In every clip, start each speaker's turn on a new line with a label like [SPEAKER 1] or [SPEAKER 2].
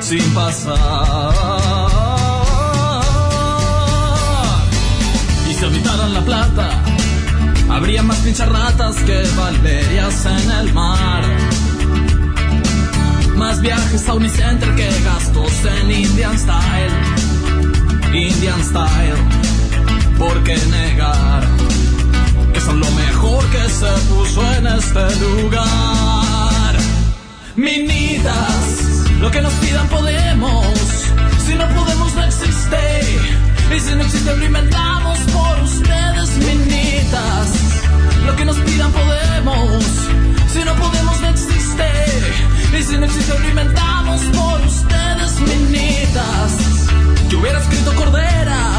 [SPEAKER 1] Sin pasar. Y si habitaran la plata, habría más pincharratas que valerias en el mar. Más viajes a Unicenter que gastos en Indian Style. Indian Style, ¿por qué negar? Que son lo mejor que se puso en este lugar. Minitas, lo que nos pidan podemos. Si no podemos, no existe. Y si no existe, lo inventamos por ustedes, minitas. Lo que nos pidan podemos. Si no podemos, no existe. Y si no existe, lo inventamos por ustedes, minitas. Que hubiera escrito Cordera,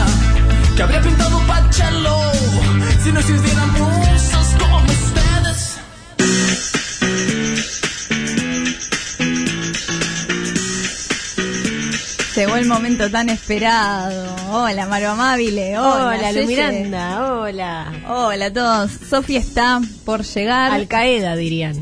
[SPEAKER 1] que habría pintado Pachalo. Si no existieran musas como ustedes.
[SPEAKER 2] Llegó el momento tan esperado. Hola, Maro Amabile. Hola,
[SPEAKER 3] Hola, Lu
[SPEAKER 2] Yeye.
[SPEAKER 3] Miranda, hola.
[SPEAKER 2] Hola a todos. Sofía está por llegar.
[SPEAKER 3] Al Qaeda dirían.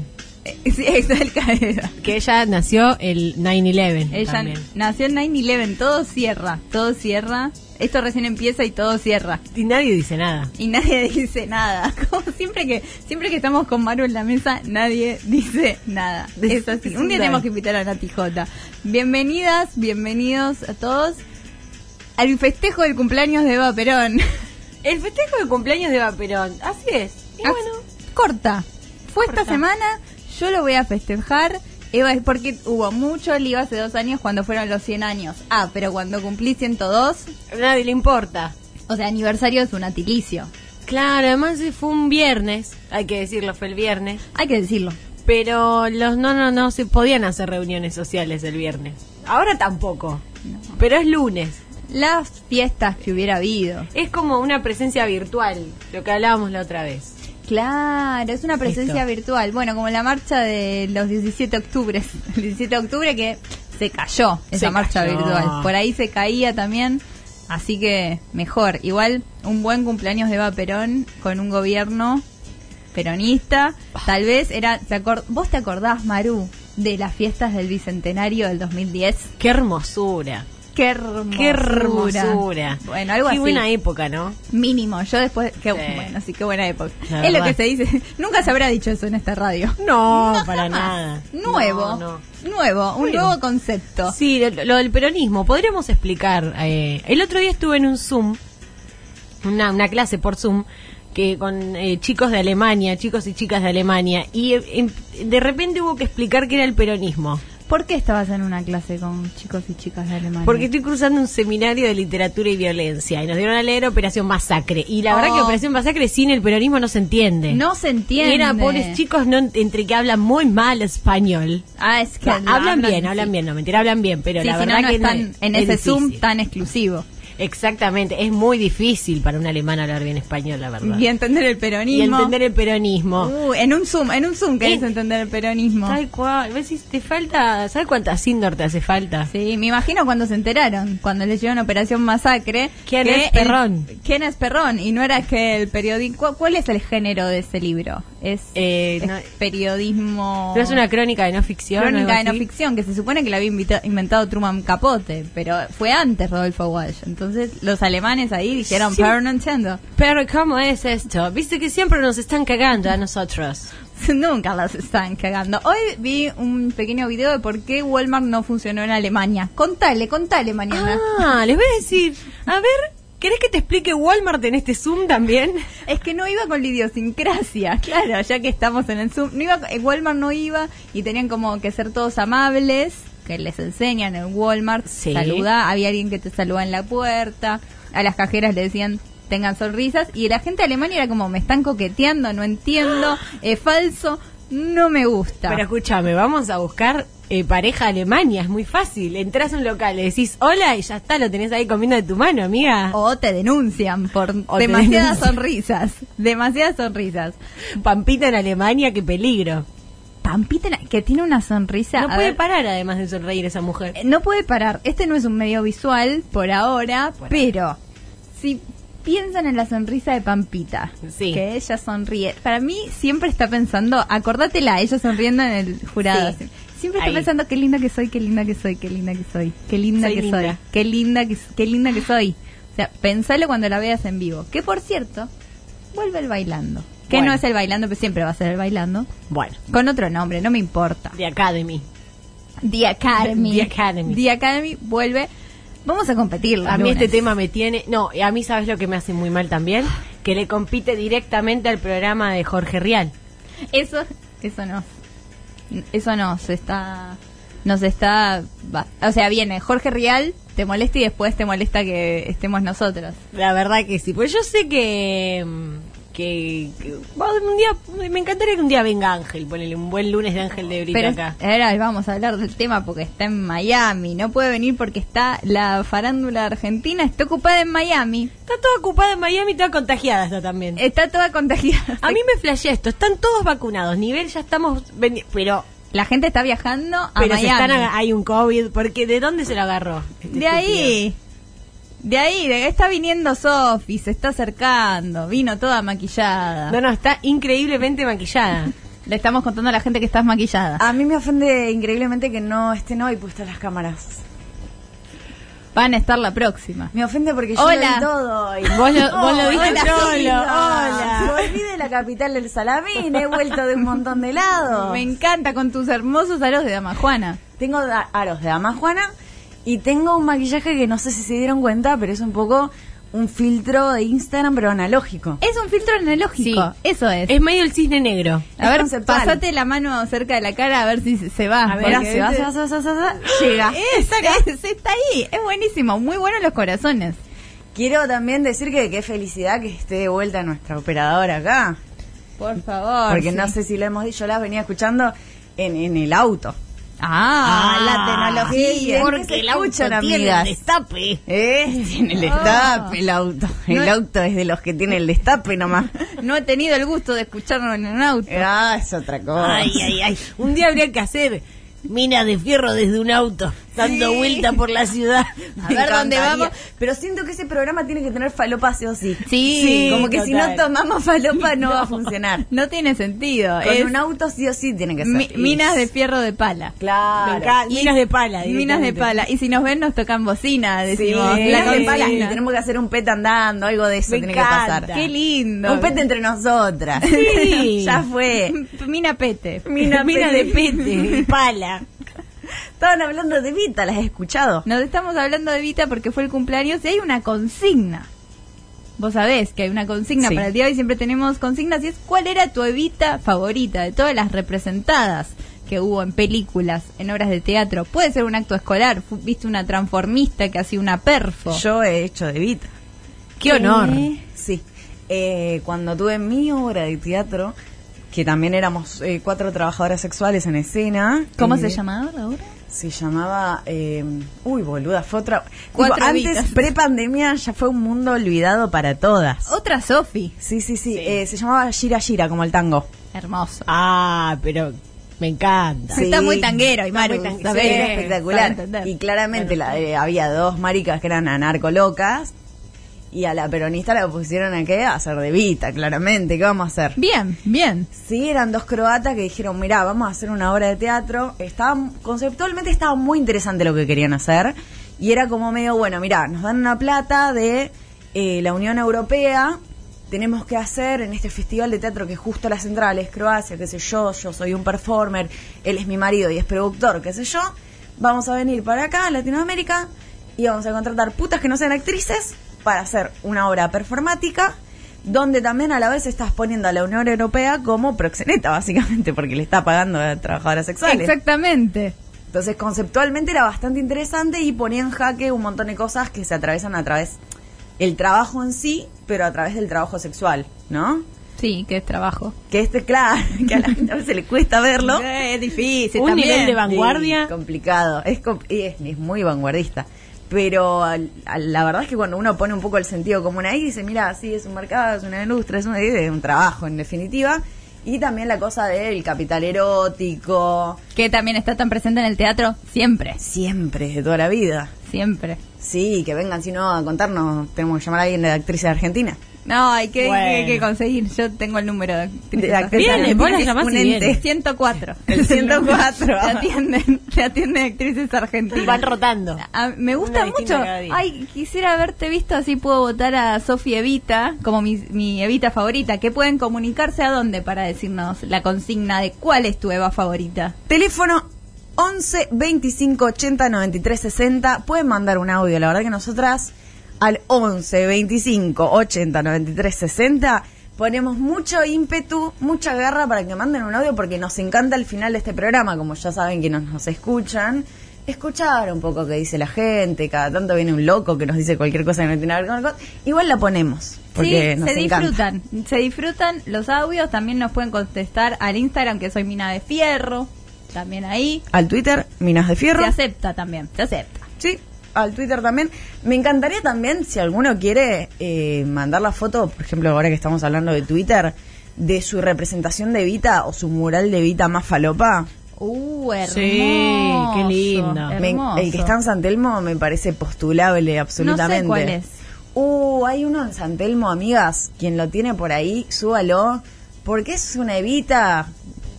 [SPEAKER 2] Eh, sí, es Al Qaeda.
[SPEAKER 3] Que ella nació el 9-11.
[SPEAKER 2] Ella
[SPEAKER 3] también.
[SPEAKER 2] nació en 9-11. Todo cierra. Todo cierra. Esto recién empieza y todo cierra.
[SPEAKER 3] Y nadie dice nada.
[SPEAKER 2] Y nadie dice nada. Como siempre que siempre que estamos con Maru en la mesa, nadie dice nada. Es así. Un día
[SPEAKER 3] Dale.
[SPEAKER 2] tenemos que invitar a Nati Jota. Bienvenidas, bienvenidos a todos al festejo del cumpleaños de Eva Perón.
[SPEAKER 4] El festejo de cumpleaños de Eva Perón, así es. Y
[SPEAKER 2] Ah,
[SPEAKER 4] bueno,
[SPEAKER 2] corta. Fue esta
[SPEAKER 4] Corta.
[SPEAKER 2] semana, yo lo voy a festejar. Eva, es porque hubo mucho lío hace dos años cuando fueron los 100 años. Ah, pero cuando cumplí 102,
[SPEAKER 4] a nadie le importa.
[SPEAKER 2] o sea, aniversario es un atilicio.
[SPEAKER 3] Claro, además eh, fue un viernes.
[SPEAKER 4] Hay que decirlo, fue el viernes.
[SPEAKER 2] Hay que decirlo.
[SPEAKER 3] Pero los no, no, no se podían hacer reuniones sociales el viernes.
[SPEAKER 4] Ahora tampoco. Pero es lunes.
[SPEAKER 2] Las fiestas que hubiera habido.
[SPEAKER 4] Es como una presencia virtual, lo que hablábamos la otra vez.
[SPEAKER 2] Claro, es una presencia virtual. Bueno, como la marcha de los 17 de octubre. El 17 de octubre que se cayó esa
[SPEAKER 3] Se
[SPEAKER 2] marcha
[SPEAKER 3] cayó.
[SPEAKER 2] virtual. Por ahí se caía también. Así que mejor. Igual un buen cumpleaños de Eva Perón con un gobierno peronista. Tal vez era... ¿te acor- ¿Vos te acordás, Maru, de las fiestas del Bicentenario del 2010?
[SPEAKER 3] Qué hermosura.
[SPEAKER 2] ¡Qué hermosura!
[SPEAKER 3] Qué hermosura.
[SPEAKER 2] Bueno, algo
[SPEAKER 3] Qué
[SPEAKER 2] así.
[SPEAKER 3] buena época, ¿no?
[SPEAKER 2] Mínimo, yo después... Qué,
[SPEAKER 3] Sí.
[SPEAKER 2] Bueno, sí, qué buena época.
[SPEAKER 3] La
[SPEAKER 2] es lo
[SPEAKER 3] verdad.
[SPEAKER 2] que se dice. Nunca se habrá dicho eso en esta radio.
[SPEAKER 3] No, para
[SPEAKER 2] jamás.
[SPEAKER 3] nada.
[SPEAKER 2] Nuevo.
[SPEAKER 3] No,
[SPEAKER 2] Nuevo, un
[SPEAKER 3] Nuevo.
[SPEAKER 2] nuevo
[SPEAKER 3] no.
[SPEAKER 2] concepto.
[SPEAKER 3] Sí, lo, lo del peronismo, podríamos explicar. eh, el otro día estuve en un Zoom, una, una clase por Zoom, que con eh, chicos de Alemania, chicos y chicas de Alemania, y eh, em- de repente hubo que explicar qué era el peronismo.
[SPEAKER 2] ¿Por qué estabas en una clase con chicos y chicas de Alemania?
[SPEAKER 3] Porque estoy cruzando un seminario de literatura y violencia y nos dieron a leer Operación Masacre. Y la verdad
[SPEAKER 2] Oh.
[SPEAKER 3] que Operación Masacre sin el peronismo no se entiende.
[SPEAKER 2] no se entiende.
[SPEAKER 3] Era pobres chicos no, ent- entre que hablan muy mal español.
[SPEAKER 2] Ah, es
[SPEAKER 3] O
[SPEAKER 2] que
[SPEAKER 3] sea, hablan bien,
[SPEAKER 2] sí.
[SPEAKER 3] hablan bien, no mentira, hablan bien, pero
[SPEAKER 2] Sí,
[SPEAKER 3] la
[SPEAKER 2] si
[SPEAKER 3] verdad
[SPEAKER 2] no, no
[SPEAKER 3] que no
[SPEAKER 2] están
[SPEAKER 3] es-
[SPEAKER 2] en
[SPEAKER 3] es
[SPEAKER 2] ese Zoom
[SPEAKER 3] difícil.
[SPEAKER 2] tan exclusivo.
[SPEAKER 3] Exactamente, es muy difícil para un alemán hablar bien español, la verdad.
[SPEAKER 2] Y entender el
[SPEAKER 3] Y
[SPEAKER 2] peronismo.
[SPEAKER 3] entender Eh, el peronismo.
[SPEAKER 2] Uh, en un Zoom, en un Zoom querés
[SPEAKER 3] Y-
[SPEAKER 2] entender el peronismo.
[SPEAKER 3] Tal cual, ¿ves? Si te falta, ¿sabes cuántas Sindor te hace falta?
[SPEAKER 2] Sí, me imagino cuando se enteraron, cuando les llegaron Operación Masacre.
[SPEAKER 3] ¿Quién
[SPEAKER 2] que
[SPEAKER 3] es
[SPEAKER 2] el-
[SPEAKER 3] Perrón?
[SPEAKER 2] ¿Quién es Perrón? Y no era que el periódico. ¿Cuál es el género de ese libro? Es,
[SPEAKER 3] Eh,
[SPEAKER 2] es
[SPEAKER 3] no-
[SPEAKER 2] periodismo.
[SPEAKER 3] ¿No es una crónica de no ficción? o
[SPEAKER 2] crónica
[SPEAKER 3] algo
[SPEAKER 2] de no
[SPEAKER 3] así?
[SPEAKER 2] ficción que se supone que la había invita- inventado Truman Capote, pero fue antes Rodolfo Walsh. Entonces los alemanes ahí dijeron
[SPEAKER 3] Sí.
[SPEAKER 2] Perrón Nintendo.
[SPEAKER 3] Pero ¿cómo es esto? Viste que siempre nos están cagando a nosotros.
[SPEAKER 2] Nunca las están cagando. Hoy vi un pequeño video de por qué Walmart no funcionó en Alemania. Contale, contale mañana.
[SPEAKER 3] Ah, les voy a decir. A ver, ¿querés que te explique Walmart en este Zoom también?
[SPEAKER 2] Es que no iba con la idiosincrasia, claro, ya que estamos en el Zoom. No iba, en Walmart no iba y tenían como que ser todos amables, que les enseñan en Walmart,
[SPEAKER 3] Sí.
[SPEAKER 2] saluda, había alguien que te saludaba en la puerta, a las cajeras le decían tengan sonrisas y la gente alemana era como me están coqueteando, no entiendo, es falso, no me gusta.
[SPEAKER 3] Pero escúchame, vamos a buscar eh, pareja a Alemania, es muy fácil. Entrás a un local, le decís hola y ya está, lo tenés ahí comiendo de tu mano, amiga.
[SPEAKER 2] O te denuncian por
[SPEAKER 3] O te
[SPEAKER 2] demasiadas
[SPEAKER 3] denuncian.
[SPEAKER 2] sonrisas. Demasiadas sonrisas.
[SPEAKER 3] Pampita en Alemania, qué peligro.
[SPEAKER 2] Pampita, la- que tiene una sonrisa.
[SPEAKER 3] No
[SPEAKER 2] a
[SPEAKER 3] puede
[SPEAKER 2] ver,
[SPEAKER 3] parar además de sonreír esa mujer.
[SPEAKER 2] eh, no puede parar. Este no es un medio visual por ahora, pero si piensan en la sonrisa de Pampita,
[SPEAKER 3] Sí.
[SPEAKER 2] que ella sonríe. Para mí siempre está pensando, acordátela, ella sonriendo en el jurado.
[SPEAKER 3] Sí.
[SPEAKER 2] Siempre está
[SPEAKER 3] Ahí.
[SPEAKER 2] pensando qué linda que soy, qué linda que soy, qué linda que soy, qué linda
[SPEAKER 3] Soy
[SPEAKER 2] que soy,
[SPEAKER 3] linda.
[SPEAKER 2] qué linda que, qué linda que soy. O sea, pensalo cuando la veas en vivo. Que por cierto, vuelve el bailando. Que
[SPEAKER 3] Bueno.
[SPEAKER 2] no es el bailando, pero siempre va a ser el bailando.
[SPEAKER 3] Bueno,
[SPEAKER 2] Con otro nombre, no me importa.
[SPEAKER 3] de Academy.
[SPEAKER 2] The Academy.
[SPEAKER 3] The Academy.
[SPEAKER 2] The Academy vuelve. Vamos a competir. los
[SPEAKER 3] A mí este
[SPEAKER 2] lunes.
[SPEAKER 3] tema me tiene. No, a mí sabes lo que me hace muy mal también, que le compite directamente al programa de Jorge Rial.
[SPEAKER 2] Eso, eso no. Eso nos está. Nos está. va- O sea, viene Jorge Rial, te molesta y después te molesta que estemos nosotros.
[SPEAKER 3] La verdad que sí, pues yo sé que mm, que, que- bueno, un día me encantaría que un día venga Ángel, ponele un buen lunes de Ángel de Brita
[SPEAKER 2] Pero
[SPEAKER 3] acá.
[SPEAKER 2] ahora vamos a hablar del tema porque está en Miami. No puede venir porque está la farándula argentina, está ocupada en Miami.
[SPEAKER 3] Está toda ocupada en Miami, toda contagiada está también.
[SPEAKER 2] Está toda contagiada.
[SPEAKER 3] a mí me flashea esto, están todos vacunados, nivel ya estamos veni- pero
[SPEAKER 2] La gente está viajando a
[SPEAKER 3] pero se
[SPEAKER 2] Miami.
[SPEAKER 3] están aga- hay un COVID, porque ¿de dónde se lo agarró? este
[SPEAKER 2] De ahí. De ahí, de está viniendo Sofi, se está acercando, vino toda maquillada.
[SPEAKER 3] estúpido? No, no, está increíblemente maquillada.
[SPEAKER 2] Le estamos contando a la gente que estás maquillada.
[SPEAKER 4] A mí me ofende increíblemente que no estén hoy puestas las cámaras.
[SPEAKER 2] Van a estar la próxima.
[SPEAKER 4] Me ofende porque yo
[SPEAKER 2] Hola.
[SPEAKER 4] lo vi todo hoy.
[SPEAKER 3] Vos lo- vos lo viste
[SPEAKER 4] hola,
[SPEAKER 3] solo,
[SPEAKER 4] Silvia.
[SPEAKER 3] hola.
[SPEAKER 4] Volví de la capital del salamín, he vuelto de un montón de lados.
[SPEAKER 2] Me encanta con tus hermosos aros de dama Juana.
[SPEAKER 4] Tengo da- aros de dama Juana y tengo un maquillaje que no sé si se dieron cuenta, pero es un poco un filtro de Instagram, pero
[SPEAKER 3] Eh,
[SPEAKER 4] analógico.
[SPEAKER 2] Es un filtro analógico,
[SPEAKER 3] Sí.
[SPEAKER 2] eso es.
[SPEAKER 3] es medio el cisne negro.
[SPEAKER 2] a ver,
[SPEAKER 4] conceptual.
[SPEAKER 2] pasate la mano cerca de la cara a ver si se- se va.
[SPEAKER 4] A ver,
[SPEAKER 2] porque
[SPEAKER 4] se va,
[SPEAKER 2] viste-
[SPEAKER 4] se va, se va, se va, se va, llega.
[SPEAKER 2] Es, es, está ahí, es buenísimo, muy buenos los corazones.
[SPEAKER 4] Quiero también decir que qué felicidad que esté de vuelta nuestra operadora acá.
[SPEAKER 2] Por favor.
[SPEAKER 4] Porque
[SPEAKER 2] sí.
[SPEAKER 4] no sé si lo hemos dicho, yo las venía escuchando en, en el auto.
[SPEAKER 2] Ah,
[SPEAKER 4] Ah, la tecnología.
[SPEAKER 2] sí, eh.
[SPEAKER 4] Bien,
[SPEAKER 3] porque
[SPEAKER 4] que se
[SPEAKER 3] el auto
[SPEAKER 4] escuchan,
[SPEAKER 3] tiene
[SPEAKER 4] amigas.
[SPEAKER 3] el destape.
[SPEAKER 4] ¿Eh? Tiene el destape el auto. El auto es de los que tiene el destape nomás.
[SPEAKER 2] No he tenido el gusto de escucharlo en un auto.
[SPEAKER 4] Ah, es otra cosa.
[SPEAKER 3] Ay, ay, ay. Un día habría que hacer mina de fierro desde un auto, dando
[SPEAKER 2] Sí.
[SPEAKER 3] vuelta por la ciudad.
[SPEAKER 4] A
[SPEAKER 2] Me
[SPEAKER 4] ver dónde
[SPEAKER 2] encantaría.
[SPEAKER 4] vamos. Pero siento que ese programa tiene que tener falopa sí o sí.
[SPEAKER 2] Sí,
[SPEAKER 4] Como que si no
[SPEAKER 3] total.
[SPEAKER 4] tomamos falopa no, va a funcionar.
[SPEAKER 2] No tiene sentido.
[SPEAKER 4] Con
[SPEAKER 2] es
[SPEAKER 4] un auto sí o sí tiene que ser.
[SPEAKER 2] mi- minas de fierro de pala.
[SPEAKER 3] Me
[SPEAKER 4] Claro.
[SPEAKER 3] encanta. Minas de pala.
[SPEAKER 2] Minas de
[SPEAKER 3] directamente.
[SPEAKER 2] pala. Y si nos ven, nos tocan bocina,
[SPEAKER 4] Sí,
[SPEAKER 2] decimos.
[SPEAKER 4] minas de
[SPEAKER 2] consigna.
[SPEAKER 4] pala. Y tenemos que hacer un pet andando, algo de eso
[SPEAKER 3] Me
[SPEAKER 4] tiene
[SPEAKER 3] encanta.
[SPEAKER 4] que pasar.
[SPEAKER 2] Qué lindo.
[SPEAKER 4] Un pet entre nosotras.
[SPEAKER 3] Sí.
[SPEAKER 4] ya fue.
[SPEAKER 2] Mina pete.
[SPEAKER 3] Mina, de pete, pala.
[SPEAKER 4] Estaban hablando de Vita, ¿las has escuchado?
[SPEAKER 2] Nos estamos hablando de Vita porque fue el cumpleaños y hay una consigna. Vos sabés que hay una consigna
[SPEAKER 4] Sí.
[SPEAKER 2] para el día de hoy, siempre tenemos consignas y es cuál era tu Evita favorita de todas las representadas que hubo en películas, en obras de teatro. Puede ser un acto escolar, fu- viste una transformista que hacía una perfo.
[SPEAKER 4] Yo he hecho de Vita.
[SPEAKER 3] Qué honor.
[SPEAKER 2] Eh,
[SPEAKER 4] Sí. Eh, cuando tuve mi obra de teatro, que también éramos eh, cuatro trabajadoras sexuales en escena.
[SPEAKER 2] ¿Cómo
[SPEAKER 4] eh,
[SPEAKER 2] se llamaba la obra?
[SPEAKER 4] Se llamaba. eh, uy, boluda, fue otra.
[SPEAKER 2] Cuatro
[SPEAKER 4] Digo, antes,
[SPEAKER 2] vidas.
[SPEAKER 4] pre-pandemia, ya fue un mundo olvidado para todas.
[SPEAKER 2] Otra Sofi.
[SPEAKER 4] Sí, sí, sí. eh, se llamaba Gira Gira, como el tango.
[SPEAKER 2] Hermoso.
[SPEAKER 3] Ah, pero me encanta.
[SPEAKER 4] Sí.
[SPEAKER 2] Está muy tanguero, y Maru.
[SPEAKER 4] Muy tan-
[SPEAKER 2] ¿sabés?
[SPEAKER 4] sí, era
[SPEAKER 2] Para
[SPEAKER 4] espectacular.
[SPEAKER 2] entender.
[SPEAKER 4] Y claramente la- eh, había dos maricas que eran anarcolocas. Y a la peronista la pusieron a qué? A hacer de Vita, claramente. ¿Qué vamos a hacer?
[SPEAKER 2] Bien, bien.
[SPEAKER 4] Sí, eran dos croatas que dijeron, mirá, vamos a hacer una obra de teatro. Estaban, conceptualmente estaba muy interesante lo que querían hacer. Y era como medio, bueno, mirá, nos dan una plata de eh, la Unión Europea. Tenemos que hacer en este festival de teatro que justo la central es Croacia, qué sé yo, yo soy un performer, él es mi marido y es productor, qué sé yo. Vamos a venir para acá, a Latinoamérica, y vamos a contratar putas que no sean actrices para hacer una obra performática donde también a la vez estás poniendo a la Unión Europea como proxeneta, básicamente, porque le está pagando a trabajadoras sexuales.
[SPEAKER 2] Exactamente.
[SPEAKER 4] Entonces, conceptualmente era bastante interesante y ponía en jaque un montón de cosas que se atraviesan a través el trabajo en sí, pero a través del trabajo sexual, ¿no?
[SPEAKER 2] Sí, que es trabajo.
[SPEAKER 4] Que este, claro, que a la gente a veces le cuesta verlo.
[SPEAKER 2] Eh, Es difícil.
[SPEAKER 3] Un
[SPEAKER 2] también.
[SPEAKER 3] nivel de vanguardia.
[SPEAKER 4] Sí, complicado. Es, com- y es, es muy vanguardista. Pero al- al- la verdad es que cuando uno pone un poco el sentido común ahí, dice, mira, sí, es un mercado, es una industria, es una- es un trabajo, en definitiva. Y también la cosa del capital erótico,
[SPEAKER 2] Que también está tan presente en el teatro siempre.
[SPEAKER 4] siempre, de toda la vida.
[SPEAKER 2] Siempre.
[SPEAKER 4] Sí, que vengan, si no, a contarnos, tenemos que llamar a alguien de actriz argentina.
[SPEAKER 2] No, hay que,
[SPEAKER 3] Bueno.
[SPEAKER 2] hay que conseguir. Yo tengo el número de actriz.
[SPEAKER 4] De actriz
[SPEAKER 3] Viene,
[SPEAKER 4] argentina,
[SPEAKER 3] vos la
[SPEAKER 4] que es
[SPEAKER 3] llamás
[SPEAKER 4] un
[SPEAKER 3] y
[SPEAKER 4] ente.
[SPEAKER 3] viene.
[SPEAKER 2] 104.
[SPEAKER 4] El 104.
[SPEAKER 2] Te atienden, te atienden actrices
[SPEAKER 3] Y van
[SPEAKER 2] argentinas.
[SPEAKER 3] rotando.
[SPEAKER 2] Ah, me gusta
[SPEAKER 3] Una distinta
[SPEAKER 2] mucho.
[SPEAKER 3] cada día.
[SPEAKER 2] Ay, quisiera haberte visto así puedo votar a Sofía Evita como mi, mi Evita favorita. Que pueden comunicarse a dónde para decirnos la consigna de cuál es tu Eva favorita.
[SPEAKER 4] Teléfono 11 25 80 93 60. Pueden mandar un audio, la verdad que nosotras al 11 25 80 93 60 ponemos mucho ímpetu, mucha garra para que manden un audio porque nos encanta el final de este programa, como ya saben que nos, nos escuchan. Escuchar un poco qué dice la gente, cada tanto viene un loco que nos dice cualquier cosa que no tiene que ver con el co- Igual la ponemos, porque
[SPEAKER 2] sí,
[SPEAKER 4] nos
[SPEAKER 2] se
[SPEAKER 4] encanta.
[SPEAKER 2] disfrutan. Se disfrutan los audios. También nos pueden contestar al Instagram, que soy Mina de Fierro. También ahí.
[SPEAKER 4] Al Twitter, Minas de Fierro.
[SPEAKER 2] Se acepta también, se acepta.
[SPEAKER 4] Sí, al Twitter también. Me encantaría también, si alguno quiere eh, mandar la foto, por ejemplo, ahora que estamos hablando de Twitter, de su representación de Vita o su mural de Vita más falopa.
[SPEAKER 2] Uh, hermoso.
[SPEAKER 3] Sí, qué lindo.
[SPEAKER 4] Me-
[SPEAKER 2] hermoso.
[SPEAKER 4] el que está en San Telmo me parece postulable, absolutamente.
[SPEAKER 2] No sé cuál es.
[SPEAKER 4] Uh, hay uno en San Telmo, amigas. Quien lo tiene por ahí, súbalo. Porque es una Evita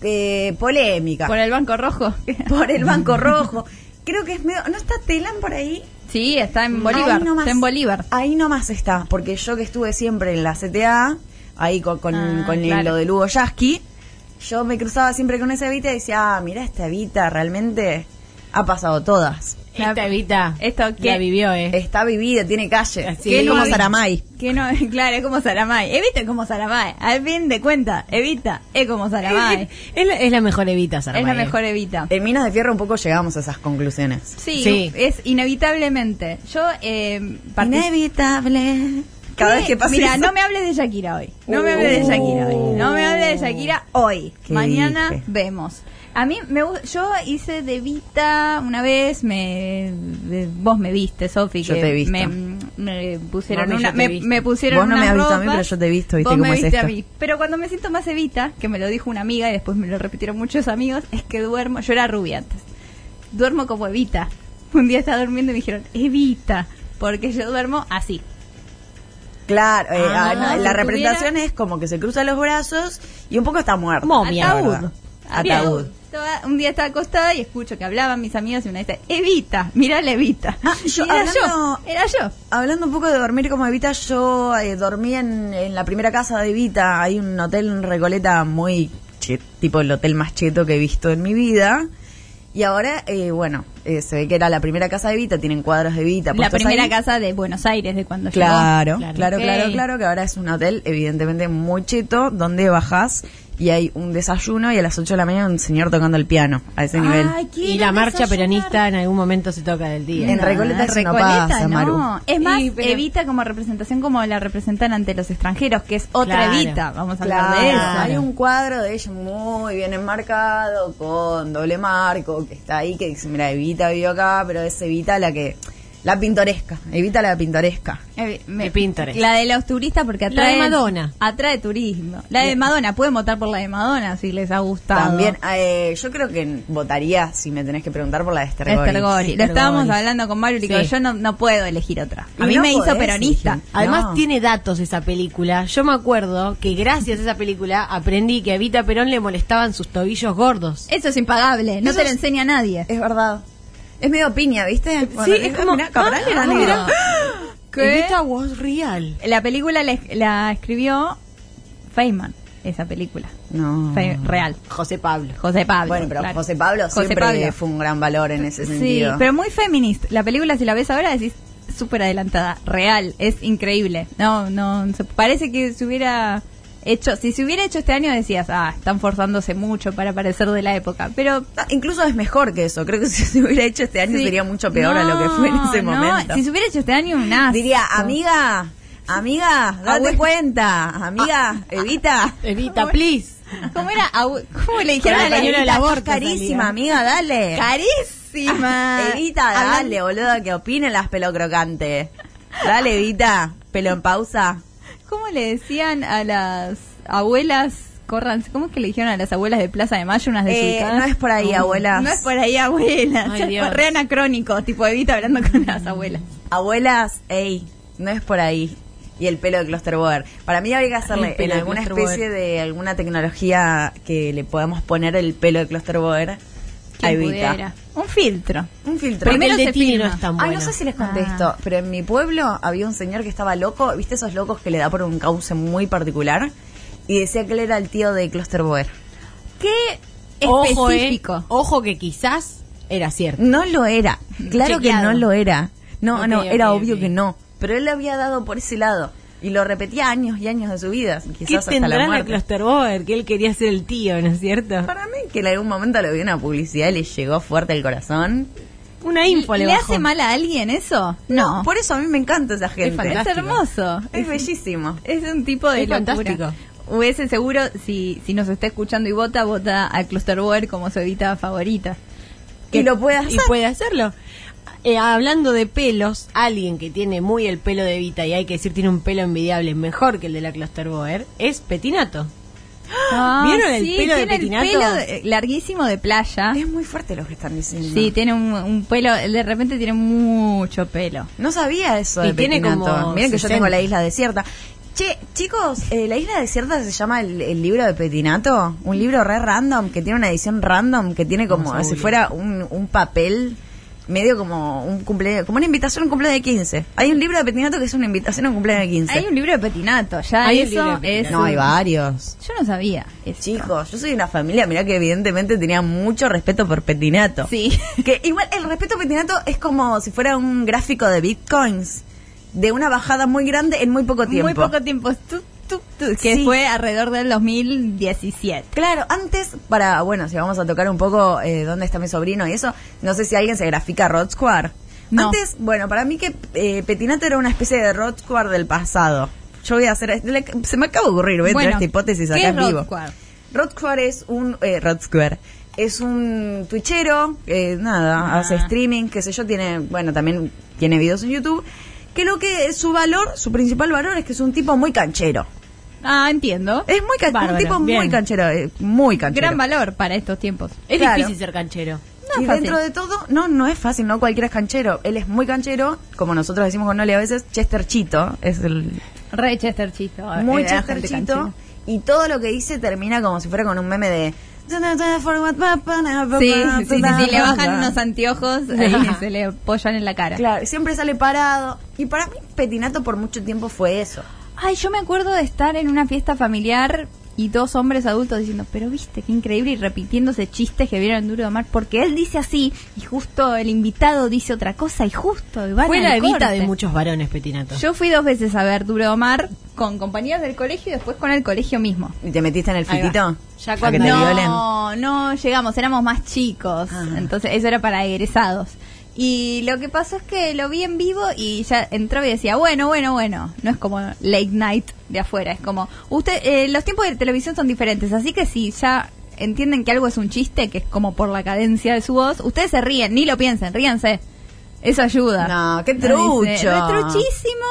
[SPEAKER 4] eh, polémica.
[SPEAKER 2] Por el Banco Rojo.
[SPEAKER 4] Por el Banco Rojo. Creo que es medio. ¿No está Telam por ahí?
[SPEAKER 2] sí, está en Bolívar.
[SPEAKER 4] Ahí nomás-
[SPEAKER 2] Está en Bolívar.
[SPEAKER 4] Ahí nomás está, porque yo que estuve siempre en la CTA, ahí con, con,
[SPEAKER 2] Ah,
[SPEAKER 4] con el-
[SPEAKER 2] claro.
[SPEAKER 4] lo de Lugo Yasky, yo me cruzaba siempre con esa Evita y decía, ah, mirá esta Evita, realmente ha pasado todas.
[SPEAKER 3] Esta Evita
[SPEAKER 2] Esto,
[SPEAKER 3] la
[SPEAKER 2] ¿qué?
[SPEAKER 3] vivió, ¿eh?
[SPEAKER 4] Está vivida, tiene calle.
[SPEAKER 3] Así
[SPEAKER 4] que es
[SPEAKER 3] es.
[SPEAKER 4] como
[SPEAKER 3] Qué
[SPEAKER 4] Saramay.
[SPEAKER 2] Que no, claro, es como Eh, Salamay. Evita es como Salamay. Al fin de cuenta, Evita es como
[SPEAKER 4] Eh,
[SPEAKER 2] Salamay.
[SPEAKER 3] Es la, es la mejor Evita, ¿eh?
[SPEAKER 2] es
[SPEAKER 3] Saramago.
[SPEAKER 2] la mejor Evita.
[SPEAKER 4] En Minas de Fierro un poco llegamos a esas conclusiones.
[SPEAKER 2] Sí,
[SPEAKER 3] Sí.
[SPEAKER 2] es inevitablemente. Yo eh, partici-
[SPEAKER 4] Inevitable. Cada
[SPEAKER 2] ¿Qué?
[SPEAKER 4] vez que pasa
[SPEAKER 2] Eh, Mira,
[SPEAKER 4] eso- Uh.
[SPEAKER 2] no me hables de Shakira hoy. No me hables de Shakira hoy. No me hables de Shakira hoy.
[SPEAKER 4] ¿Qué
[SPEAKER 2] Mañana
[SPEAKER 4] dije?
[SPEAKER 2] vemos. A mí me gu- yo hice de Vita una vez, me de- vos me viste, Sofi,
[SPEAKER 4] Yo
[SPEAKER 2] que
[SPEAKER 4] te he visto.
[SPEAKER 2] me, me pusieron
[SPEAKER 3] Mami, yo
[SPEAKER 2] una
[SPEAKER 3] te
[SPEAKER 2] me,
[SPEAKER 3] vi.
[SPEAKER 2] me pusieron
[SPEAKER 4] Vos no me
[SPEAKER 2] unas
[SPEAKER 4] has visto a mí,
[SPEAKER 2] ropas,
[SPEAKER 4] pero yo te he visto, ¿viste
[SPEAKER 2] vos
[SPEAKER 4] cómo
[SPEAKER 2] me
[SPEAKER 4] es
[SPEAKER 2] viste
[SPEAKER 4] esto?
[SPEAKER 2] a mí. Pero cuando me siento más Evita, que me lo dijo una amiga y después me lo repitieron muchos amigos, es que duermo, yo era rubia antes duermo como Evita. Un día estaba durmiendo y me dijeron, Evita, porque yo duermo así.
[SPEAKER 4] Claro, eh,
[SPEAKER 2] Ah,
[SPEAKER 4] ah,
[SPEAKER 2] si
[SPEAKER 4] no, la
[SPEAKER 2] tuviera-
[SPEAKER 4] representación es como que se cruza los brazos y un poco está muerto.
[SPEAKER 3] Momia.
[SPEAKER 4] Ataúd. Ataúd.
[SPEAKER 2] Estaba- un día estaba acostada y escucho que hablaban mis amigos y una dice, Evita, mirá la Evita.
[SPEAKER 4] Ah, yo-
[SPEAKER 2] era yo,
[SPEAKER 4] hablando-
[SPEAKER 2] era yo.
[SPEAKER 4] Hablando un poco de dormir como Evita, yo eh, dormí en, en la primera casa de Evita. Hay un hotel en Recoleta muy che- tipo el hotel más cheto que he visto en mi vida. Y ahora, eh, bueno, eh, se ve que era la primera casa de Evita, tienen cuadros de Evita.
[SPEAKER 2] La
[SPEAKER 4] puestos
[SPEAKER 2] primera
[SPEAKER 4] ahí.
[SPEAKER 2] casa de Buenos Aires de cuando
[SPEAKER 4] Claro,
[SPEAKER 2] llegó.
[SPEAKER 4] claro, claro,
[SPEAKER 2] Ok.
[SPEAKER 4] claro, que ahora es un hotel evidentemente muy cheto donde bajás y hay un desayuno y a las 8 de la mañana un señor tocando el piano a ese nivel.
[SPEAKER 2] Ay, quiero
[SPEAKER 3] Y la marcha
[SPEAKER 2] desayunar.
[SPEAKER 3] peronista en algún momento se toca del día.
[SPEAKER 4] En
[SPEAKER 2] No,
[SPEAKER 4] Recoleta eso no
[SPEAKER 2] Ah, Recoleta
[SPEAKER 4] pasa, Maru.
[SPEAKER 2] Es más,
[SPEAKER 3] Y, pero-
[SPEAKER 2] Evita como representación como la representan ante los extranjeros, que es otra
[SPEAKER 3] Claro.
[SPEAKER 2] Evita. Vamos a hablar
[SPEAKER 4] Claro,
[SPEAKER 2] de eso.
[SPEAKER 4] hay un cuadro de ella muy bien enmarcado, con doble marco, que está ahí, que dice, mira, Evita vivió acá, pero es Evita la que... La pintoresca, Evita la pintoresca.
[SPEAKER 2] Eh, me-
[SPEAKER 3] De Pinterest.
[SPEAKER 2] La de los turistas porque
[SPEAKER 3] La
[SPEAKER 2] atrae
[SPEAKER 3] de Madonna.
[SPEAKER 2] Atrae turismo. La de Madonna, pueden votar por la de Madonna si les ha gustado.
[SPEAKER 4] También, eh, yo creo que votaría, si me tenés que preguntar, por la de Esther Goris.
[SPEAKER 2] Esther Gori. Lo
[SPEAKER 3] Esther
[SPEAKER 2] estábamos
[SPEAKER 3] Goris.
[SPEAKER 2] hablando con Mario y le digo,
[SPEAKER 3] Sí.
[SPEAKER 2] yo no, no puedo elegir otra. A
[SPEAKER 4] Y
[SPEAKER 2] mí
[SPEAKER 4] no
[SPEAKER 2] me hizo
[SPEAKER 4] podés
[SPEAKER 2] peronista.
[SPEAKER 4] elegir.
[SPEAKER 3] Además
[SPEAKER 4] No.
[SPEAKER 3] tiene datos esa película. Yo me acuerdo que gracias a esa película aprendí que a Evita Perón le molestaban sus tobillos gordos.
[SPEAKER 2] Eso es impagable, no
[SPEAKER 4] Eso
[SPEAKER 2] te lo
[SPEAKER 4] es-
[SPEAKER 2] enseña nadie.
[SPEAKER 4] Es verdad. Es medio piña, ¿viste? Cuando
[SPEAKER 3] es
[SPEAKER 4] le-
[SPEAKER 3] como-
[SPEAKER 4] mirá, Cabral era
[SPEAKER 3] ah,
[SPEAKER 4] negro.
[SPEAKER 3] mirá.
[SPEAKER 2] ¿Qué?
[SPEAKER 3] Evita was real.
[SPEAKER 2] La película la, la escribió Feynman, esa película.
[SPEAKER 4] No.
[SPEAKER 2] Fe- real.
[SPEAKER 3] José Pablo.
[SPEAKER 2] José Pablo.
[SPEAKER 4] Ah. Bueno, pero
[SPEAKER 2] claro.
[SPEAKER 4] José Pablo
[SPEAKER 2] José
[SPEAKER 4] siempre
[SPEAKER 2] Pablo.
[SPEAKER 4] fue un gran valor en ese sentido.
[SPEAKER 2] Sí, pero muy feminista. La película, si la ves ahora, decís súper adelantada, real, es increíble. No, no, se- parece que se hubiera hecho, si se hubiera hecho este año decías, ah, están forzándose mucho para parecer de la época, pero...
[SPEAKER 4] Ah, Incluso es mejor que eso. Creo que si se hubiera hecho este año
[SPEAKER 2] sí.
[SPEAKER 4] sería mucho peor a lo que
[SPEAKER 2] No,
[SPEAKER 4] fue en ese
[SPEAKER 2] no,
[SPEAKER 4] momento.
[SPEAKER 2] si se hubiera hecho este año, un asco. Ah,
[SPEAKER 4] Diría, amiga, Amiga, date
[SPEAKER 2] bueno. Ah.
[SPEAKER 4] cuenta. Amiga, evita.
[SPEAKER 3] Evita, please.
[SPEAKER 2] ¿Cómo era? Au- ¿Cómo le dijeron a
[SPEAKER 3] Con el
[SPEAKER 2] la
[SPEAKER 3] pañuelo del
[SPEAKER 2] Evita?
[SPEAKER 3] aborto
[SPEAKER 4] Carísima,
[SPEAKER 3] salía.
[SPEAKER 4] amiga, dale.
[SPEAKER 2] Carísima.
[SPEAKER 4] Evita,
[SPEAKER 2] Hablando-
[SPEAKER 4] dale, boludo, que opinen las pelocrocantes. Dale, Evita, pelo en pausa.
[SPEAKER 2] ¿Cómo le decían a las abuelas? Corran, ¿cómo es que le dijeron a las abuelas de Plaza de Mayo unas
[SPEAKER 4] Eh,
[SPEAKER 2] de
[SPEAKER 4] no es por ahí, abuelas.
[SPEAKER 2] No es por ahí, abuelas.
[SPEAKER 3] Ay,
[SPEAKER 2] Ya
[SPEAKER 3] Dios.
[SPEAKER 2] fue re anacrónico, tipo Evita hablando con las abuelas.
[SPEAKER 4] Abuelas, ey, no es por ahí. Y el pelo de Clusterboard. Para mí habría que
[SPEAKER 3] El
[SPEAKER 4] hacerle en
[SPEAKER 3] pelo de
[SPEAKER 4] alguna
[SPEAKER 3] Clusterboard.
[SPEAKER 4] especie de alguna tecnología que le podamos poner el pelo de Clusterboard a
[SPEAKER 2] Quien
[SPEAKER 4] Evita.
[SPEAKER 2] pudiera. Un filtro.
[SPEAKER 4] Un filtro.
[SPEAKER 3] Porque
[SPEAKER 2] Primero
[SPEAKER 3] el de
[SPEAKER 2] se
[SPEAKER 3] Tini
[SPEAKER 2] firma.
[SPEAKER 3] no es tan bueno.
[SPEAKER 4] Ay, no sé si les conté
[SPEAKER 2] Ah.
[SPEAKER 4] esto, pero en mi pueblo había un señor que estaba loco, ¿viste esos locos que le da por un cauce muy particular? Y decía que él era el tío de Clusterboer.
[SPEAKER 2] ¿Qué
[SPEAKER 3] Ojo, eh,
[SPEAKER 2] específico?
[SPEAKER 3] ojo que quizás era cierto.
[SPEAKER 4] No lo era, claro que
[SPEAKER 3] Chequeado.
[SPEAKER 4] no lo era. No,
[SPEAKER 3] Ok,
[SPEAKER 4] no,
[SPEAKER 3] ok,
[SPEAKER 4] era
[SPEAKER 3] ok.
[SPEAKER 4] obvio que no, pero él le había dado por ese lado y lo repetía años y años de su vida,
[SPEAKER 3] ¿Qué
[SPEAKER 4] quizás hasta
[SPEAKER 3] tendrá
[SPEAKER 4] la
[SPEAKER 3] la
[SPEAKER 4] muerte.
[SPEAKER 3] Clusterboard? Que él quería ser el tío, ¿no es cierto?
[SPEAKER 4] Para mí que en algún momento lo vi en una publicidad y le llegó fuerte el corazón.
[SPEAKER 3] Una info le,
[SPEAKER 2] ¿Le
[SPEAKER 3] bajó.
[SPEAKER 2] hace mal a alguien eso? No.
[SPEAKER 4] Por eso a mí me encanta esa
[SPEAKER 2] es
[SPEAKER 4] gente.
[SPEAKER 3] fantástico.
[SPEAKER 2] hermoso.
[SPEAKER 4] Es bellísimo.
[SPEAKER 2] Es un tipo de
[SPEAKER 3] Es
[SPEAKER 2] locura.
[SPEAKER 3] fantástico.
[SPEAKER 2] Hubiese seguro, si, si nos está escuchando y vota, vota a Clusterboard como su evita favorita.
[SPEAKER 4] Y lo puede hacer.
[SPEAKER 3] Y puede hacerlo. Eh, hablando de pelos, alguien que tiene muy el pelo de Vita y hay que decir tiene un pelo envidiable, mejor que el de la Clusterboer, es Petinato. ¿Vieron el pelo de
[SPEAKER 2] tiene el
[SPEAKER 3] Petinato?
[SPEAKER 2] pelo de- larguísimo de playa.
[SPEAKER 4] Es muy fuerte lo que están diciendo.
[SPEAKER 2] Sí, tiene un, un pelo, de repente tiene mucho pelo.
[SPEAKER 4] No sabía eso.
[SPEAKER 3] Y
[SPEAKER 4] de
[SPEAKER 3] tiene
[SPEAKER 4] Petinato.
[SPEAKER 3] como
[SPEAKER 4] Miren que yo
[SPEAKER 3] 60.
[SPEAKER 4] tengo la isla desierta. Che, chicos, eh, la isla desierta se llama el, el libro de Petinato. Un libro re random que tiene una edición random que tiene
[SPEAKER 3] Vamos
[SPEAKER 4] como
[SPEAKER 3] a
[SPEAKER 4] si
[SPEAKER 3] googlear.
[SPEAKER 4] fuera un, un papel medio como un cumple, como una invitación a un cumpleaños de 15. Hay un libro de Petinato que es una invitación a un cumpleaños de 15.
[SPEAKER 2] Hay un libro de Petinato, ya
[SPEAKER 3] Hay un libro
[SPEAKER 2] eso
[SPEAKER 3] de
[SPEAKER 2] es...
[SPEAKER 3] Petinato.
[SPEAKER 4] no, hay
[SPEAKER 2] un-
[SPEAKER 4] varios.
[SPEAKER 2] Yo no sabía eso.
[SPEAKER 4] Chicos, yo soy de una familia, mirá que evidentemente tenía mucho respeto por Petinato.
[SPEAKER 2] Sí.
[SPEAKER 4] Que igual el respeto petinato es como si fuera un gráfico de bitcoins. De una bajada muy grande en muy poco tiempo.
[SPEAKER 2] Muy poco tiempo. Tup, tup, tup, que
[SPEAKER 4] Sí.
[SPEAKER 2] fue alrededor del 2017.
[SPEAKER 4] Claro, antes, para, bueno, si vamos a tocar un poco eh, dónde está mi sobrino y eso, no sé si alguien se grafica Rod Square.
[SPEAKER 2] No.
[SPEAKER 4] Antes, bueno, para mí que eh, Petinato era una especie de Rod Square del pasado. Yo voy a hacer, le- se me acaba de ocurrir, voy a
[SPEAKER 2] Bueno,
[SPEAKER 4] traer esta hipótesis
[SPEAKER 2] ¿qué es
[SPEAKER 4] acá en vivo.
[SPEAKER 2] Rod Square?
[SPEAKER 4] Rod Square es un, eh, Rod Square, es un twitchero, eh, nada,
[SPEAKER 2] Ah.
[SPEAKER 4] hace streaming, qué sé yo, tiene, bueno, también tiene videos en YouTube, que lo que es su valor, su principal valor es que es un tipo muy canchero.
[SPEAKER 2] Ah, entiendo.
[SPEAKER 4] Es muy canchero,
[SPEAKER 3] Bárbaro,
[SPEAKER 4] un tipo muy
[SPEAKER 3] bien.
[SPEAKER 4] canchero, eh, muy canchero.
[SPEAKER 2] Gran valor para estos tiempos.
[SPEAKER 3] Es
[SPEAKER 4] Claro.
[SPEAKER 3] difícil ser canchero.
[SPEAKER 4] y
[SPEAKER 2] es fácil.
[SPEAKER 4] dentro de todo, no, no es fácil, no cualquiera es canchero. Él es muy canchero, como nosotros decimos con Nole a veces, Chesterchito, es el
[SPEAKER 2] Re eh, Chesterchito.
[SPEAKER 4] muy
[SPEAKER 2] era gente
[SPEAKER 4] Chesterchito.
[SPEAKER 2] canchera.
[SPEAKER 4] Y todo lo que dice termina como si fuera con un meme de...
[SPEAKER 2] Sí,
[SPEAKER 4] Sí,
[SPEAKER 2] sí, sí, sí, le bajan unos anteojos y se le apoyan en la cara.
[SPEAKER 4] Claro, siempre sale parado. Y para mí, Petinato por mucho tiempo fue eso.
[SPEAKER 2] Ay, yo me acuerdo de estar en una fiesta familiar y dos hombres adultos diciendo, pero viste, qué increíble, y repitiéndose chistes que vieron en Duro de Mar, porque él dice así, y justo el invitado dice otra cosa, y justo, y van
[SPEAKER 3] Fue
[SPEAKER 2] al
[SPEAKER 3] la Evita
[SPEAKER 2] corte.
[SPEAKER 3] de muchos varones, Petinato.
[SPEAKER 2] Yo fui dos veces a ver Duro de Mar con compañeros del colegio y después con el colegio mismo.
[SPEAKER 4] ¿Y te metiste en el
[SPEAKER 3] Ahí va.
[SPEAKER 4] fitito?
[SPEAKER 3] Ya
[SPEAKER 4] ¿A
[SPEAKER 3] cuando-
[SPEAKER 4] que te
[SPEAKER 2] no,
[SPEAKER 4] violen?
[SPEAKER 2] no llegamos, éramos más chicos.
[SPEAKER 4] Ah.
[SPEAKER 2] Entonces, eso era para egresados. Y lo que pasó es que lo vi en vivo y ya entraba y decía, bueno, bueno, bueno. No es como late night de afuera, es como, usted, eh, los tiempos de televisión son diferentes, así que si ya entienden que algo es un chiste, que es como por la cadencia de su voz, ustedes se ríen, ni lo piensen, ríanse. Eso ayuda.
[SPEAKER 4] No, qué
[SPEAKER 2] Dice,
[SPEAKER 4] trucho.
[SPEAKER 2] "Re truchísimo.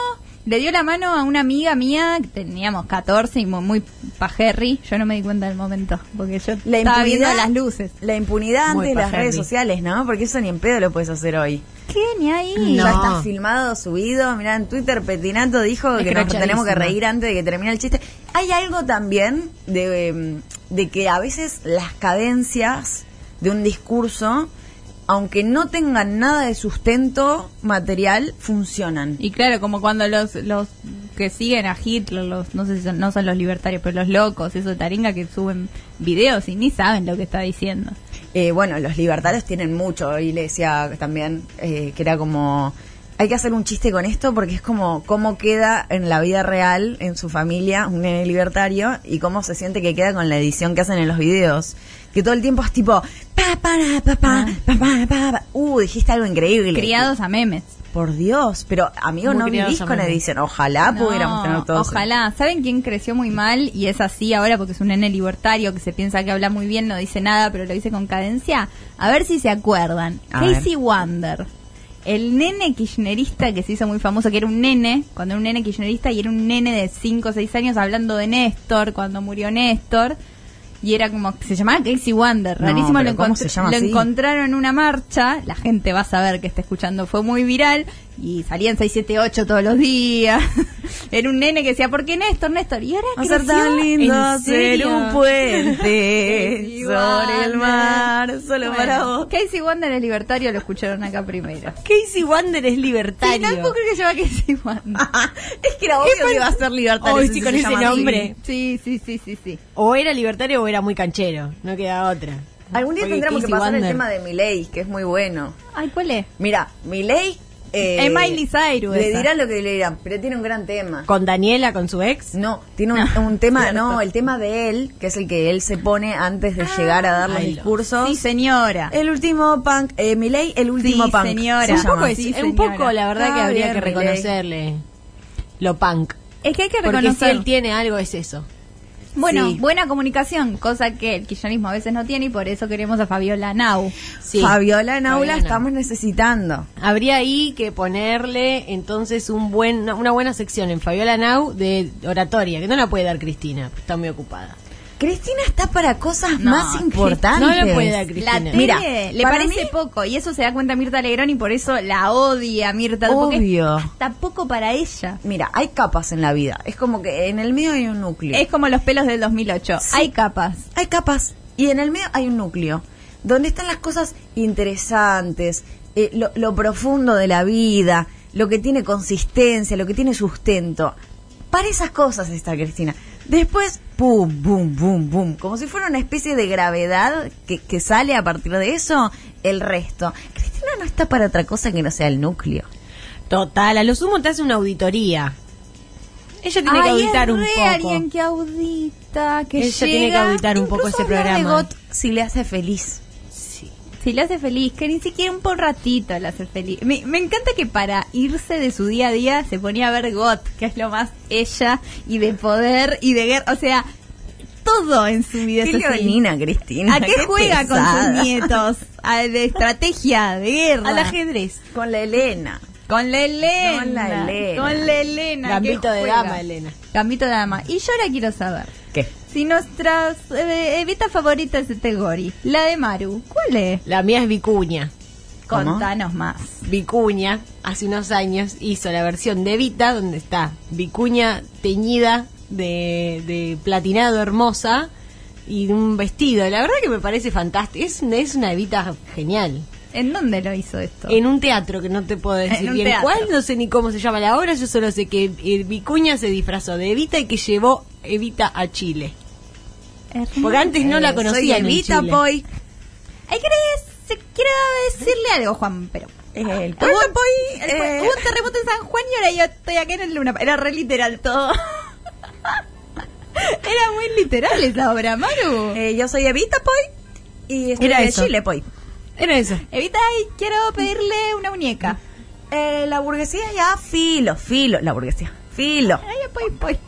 [SPEAKER 2] Le dio la mano a una amiga mía, que teníamos 14 y muy, muy pajerri. Yo no me di cuenta del momento, porque yo
[SPEAKER 4] La
[SPEAKER 2] estaba
[SPEAKER 4] impunidad-
[SPEAKER 2] viendo las luces.
[SPEAKER 4] La impunidad
[SPEAKER 3] Muy
[SPEAKER 4] ante las
[SPEAKER 3] pajerri.
[SPEAKER 4] redes sociales, ¿no? Porque eso ni en pedo lo puedes hacer hoy.
[SPEAKER 2] ¿Qué? Ni ahí.
[SPEAKER 3] No.
[SPEAKER 4] Ya está filmado, subido. Mirá, en Twitter Petinato dijo
[SPEAKER 3] Es
[SPEAKER 4] que nos
[SPEAKER 3] crochadísimo.
[SPEAKER 4] tenemos que reír antes de que termine el chiste. Hay algo también de, em, de que a veces las cadencias de un discurso, aunque no tengan nada de sustento material, funcionan.
[SPEAKER 2] Y claro, como cuando los, los que siguen a Hitler, los, no sé si son, no son los libertarios, pero los locos, esos taringa que suben videos y ni saben lo que está diciendo.
[SPEAKER 4] Eh, bueno, los libertarios tienen mucho. Y le decía también eh, que era como hay que hacer un chiste con esto porque es como cómo queda en la vida real, en su familia, un nene libertario y cómo se siente que queda con la edición que hacen en los videos. Que todo el tiempo es tipo, pa, pa, ra, pa, pa, pa, pa, pa, pa. Uh, dijiste algo increíble.
[SPEAKER 2] Criados a memes.
[SPEAKER 4] Por Dios, pero amigo,
[SPEAKER 3] Muy
[SPEAKER 4] no
[SPEAKER 3] criados
[SPEAKER 4] vivís
[SPEAKER 3] a
[SPEAKER 4] con
[SPEAKER 3] mano.
[SPEAKER 4] edición. Ojalá
[SPEAKER 2] No,
[SPEAKER 4] pudiéramos tener todos.
[SPEAKER 2] Ojalá. ¿Saben quién creció muy mal? Y es así ahora porque es un nene libertario que se piensa que habla muy bien, no dice nada, pero lo dice con cadencia. A ver si se acuerdan.
[SPEAKER 4] A
[SPEAKER 2] Casey Wander. El nene kirchnerista que se hizo muy famoso, que era un nene, cuando era un nene kirchnerista y era un nene de 5 o 6 años hablando de Néstor, cuando murió Néstor. Y era como, se llamaba Casey Wander,
[SPEAKER 4] No,
[SPEAKER 2] rarísimo,
[SPEAKER 4] pero
[SPEAKER 2] lo,
[SPEAKER 4] ¿cómo
[SPEAKER 2] encontr-
[SPEAKER 4] se llama
[SPEAKER 2] lo
[SPEAKER 4] así?
[SPEAKER 2] encontraron en una marcha, la gente va a saber que está escuchando, fue muy viral, y salían 678 todos los días. Era un nene que decía, ¿por qué Néstor, Néstor? Y ahora
[SPEAKER 4] Va a ser
[SPEAKER 2] creció,
[SPEAKER 4] tan lindo
[SPEAKER 2] ¿en
[SPEAKER 4] hacer
[SPEAKER 2] serio?
[SPEAKER 4] un puente
[SPEAKER 2] Casey
[SPEAKER 4] sobre el
[SPEAKER 2] Wander.
[SPEAKER 4] mar, solo
[SPEAKER 2] Bueno,
[SPEAKER 4] para vos.
[SPEAKER 2] Casey Wander es libertario, lo escucharon acá primero.
[SPEAKER 3] Casey Wander es
[SPEAKER 2] Sí,
[SPEAKER 3] libertario.
[SPEAKER 2] tampoco creo que se llama Casey Wander.
[SPEAKER 4] es que era obvio que iba a ser libertario.
[SPEAKER 3] Hoy
[SPEAKER 4] si
[SPEAKER 3] sí
[SPEAKER 4] se
[SPEAKER 3] con ese
[SPEAKER 4] llama así.
[SPEAKER 3] nombre.
[SPEAKER 2] Sí, sí, sí, sí, sí.
[SPEAKER 3] O era libertario o era muy canchero. No queda otra.
[SPEAKER 4] Algún día
[SPEAKER 3] Porque
[SPEAKER 4] tendremos que
[SPEAKER 3] Casey
[SPEAKER 4] pasar el
[SPEAKER 3] Wander-
[SPEAKER 4] tema de Miley, que es muy bueno.
[SPEAKER 2] Ay, ¿cuál es?
[SPEAKER 4] Mira, Miley. Eh,
[SPEAKER 2] Es Miley Cyrus
[SPEAKER 4] Le
[SPEAKER 2] esa.
[SPEAKER 4] dirán lo que le dirán, pero tiene un gran tema.
[SPEAKER 3] Con Daniela, con su ex.
[SPEAKER 4] No, tiene un, un tema, no, el tema de él, que es el que él se pone antes de llegar a dar los
[SPEAKER 3] ay, lo-
[SPEAKER 4] discursos.
[SPEAKER 2] Sí, señora.
[SPEAKER 4] El último punk, eh, Milei, el último
[SPEAKER 2] Sí,
[SPEAKER 4] punk.
[SPEAKER 2] señora.
[SPEAKER 4] se
[SPEAKER 3] un poco,
[SPEAKER 4] llama.
[SPEAKER 3] es-
[SPEAKER 2] Sí,
[SPEAKER 3] Pues, un
[SPEAKER 2] señora.
[SPEAKER 3] poco la verdad
[SPEAKER 4] Está
[SPEAKER 3] que habría
[SPEAKER 4] bien,
[SPEAKER 3] que
[SPEAKER 4] Milei.
[SPEAKER 3] reconocerle lo punk.
[SPEAKER 2] Es que hay que
[SPEAKER 3] Porque si
[SPEAKER 2] reconocer.
[SPEAKER 3] él tiene algo es eso.
[SPEAKER 2] Bueno,
[SPEAKER 4] Sí.
[SPEAKER 2] buena comunicación, cosa que el kirchnerismo a veces no tiene y por eso queremos a Fabiola Nau.
[SPEAKER 3] Sí.
[SPEAKER 4] Fabiola en aula
[SPEAKER 3] Fabiola.
[SPEAKER 4] estamos necesitando.
[SPEAKER 3] Habría ahí que ponerle entonces un buen, una- una buena sección en Fabiola Now de oratoria, que no la puede dar Cristina, porque está muy ocupada.
[SPEAKER 4] Cristina está para cosas
[SPEAKER 2] No,
[SPEAKER 4] más
[SPEAKER 2] Cris-
[SPEAKER 4] importantes.
[SPEAKER 3] no lo puede dar Cristina.
[SPEAKER 2] La tele
[SPEAKER 4] Mira,
[SPEAKER 2] le
[SPEAKER 4] para
[SPEAKER 2] parece
[SPEAKER 4] mí-
[SPEAKER 2] poco y eso se da cuenta Mirta Legrón y por eso la odia Mirta. porque
[SPEAKER 4] Obvio.
[SPEAKER 2] es hasta poco para ella.
[SPEAKER 4] Mira, hay capas en la vida. Es como que en el medio hay un núcleo.
[SPEAKER 2] Es como los pelos del 2008.
[SPEAKER 4] Sí.
[SPEAKER 2] Hay capas.
[SPEAKER 4] Hay capas. Y en el medio hay un núcleo. Donde están las cosas interesantes, eh, lo, lo profundo de la vida, lo que tiene consistencia, lo que tiene sustento. Para esas cosas está Cristina. Después, pum, boom, boom, boom. Como si fuera una especie de gravedad que, que sale a partir de eso el resto. Cristina no está para otra cosa que no sea el núcleo.
[SPEAKER 3] Total, a lo sumo te hace una auditoría. Ella tiene que
[SPEAKER 2] Ay,
[SPEAKER 3] auditar
[SPEAKER 2] es
[SPEAKER 3] un
[SPEAKER 2] re
[SPEAKER 3] poco.
[SPEAKER 2] alguien que audita, que
[SPEAKER 3] Ella tiene
[SPEAKER 2] llega.
[SPEAKER 3] que auditar un poco ese
[SPEAKER 4] Incluso hablar de
[SPEAKER 3] programa.
[SPEAKER 4] Got si le hace feliz.
[SPEAKER 3] Sí.
[SPEAKER 2] Si le hace feliz, que ni siquiera un por ratito la hace feliz. Me, me encanta que para irse de su día a día se ponía a ver GOT, que es lo más ella, y de poder, y de guerra, o sea, todo en su vida.
[SPEAKER 4] Qué
[SPEAKER 2] es así.
[SPEAKER 4] leonina, Cristina.
[SPEAKER 2] ¿A qué, juega con sus
[SPEAKER 4] pesada.
[SPEAKER 2] nietos? A, de estrategia, de guerra.
[SPEAKER 3] Al ajedrez.
[SPEAKER 4] Con la Elena.
[SPEAKER 2] Con la Elena.
[SPEAKER 4] Con la Elena.
[SPEAKER 2] Con la Elena, ¿qué
[SPEAKER 3] Gambito de
[SPEAKER 2] juega?
[SPEAKER 3] dama, Elena.
[SPEAKER 2] Gambito de dama. Y yo ahora quiero saber.
[SPEAKER 4] ¿Qué?
[SPEAKER 2] Si nuestra eh, evita favorita es este Gori, la de Maru, ¿cuál es?
[SPEAKER 3] La mía es Vicuña.
[SPEAKER 4] ¿Cómo?
[SPEAKER 2] Contanos más.
[SPEAKER 3] Vicuña hace unos años hizo la versión de Vita, donde está Vicuña teñida de, de platinado hermosa y de un vestido. La verdad que me parece fantástico. Es, es una Evita genial.
[SPEAKER 2] ¿En dónde lo hizo esto?
[SPEAKER 3] En un teatro que no te puedo decir
[SPEAKER 2] un
[SPEAKER 3] bien
[SPEAKER 2] teatro.
[SPEAKER 3] cuál, no sé ni cómo se llama la obra, yo solo sé que eh, Vicuña se disfrazó de Evita y que llevó Evita a Chile. Porque antes no la
[SPEAKER 4] Eh, Soy
[SPEAKER 3] conocía
[SPEAKER 4] Evita Poi.
[SPEAKER 2] Ahí querés- se- quiero decirle algo, Juan, pero...
[SPEAKER 4] eh, El
[SPEAKER 2] Hubo,
[SPEAKER 4] Pueblo Poi.
[SPEAKER 2] Ah, el-
[SPEAKER 4] eh,
[SPEAKER 2] hubo un terremoto en San Juan y ahora yo estoy acá en el Luna. Era re literal todo. Era muy literal esa obra, Maru.
[SPEAKER 4] eh, yo soy Evita Poi. Y estoy
[SPEAKER 3] Era
[SPEAKER 4] de
[SPEAKER 3] eso.
[SPEAKER 4] Chile Poi.
[SPEAKER 3] Era eso.
[SPEAKER 2] Evita, ay, quiero pedirle una muñeca.
[SPEAKER 4] Eh, la burguesía ya filo, filo. La burguesía. Filo.
[SPEAKER 2] Ay, apoy, apoy.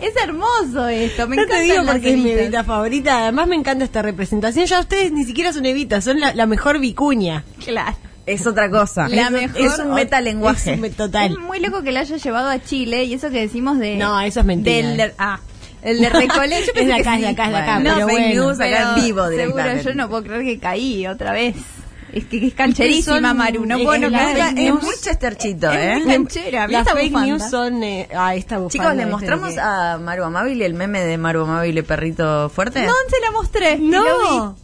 [SPEAKER 2] Es hermoso esto, me
[SPEAKER 3] no
[SPEAKER 2] encanta.
[SPEAKER 3] te digo porque es mi Evita favorita. Además me encanta esta representación. Ya ustedes ni siquiera son Evita, son la, la mejor vicuña.
[SPEAKER 2] Claro.
[SPEAKER 4] Es otra cosa.
[SPEAKER 2] La
[SPEAKER 4] es,
[SPEAKER 2] mejor-
[SPEAKER 4] es un metalenguaje.
[SPEAKER 3] Es un me- total.
[SPEAKER 2] Es muy loco que la haya llevado a Chile y eso que decimos de.
[SPEAKER 3] No, eso es mentira.
[SPEAKER 2] Del de, ah, el de Recoleta. yo
[SPEAKER 3] Es de
[SPEAKER 2] pensé que
[SPEAKER 3] acá, es de
[SPEAKER 2] sí.
[SPEAKER 3] acá, es de acá.
[SPEAKER 4] Bueno,
[SPEAKER 3] pero
[SPEAKER 4] fake
[SPEAKER 3] bueno.
[SPEAKER 4] news. acá en vivo
[SPEAKER 2] Seguro,
[SPEAKER 4] directamente.
[SPEAKER 2] yo no puedo creer que caí otra vez. Es que, que es cancherísima,
[SPEAKER 3] Son-
[SPEAKER 2] Maru. No
[SPEAKER 3] es
[SPEAKER 2] puedo no
[SPEAKER 3] la
[SPEAKER 2] creer.
[SPEAKER 3] fake
[SPEAKER 4] es
[SPEAKER 3] news.
[SPEAKER 4] muy chesterchito,
[SPEAKER 2] Es
[SPEAKER 4] ¿eh?
[SPEAKER 2] muy canchera. Mira
[SPEAKER 3] Las
[SPEAKER 2] esta
[SPEAKER 3] fake
[SPEAKER 2] bufanda.
[SPEAKER 3] news son eh, ah, esta bufanda,
[SPEAKER 4] Chicos, ¿le
[SPEAKER 2] este
[SPEAKER 3] viste,
[SPEAKER 4] mostramos
[SPEAKER 3] que-
[SPEAKER 4] a Maru Amabile el meme de Maru Amabile perrito fuerte?
[SPEAKER 2] No, se la mostré.
[SPEAKER 3] No.
[SPEAKER 2] Lo vi.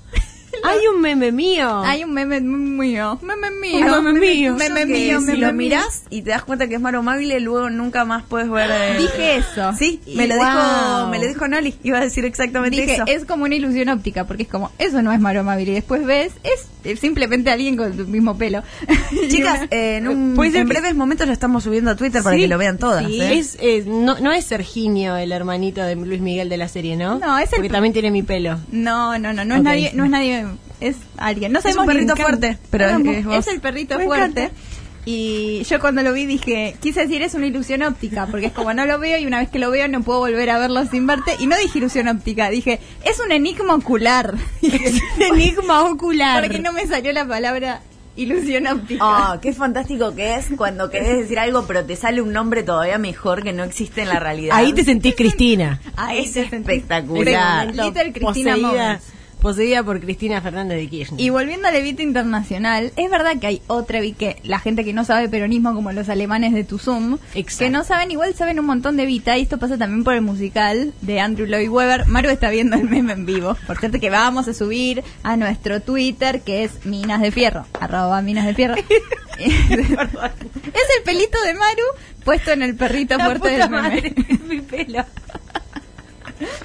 [SPEAKER 3] Hay un meme mío.
[SPEAKER 2] Hay un meme mío. Meme
[SPEAKER 3] Un
[SPEAKER 2] mío.
[SPEAKER 3] meme mío.
[SPEAKER 2] Meme
[SPEAKER 4] Eso que
[SPEAKER 2] mío,
[SPEAKER 4] si
[SPEAKER 2] meme
[SPEAKER 4] lo
[SPEAKER 2] mío.
[SPEAKER 4] mirás y te das cuenta que es Maro Magle, luego nunca más puedes ver. eh,
[SPEAKER 2] Dije eso.
[SPEAKER 4] Sí, me lo,
[SPEAKER 2] Wow.
[SPEAKER 4] dijo, me lo dijo Noli. Iba a decir exactamente
[SPEAKER 2] Dije,
[SPEAKER 4] eso.
[SPEAKER 2] es como una ilusión óptica, porque es como, eso no es Maro Mavir. Y después ves, es eh, simplemente alguien con el mismo pelo.
[SPEAKER 4] Chicas, eh, en, un-
[SPEAKER 3] Puede ser
[SPEAKER 4] en
[SPEAKER 3] que-
[SPEAKER 4] breves momentos lo estamos subiendo a Twitter para
[SPEAKER 3] Sí,
[SPEAKER 4] que lo vean todas.
[SPEAKER 3] sí.
[SPEAKER 4] ¿eh?
[SPEAKER 3] Es, es- no, no es Serginio, el hermanito de Luis Miguel de la serie, ¿no?
[SPEAKER 2] No, es el-
[SPEAKER 3] Porque también tiene mi pelo.
[SPEAKER 2] No, no, no, no es
[SPEAKER 3] Ok.
[SPEAKER 2] nadie, no es nadie, es alguien. No sabemos
[SPEAKER 4] un
[SPEAKER 2] ni-
[SPEAKER 4] perrito
[SPEAKER 2] can-
[SPEAKER 4] fuerte, pero
[SPEAKER 2] Era
[SPEAKER 4] es-
[SPEAKER 2] un-
[SPEAKER 4] es vos.
[SPEAKER 2] el perrito
[SPEAKER 4] Me
[SPEAKER 2] fuerte.
[SPEAKER 4] encanta.
[SPEAKER 2] Y yo cuando lo vi dije, quise decir es una ilusión óptica, porque es como no lo veo y una vez que lo veo no puedo volver a verlo sin verte. Y no dije ilusión óptica, dije, es un enigma ocular.
[SPEAKER 3] Es un enigma ocular.
[SPEAKER 2] porque no me salió la palabra ilusión óptica.
[SPEAKER 4] Oh, qué fantástico que es cuando querés decir algo, pero te sale un nombre todavía mejor que no existe en la realidad.
[SPEAKER 3] Ahí te sentís Cristina.
[SPEAKER 2] Ahí
[SPEAKER 4] es
[SPEAKER 2] te sentí-
[SPEAKER 4] espectacular.
[SPEAKER 2] Pero, Little Cristina
[SPEAKER 3] poseída,
[SPEAKER 2] Moments.
[SPEAKER 3] poseída por Cristina Fernández de Kirchner.
[SPEAKER 2] Y volviendo al evita internacional, es verdad que hay otra vi que la gente que no sabe peronismo, como los alemanes de Tusum,
[SPEAKER 3] Exacto.
[SPEAKER 2] que no saben, igual saben un montón de evita, y esto pasa también por el musical de Andrew Lloyd Webber. Maru está viendo el meme en vivo. Por cierto que vamos a subir a nuestro Twitter, que es Minas de Fierro, arroba Minas de Fierro. es el pelito de Maru puesto en el perrito
[SPEAKER 3] La
[SPEAKER 2] fuerte
[SPEAKER 3] puta
[SPEAKER 2] del meme.
[SPEAKER 3] madre, mi pelo.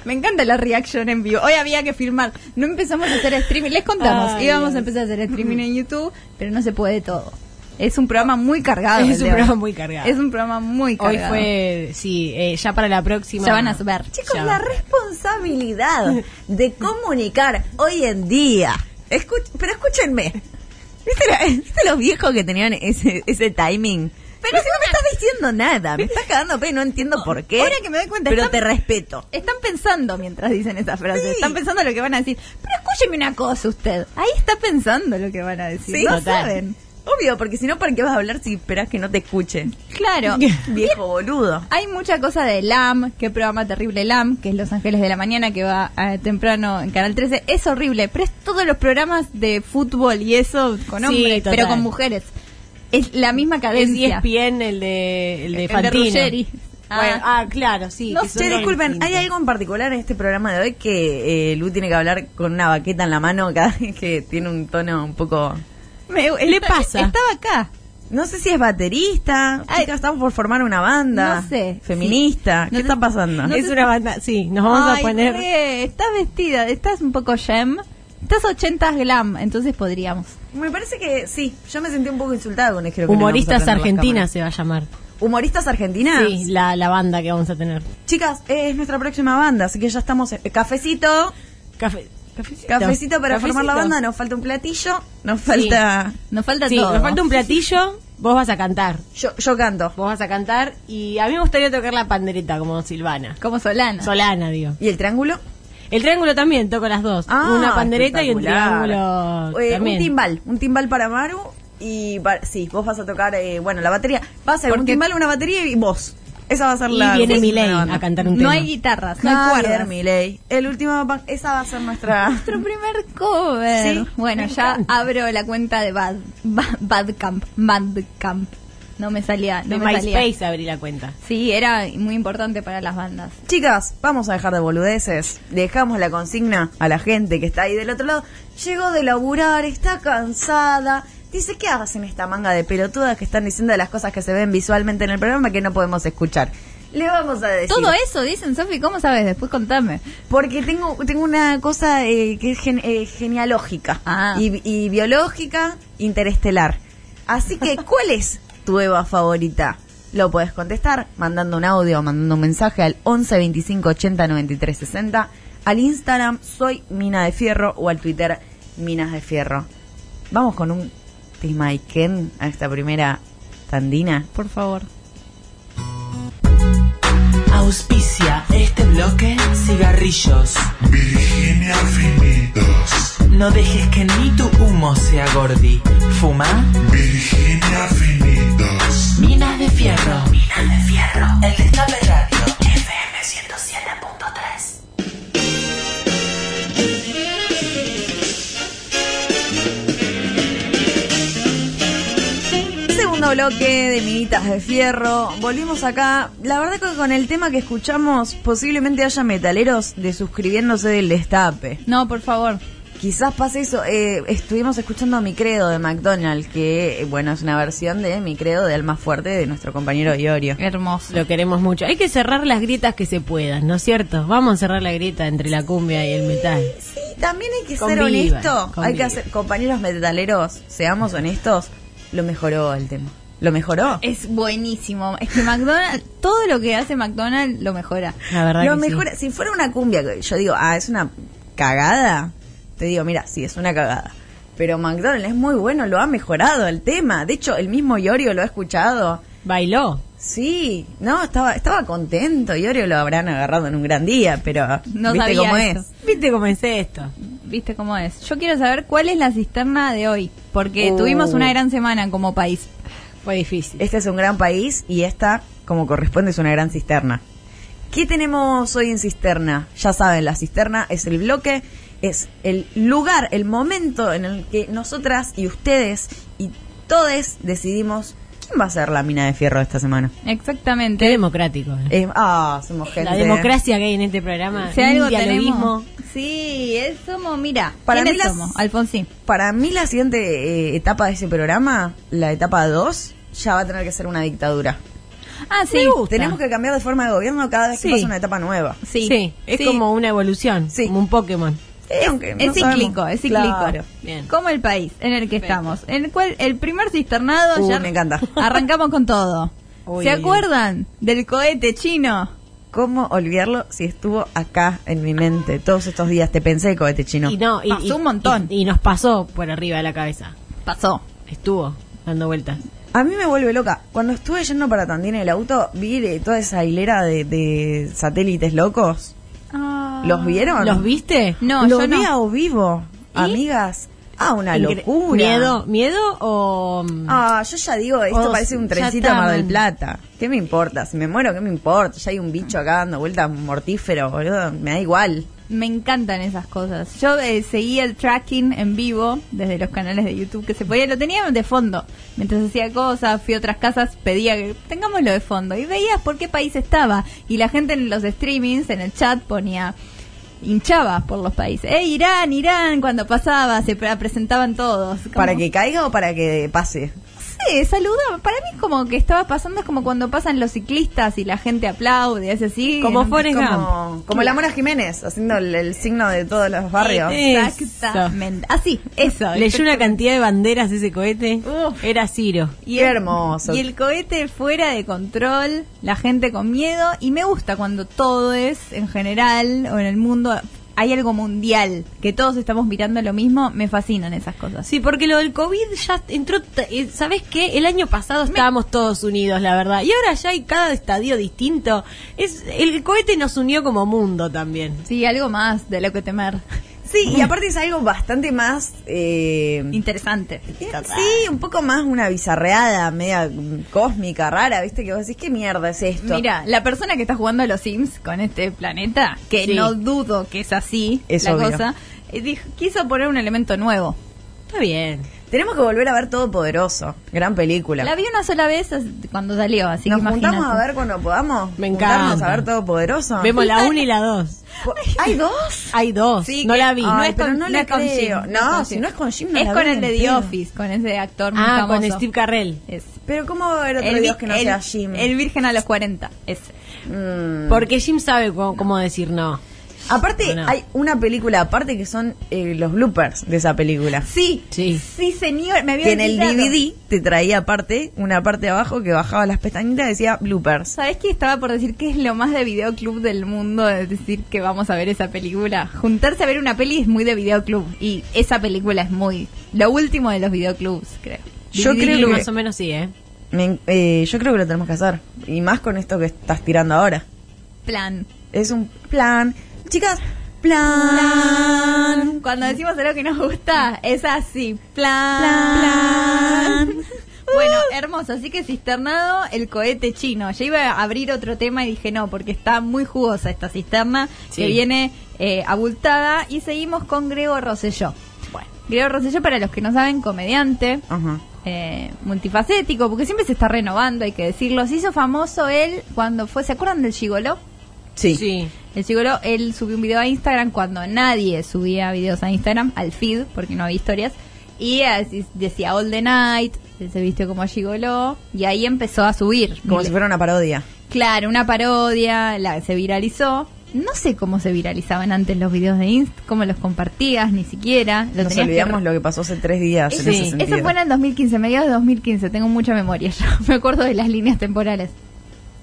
[SPEAKER 2] Me encanta la reaction en vivo. Hoy había que filmar. No empezamos a hacer streaming. Les contamos.
[SPEAKER 3] Ay,
[SPEAKER 2] íbamos
[SPEAKER 3] Dios.
[SPEAKER 2] a empezar a hacer streaming en YouTube, pero no se puede todo. Es un programa muy cargado.
[SPEAKER 3] Es
[SPEAKER 2] el
[SPEAKER 3] un
[SPEAKER 2] de hoy.
[SPEAKER 3] programa muy cargado.
[SPEAKER 2] Es un programa muy
[SPEAKER 3] Hoy
[SPEAKER 2] cargado.
[SPEAKER 3] fue, sí, eh, ya para la próxima.
[SPEAKER 2] Ya van a ver.
[SPEAKER 4] Chicos,
[SPEAKER 3] Ya.
[SPEAKER 4] la responsabilidad de comunicar hoy en día. Escuch- pero escúchenme. ¿Viste, la- viste los viejos que tenían ese, ese timing? Pero si no me estás diciendo nada, me estás cagando pe, no entiendo por qué.
[SPEAKER 2] Ahora que me doy cuenta,
[SPEAKER 4] pero
[SPEAKER 2] están-
[SPEAKER 4] te respeto.
[SPEAKER 2] Están pensando mientras dicen esas frases.
[SPEAKER 4] Sí.
[SPEAKER 2] Están pensando lo que van a decir. Pero escúcheme una cosa usted. Ahí está pensando lo que van a decir.
[SPEAKER 4] Sí,
[SPEAKER 2] no
[SPEAKER 3] total.
[SPEAKER 2] saben.
[SPEAKER 4] Obvio, porque si no, ¿para qué vas a hablar si esperás que no te escuchen?
[SPEAKER 2] Claro.
[SPEAKER 4] Viejo boludo.
[SPEAKER 2] Hay mucha cosa de LAM, qué programa terrible LAM, que es Los Ángeles de la Mañana, que va eh, temprano en Canal 13. Es horrible, pero es todos los programas de fútbol y eso con
[SPEAKER 3] Sí,
[SPEAKER 2] hombres,
[SPEAKER 3] total.
[SPEAKER 2] pero con mujeres. Es la misma
[SPEAKER 3] Es E
[SPEAKER 2] cadencia.
[SPEAKER 3] ESPN el de, el de
[SPEAKER 2] El de
[SPEAKER 3] Fantino.
[SPEAKER 2] Ruggeri.
[SPEAKER 3] Bueno, ah, claro, sí.
[SPEAKER 4] No
[SPEAKER 3] que son
[SPEAKER 4] sé,
[SPEAKER 3] dos
[SPEAKER 4] disculpen,
[SPEAKER 3] distintos.
[SPEAKER 4] hay algo en particular en este programa de hoy que eh, Lu tiene que hablar con una baqueta en la mano cada vez que tiene un tono un poco...
[SPEAKER 2] Me-
[SPEAKER 3] ¿Qué le
[SPEAKER 2] está-
[SPEAKER 3] pasa?
[SPEAKER 2] Estaba acá.
[SPEAKER 4] No sé si es baterista,
[SPEAKER 2] Ay.
[SPEAKER 4] chicas, estamos por formar una banda
[SPEAKER 2] No sé,
[SPEAKER 4] feminista.
[SPEAKER 2] sí.
[SPEAKER 4] ¿Qué
[SPEAKER 2] No
[SPEAKER 4] está
[SPEAKER 2] sé-
[SPEAKER 4] pasando?
[SPEAKER 2] no
[SPEAKER 3] es
[SPEAKER 2] sé
[SPEAKER 3] una banda, sí, nos vamos
[SPEAKER 2] Ay,
[SPEAKER 3] a poner...
[SPEAKER 2] re, estás vestida, estás un poco gem. Estás 80 glam, entonces podríamos.
[SPEAKER 4] Me parece que sí, yo me sentí un poco insultada con esto.
[SPEAKER 3] Humoristas Argentinas se va a llamar.
[SPEAKER 4] Humoristas argentinas.
[SPEAKER 3] Sí, la, la banda que vamos a tener.
[SPEAKER 4] Chicas, eh, es nuestra próxima banda, así que ya estamos. eh, cafecito,
[SPEAKER 3] Café, cafecito.
[SPEAKER 4] cafecito para formar la banda. Nos falta un platillo, nos falta.
[SPEAKER 2] Nos falta
[SPEAKER 3] Sí,
[SPEAKER 2] todo.
[SPEAKER 3] nos falta un platillo, vos vas a cantar.
[SPEAKER 4] Yo, yo canto.
[SPEAKER 3] Vos vas a cantar y a mí me gustaría tocar la pandereta como Silvana.
[SPEAKER 2] Como Solana.
[SPEAKER 3] Solana, digo.
[SPEAKER 4] ¿Y el triángulo?
[SPEAKER 3] El triángulo también, toco las dos.
[SPEAKER 4] Ah,
[SPEAKER 3] una pandereta y un
[SPEAKER 4] espectacular.
[SPEAKER 3] triángulo
[SPEAKER 4] Eh, un
[SPEAKER 3] también.
[SPEAKER 4] timbal, un timbal para Maru. Y pa- sí, vos vas a tocar, eh, bueno, la batería. Va a ser un
[SPEAKER 2] Porque-
[SPEAKER 4] timbal, una batería y vos. Esa va a ser
[SPEAKER 3] Y
[SPEAKER 4] la.
[SPEAKER 3] viene
[SPEAKER 4] la
[SPEAKER 3] Milei
[SPEAKER 4] banda.
[SPEAKER 3] a cantar un tema.
[SPEAKER 2] no hay guitarras, no hay
[SPEAKER 4] Javier
[SPEAKER 2] cuerdas.
[SPEAKER 4] Milei. El último. pa- Esa va a ser nuestra.
[SPEAKER 2] Nuestro primer cover.
[SPEAKER 4] Sí,
[SPEAKER 2] bueno,
[SPEAKER 4] me
[SPEAKER 2] ya
[SPEAKER 4] encanta.
[SPEAKER 2] abro la cuenta de Bad, Ba- Badcamp. Badcamp. No me salía. No
[SPEAKER 3] de
[SPEAKER 2] me salía.
[SPEAKER 3] MySpace abrí la cuenta.
[SPEAKER 2] Sí, era muy importante para las bandas.
[SPEAKER 4] Chicas, vamos a dejar de boludeces. Dejamos la consigna a la gente que está ahí del otro lado. Llegó de laburar, está cansada. Dice, ¿qué hacen esta manga de pelotudas que están diciendo de las cosas que se ven visualmente en el programa que no podemos escuchar? Le vamos a decir.
[SPEAKER 2] Todo eso dicen, Sofi, ¿cómo sabes? Después contame.
[SPEAKER 4] Porque tengo, tengo una cosa eh, que es gen- eh, genealógica
[SPEAKER 2] Ah.
[SPEAKER 4] y, y biológica interestelar. Así que, ¿cuál es tu Eva favorita? Lo puedes contestar mandando un audio o mandando un mensaje al 11 25 80 93 60, al Instagram soy Mina de Fierro o al Twitter Minas de Fierro. Vamos con un Timaiken a esta primera tandina.
[SPEAKER 2] Por favor.
[SPEAKER 1] Auspicia este bloque cigarrillos.
[SPEAKER 5] Virginia Finitos.
[SPEAKER 1] No dejes que ni tu humo sea gordi. Fuma
[SPEAKER 5] Virginia Finitos.
[SPEAKER 1] Minas de Fierro. Minas de Fierro. El Destape Radio. FM 107.3.
[SPEAKER 4] Segundo bloque de Minitas de Fierro. Volvimos acá. La verdad que con el tema que escuchamos, posiblemente haya metaleros de suscribiéndose del destape.
[SPEAKER 2] No, por favor.
[SPEAKER 4] Quizás pase eso. Eh, estuvimos escuchando Mi Credo de McDonald's, que eh, bueno es una versión de Mi Credo de Alma Fuerte de nuestro compañero Iorio.
[SPEAKER 2] Hermoso.
[SPEAKER 3] Lo queremos mucho. Hay que cerrar las grietas que se puedan, ¿no es cierto? Vamos a cerrar la grieta entre la cumbia y el metal.
[SPEAKER 4] Sí, también hay que ser
[SPEAKER 3] Convivan,
[SPEAKER 4] honesto. Hay
[SPEAKER 3] convivan.
[SPEAKER 4] que hacer, compañeros metaleros, seamos honestos, lo mejoró el tema. ¿Lo mejoró?
[SPEAKER 2] Es buenísimo. Es que McDonald's, todo lo que hace McDonald's lo mejora.
[SPEAKER 3] La verdad
[SPEAKER 4] Lo
[SPEAKER 3] que sí.
[SPEAKER 4] mejora- Si fuera una cumbia, que yo digo, ah, es una cagada. Te digo, mira, sí, es una cagada. Pero McDonald's es muy bueno, lo ha mejorado el tema. De hecho, el mismo Iorio lo ha escuchado.
[SPEAKER 3] Bailó.
[SPEAKER 4] Sí, no, estaba, estaba contento. Iorio lo habrán agarrado en un gran día, pero
[SPEAKER 2] No
[SPEAKER 4] viste
[SPEAKER 2] sabía
[SPEAKER 4] cómo
[SPEAKER 2] eso.
[SPEAKER 4] es.
[SPEAKER 3] ¿Viste cómo es esto?
[SPEAKER 2] ¿Viste cómo es? Yo quiero saber cuál es la cisterna de hoy. Porque
[SPEAKER 4] Uh.
[SPEAKER 2] tuvimos una gran semana como país.
[SPEAKER 3] Fue difícil.
[SPEAKER 4] Este es un gran país y esta, como corresponde, es una gran cisterna. ¿Qué tenemos hoy en cisterna? Ya saben, la cisterna es el bloque, es el lugar, el momento en el que nosotras y ustedes y todes decidimos quién va a ser la mina de fierro esta semana.
[SPEAKER 2] Exactamente.
[SPEAKER 3] Qué democrático. ¿no?
[SPEAKER 4] Eh, ah, somos gente.
[SPEAKER 3] La democracia que hay en este programa.
[SPEAKER 2] Si
[SPEAKER 3] un
[SPEAKER 2] algo
[SPEAKER 3] dialoguismo.
[SPEAKER 2] tenemos. Sí, es- somos, mira.
[SPEAKER 4] Para
[SPEAKER 2] ¿Quiénes
[SPEAKER 4] mí las-
[SPEAKER 2] somos? Alfonsín.
[SPEAKER 4] Para mí la siguiente eh, etapa de ese programa, la etapa 2, ya va a tener que ser una dictadura.
[SPEAKER 2] Ah, sí.
[SPEAKER 3] Me gusta.
[SPEAKER 4] Tenemos que cambiar de forma de gobierno cada vez
[SPEAKER 3] Sí.
[SPEAKER 4] que pasa una etapa nueva.
[SPEAKER 2] Sí.
[SPEAKER 3] Sí, es
[SPEAKER 2] Sí.
[SPEAKER 3] como una evolución,
[SPEAKER 4] Sí.
[SPEAKER 3] como un Pokémon.
[SPEAKER 4] Eh, aunque no
[SPEAKER 2] Es cíclico,
[SPEAKER 4] sabemos.
[SPEAKER 2] es cíclico.
[SPEAKER 4] Claro.
[SPEAKER 3] Bien.
[SPEAKER 2] Como el país en el que estamos. En el cual el primer cisternado
[SPEAKER 4] Uh,
[SPEAKER 2] ya
[SPEAKER 4] me encanta.
[SPEAKER 2] arrancamos con todo.
[SPEAKER 3] Uy,
[SPEAKER 2] ¿Se
[SPEAKER 3] uy, uy.
[SPEAKER 2] acuerdan del cohete chino?
[SPEAKER 4] ¿Cómo olvidarlo si estuvo acá en mi mente todos estos días? Te pensé, cohete chino.
[SPEAKER 3] Y no, y,
[SPEAKER 2] Pasó
[SPEAKER 3] y-
[SPEAKER 2] un montón.
[SPEAKER 3] Y, y nos pasó por arriba de la cabeza.
[SPEAKER 2] Pasó.
[SPEAKER 3] Estuvo dando vueltas.
[SPEAKER 4] A mí me vuelve loca. Cuando estuve yendo para Tandina en el auto, vi eh, toda esa hilera de, de satélites locos. ¿Los vieron?
[SPEAKER 3] ¿Los viste?
[SPEAKER 2] Ah. No,
[SPEAKER 4] Lo
[SPEAKER 2] yo
[SPEAKER 4] vi
[SPEAKER 2] no.
[SPEAKER 4] a vivo,
[SPEAKER 3] ¿Y?
[SPEAKER 4] amigas. Ah, una
[SPEAKER 3] Incre-
[SPEAKER 4] locura.
[SPEAKER 3] ¿Miedo? ¿Miedo o...? mm,
[SPEAKER 4] Ah, yo ya digo, esto
[SPEAKER 3] Oh,
[SPEAKER 4] parece un
[SPEAKER 3] ya
[SPEAKER 4] trencito a Mar del
[SPEAKER 3] estaban.
[SPEAKER 4] Plata. ¿Qué me importa? Si me muero, ¿qué me importa? Ya hay un bicho acá dando vueltas mortífero, boludo. Me da igual.
[SPEAKER 2] Me encantan esas cosas. Yo eh, seguía el tracking en vivo desde los canales de YouTube que se podía. Lo tenía de fondo. Mientras hacía cosas, fui a otras casas, pedía que tengámoslo de fondo. Y veías por qué país estaba. Y la gente en los streamings, en el chat, ponía hinchaba por los países. ¡Eh, Irán, Irán! Cuando pasaba, se pre- presentaban todos. Como-
[SPEAKER 4] ¿Para que caiga o para que pase?
[SPEAKER 2] Sí, saludaba. Para mí es como que estaba pasando, es como cuando pasan los ciclistas y la gente aplaude, hace así.
[SPEAKER 3] Como
[SPEAKER 2] en-
[SPEAKER 3] Forrest
[SPEAKER 4] Es como,
[SPEAKER 3] Gump.
[SPEAKER 4] como la Mona Jiménez, haciendo el, el signo de todos los barrios.
[SPEAKER 2] este,
[SPEAKER 3] Eh,
[SPEAKER 2] Exactamente. Así, eso.
[SPEAKER 3] Leyó una cantidad de banderas ese cohete.
[SPEAKER 2] Uf.
[SPEAKER 3] Era Ciro.
[SPEAKER 4] Y hermoso.
[SPEAKER 2] Y el cohete fuera de control, la gente con miedo, y me gusta cuando todo es, en general, o en el mundo, hay algo mundial, que todos estamos mirando lo mismo, me fascinan esas cosas.
[SPEAKER 3] Sí, porque lo del COVID ya entró... t- eh, ¿Sabés qué? El año pasado estábamos todos unidos, la verdad. Y ahora ya hay cada estadio distinto. Es El cohete nos unió como mundo también.
[SPEAKER 2] Sí, algo más de lo que temer.
[SPEAKER 4] Sí, y aparte es algo bastante más... eh,
[SPEAKER 2] Interesante.
[SPEAKER 4] sí, un poco más una bizarreada, media mm, cósmica, rara, ¿viste? Que vos decís, ¿qué mierda es esto?
[SPEAKER 2] Mira, la persona que está jugando a los Sims con este planeta, que
[SPEAKER 3] Sí.
[SPEAKER 2] no dudo que es así
[SPEAKER 4] Es
[SPEAKER 2] la
[SPEAKER 4] obvio.
[SPEAKER 2] cosa, eh, dijo- quiso poner un elemento nuevo.
[SPEAKER 3] Está bien.
[SPEAKER 4] Tenemos que volver a ver Todopoderoso. Gran película.
[SPEAKER 2] La vi una sola vez as- cuando salió, así
[SPEAKER 4] Nos
[SPEAKER 2] que
[SPEAKER 4] juntamos
[SPEAKER 2] imagínate.
[SPEAKER 4] a ver cuando podamos.
[SPEAKER 3] Me
[SPEAKER 4] Juntarnos
[SPEAKER 3] encanta.
[SPEAKER 4] a ver Todopoderoso.
[SPEAKER 3] Vemos la 1 y la 2.
[SPEAKER 4] Po- ¿Hay dos?
[SPEAKER 3] Hay dos.
[SPEAKER 2] Sí,
[SPEAKER 3] no
[SPEAKER 2] que-
[SPEAKER 3] la vi.
[SPEAKER 2] no
[SPEAKER 4] Ay,
[SPEAKER 2] es
[SPEAKER 4] pero
[SPEAKER 2] con-
[SPEAKER 4] no
[SPEAKER 2] no
[SPEAKER 4] le
[SPEAKER 2] es con
[SPEAKER 4] creo.
[SPEAKER 2] Jim, no es
[SPEAKER 4] No,
[SPEAKER 2] con
[SPEAKER 4] si
[SPEAKER 2] Jim.
[SPEAKER 4] no es con Jim, no
[SPEAKER 2] Es
[SPEAKER 4] la
[SPEAKER 2] con
[SPEAKER 4] veo
[SPEAKER 2] el
[SPEAKER 4] ni
[SPEAKER 2] de
[SPEAKER 4] en
[SPEAKER 2] The
[SPEAKER 4] pedo.
[SPEAKER 2] Office, con ese actor muy
[SPEAKER 3] Ah, con
[SPEAKER 2] famoso.
[SPEAKER 3] Steve Carrell.
[SPEAKER 2] Es.
[SPEAKER 4] Pero ¿cómo va a haber otro
[SPEAKER 2] El,
[SPEAKER 4] Dios que no
[SPEAKER 2] vi-
[SPEAKER 4] sea
[SPEAKER 2] el-
[SPEAKER 4] Jim?
[SPEAKER 2] el virgen a los 40. Ese.
[SPEAKER 4] Mm.
[SPEAKER 3] Porque Jim sabe cómo, cómo decir no.
[SPEAKER 4] Aparte,
[SPEAKER 3] No, no.
[SPEAKER 4] hay una película aparte que son eh, los bloopers de esa película.
[SPEAKER 2] Sí.
[SPEAKER 3] Sí.
[SPEAKER 2] Sí, señor. Me había
[SPEAKER 4] Que en el DVD te traía aparte, una parte de abajo que bajaba las pestañitas y decía bloopers.
[SPEAKER 2] ¿Sabes qué estaba por decir que es lo más de videoclub del mundo? Es decir, que vamos a ver esa película. Juntarse a ver una peli es muy de videoclub. Y esa película es muy. Lo último de los videoclubs, creo.
[SPEAKER 4] Yo
[SPEAKER 3] DVD
[SPEAKER 4] creo que-
[SPEAKER 3] más o menos sí, ¿eh?
[SPEAKER 4] Me en- eh, yo creo que lo tenemos que hacer. Y más con esto que estás tirando ahora.
[SPEAKER 2] Plan.
[SPEAKER 4] Es un plan. Chicas, plan.
[SPEAKER 2] Cuando decimos algo que nos gusta, es así. Plan. Plan. Bueno, hermoso. Así que cisternado, el cohete chino. Yo iba a abrir otro tema y dije no, porque está muy jugosa esta cisterna
[SPEAKER 3] Sí.
[SPEAKER 2] que viene eh, abultada. Y seguimos con Grego Rosselló. Bueno, Grego Rosselló, para los que no saben, comediante.
[SPEAKER 4] Ajá.
[SPEAKER 2] eh, multifacético, porque siempre se está renovando, hay que decirlo. Se hizo famoso él cuando fue, ¿se acuerdan del Gigoló?
[SPEAKER 4] Sí.
[SPEAKER 3] Sí.
[SPEAKER 2] El chicolo, él subió un video a Instagram cuando nadie subía videos a Instagram, al feed, porque no había historias. Y así decía All the Night, él se vistió como gigoló, y ahí empezó a subir.
[SPEAKER 4] Como si fuera una parodia.
[SPEAKER 2] Claro, una parodia, la, se viralizó. No sé cómo se viralizaban antes los videos de Insta, cómo los compartías, ni siquiera. Lo
[SPEAKER 4] Nos
[SPEAKER 2] tenías que
[SPEAKER 4] olvidamos lo que pasó hace tres días en
[SPEAKER 3] Sí,
[SPEAKER 4] ese sentido.
[SPEAKER 2] eso fue en el 2015, mediados de 2015. Tengo mucha memoria, yo me acuerdo de las líneas temporales.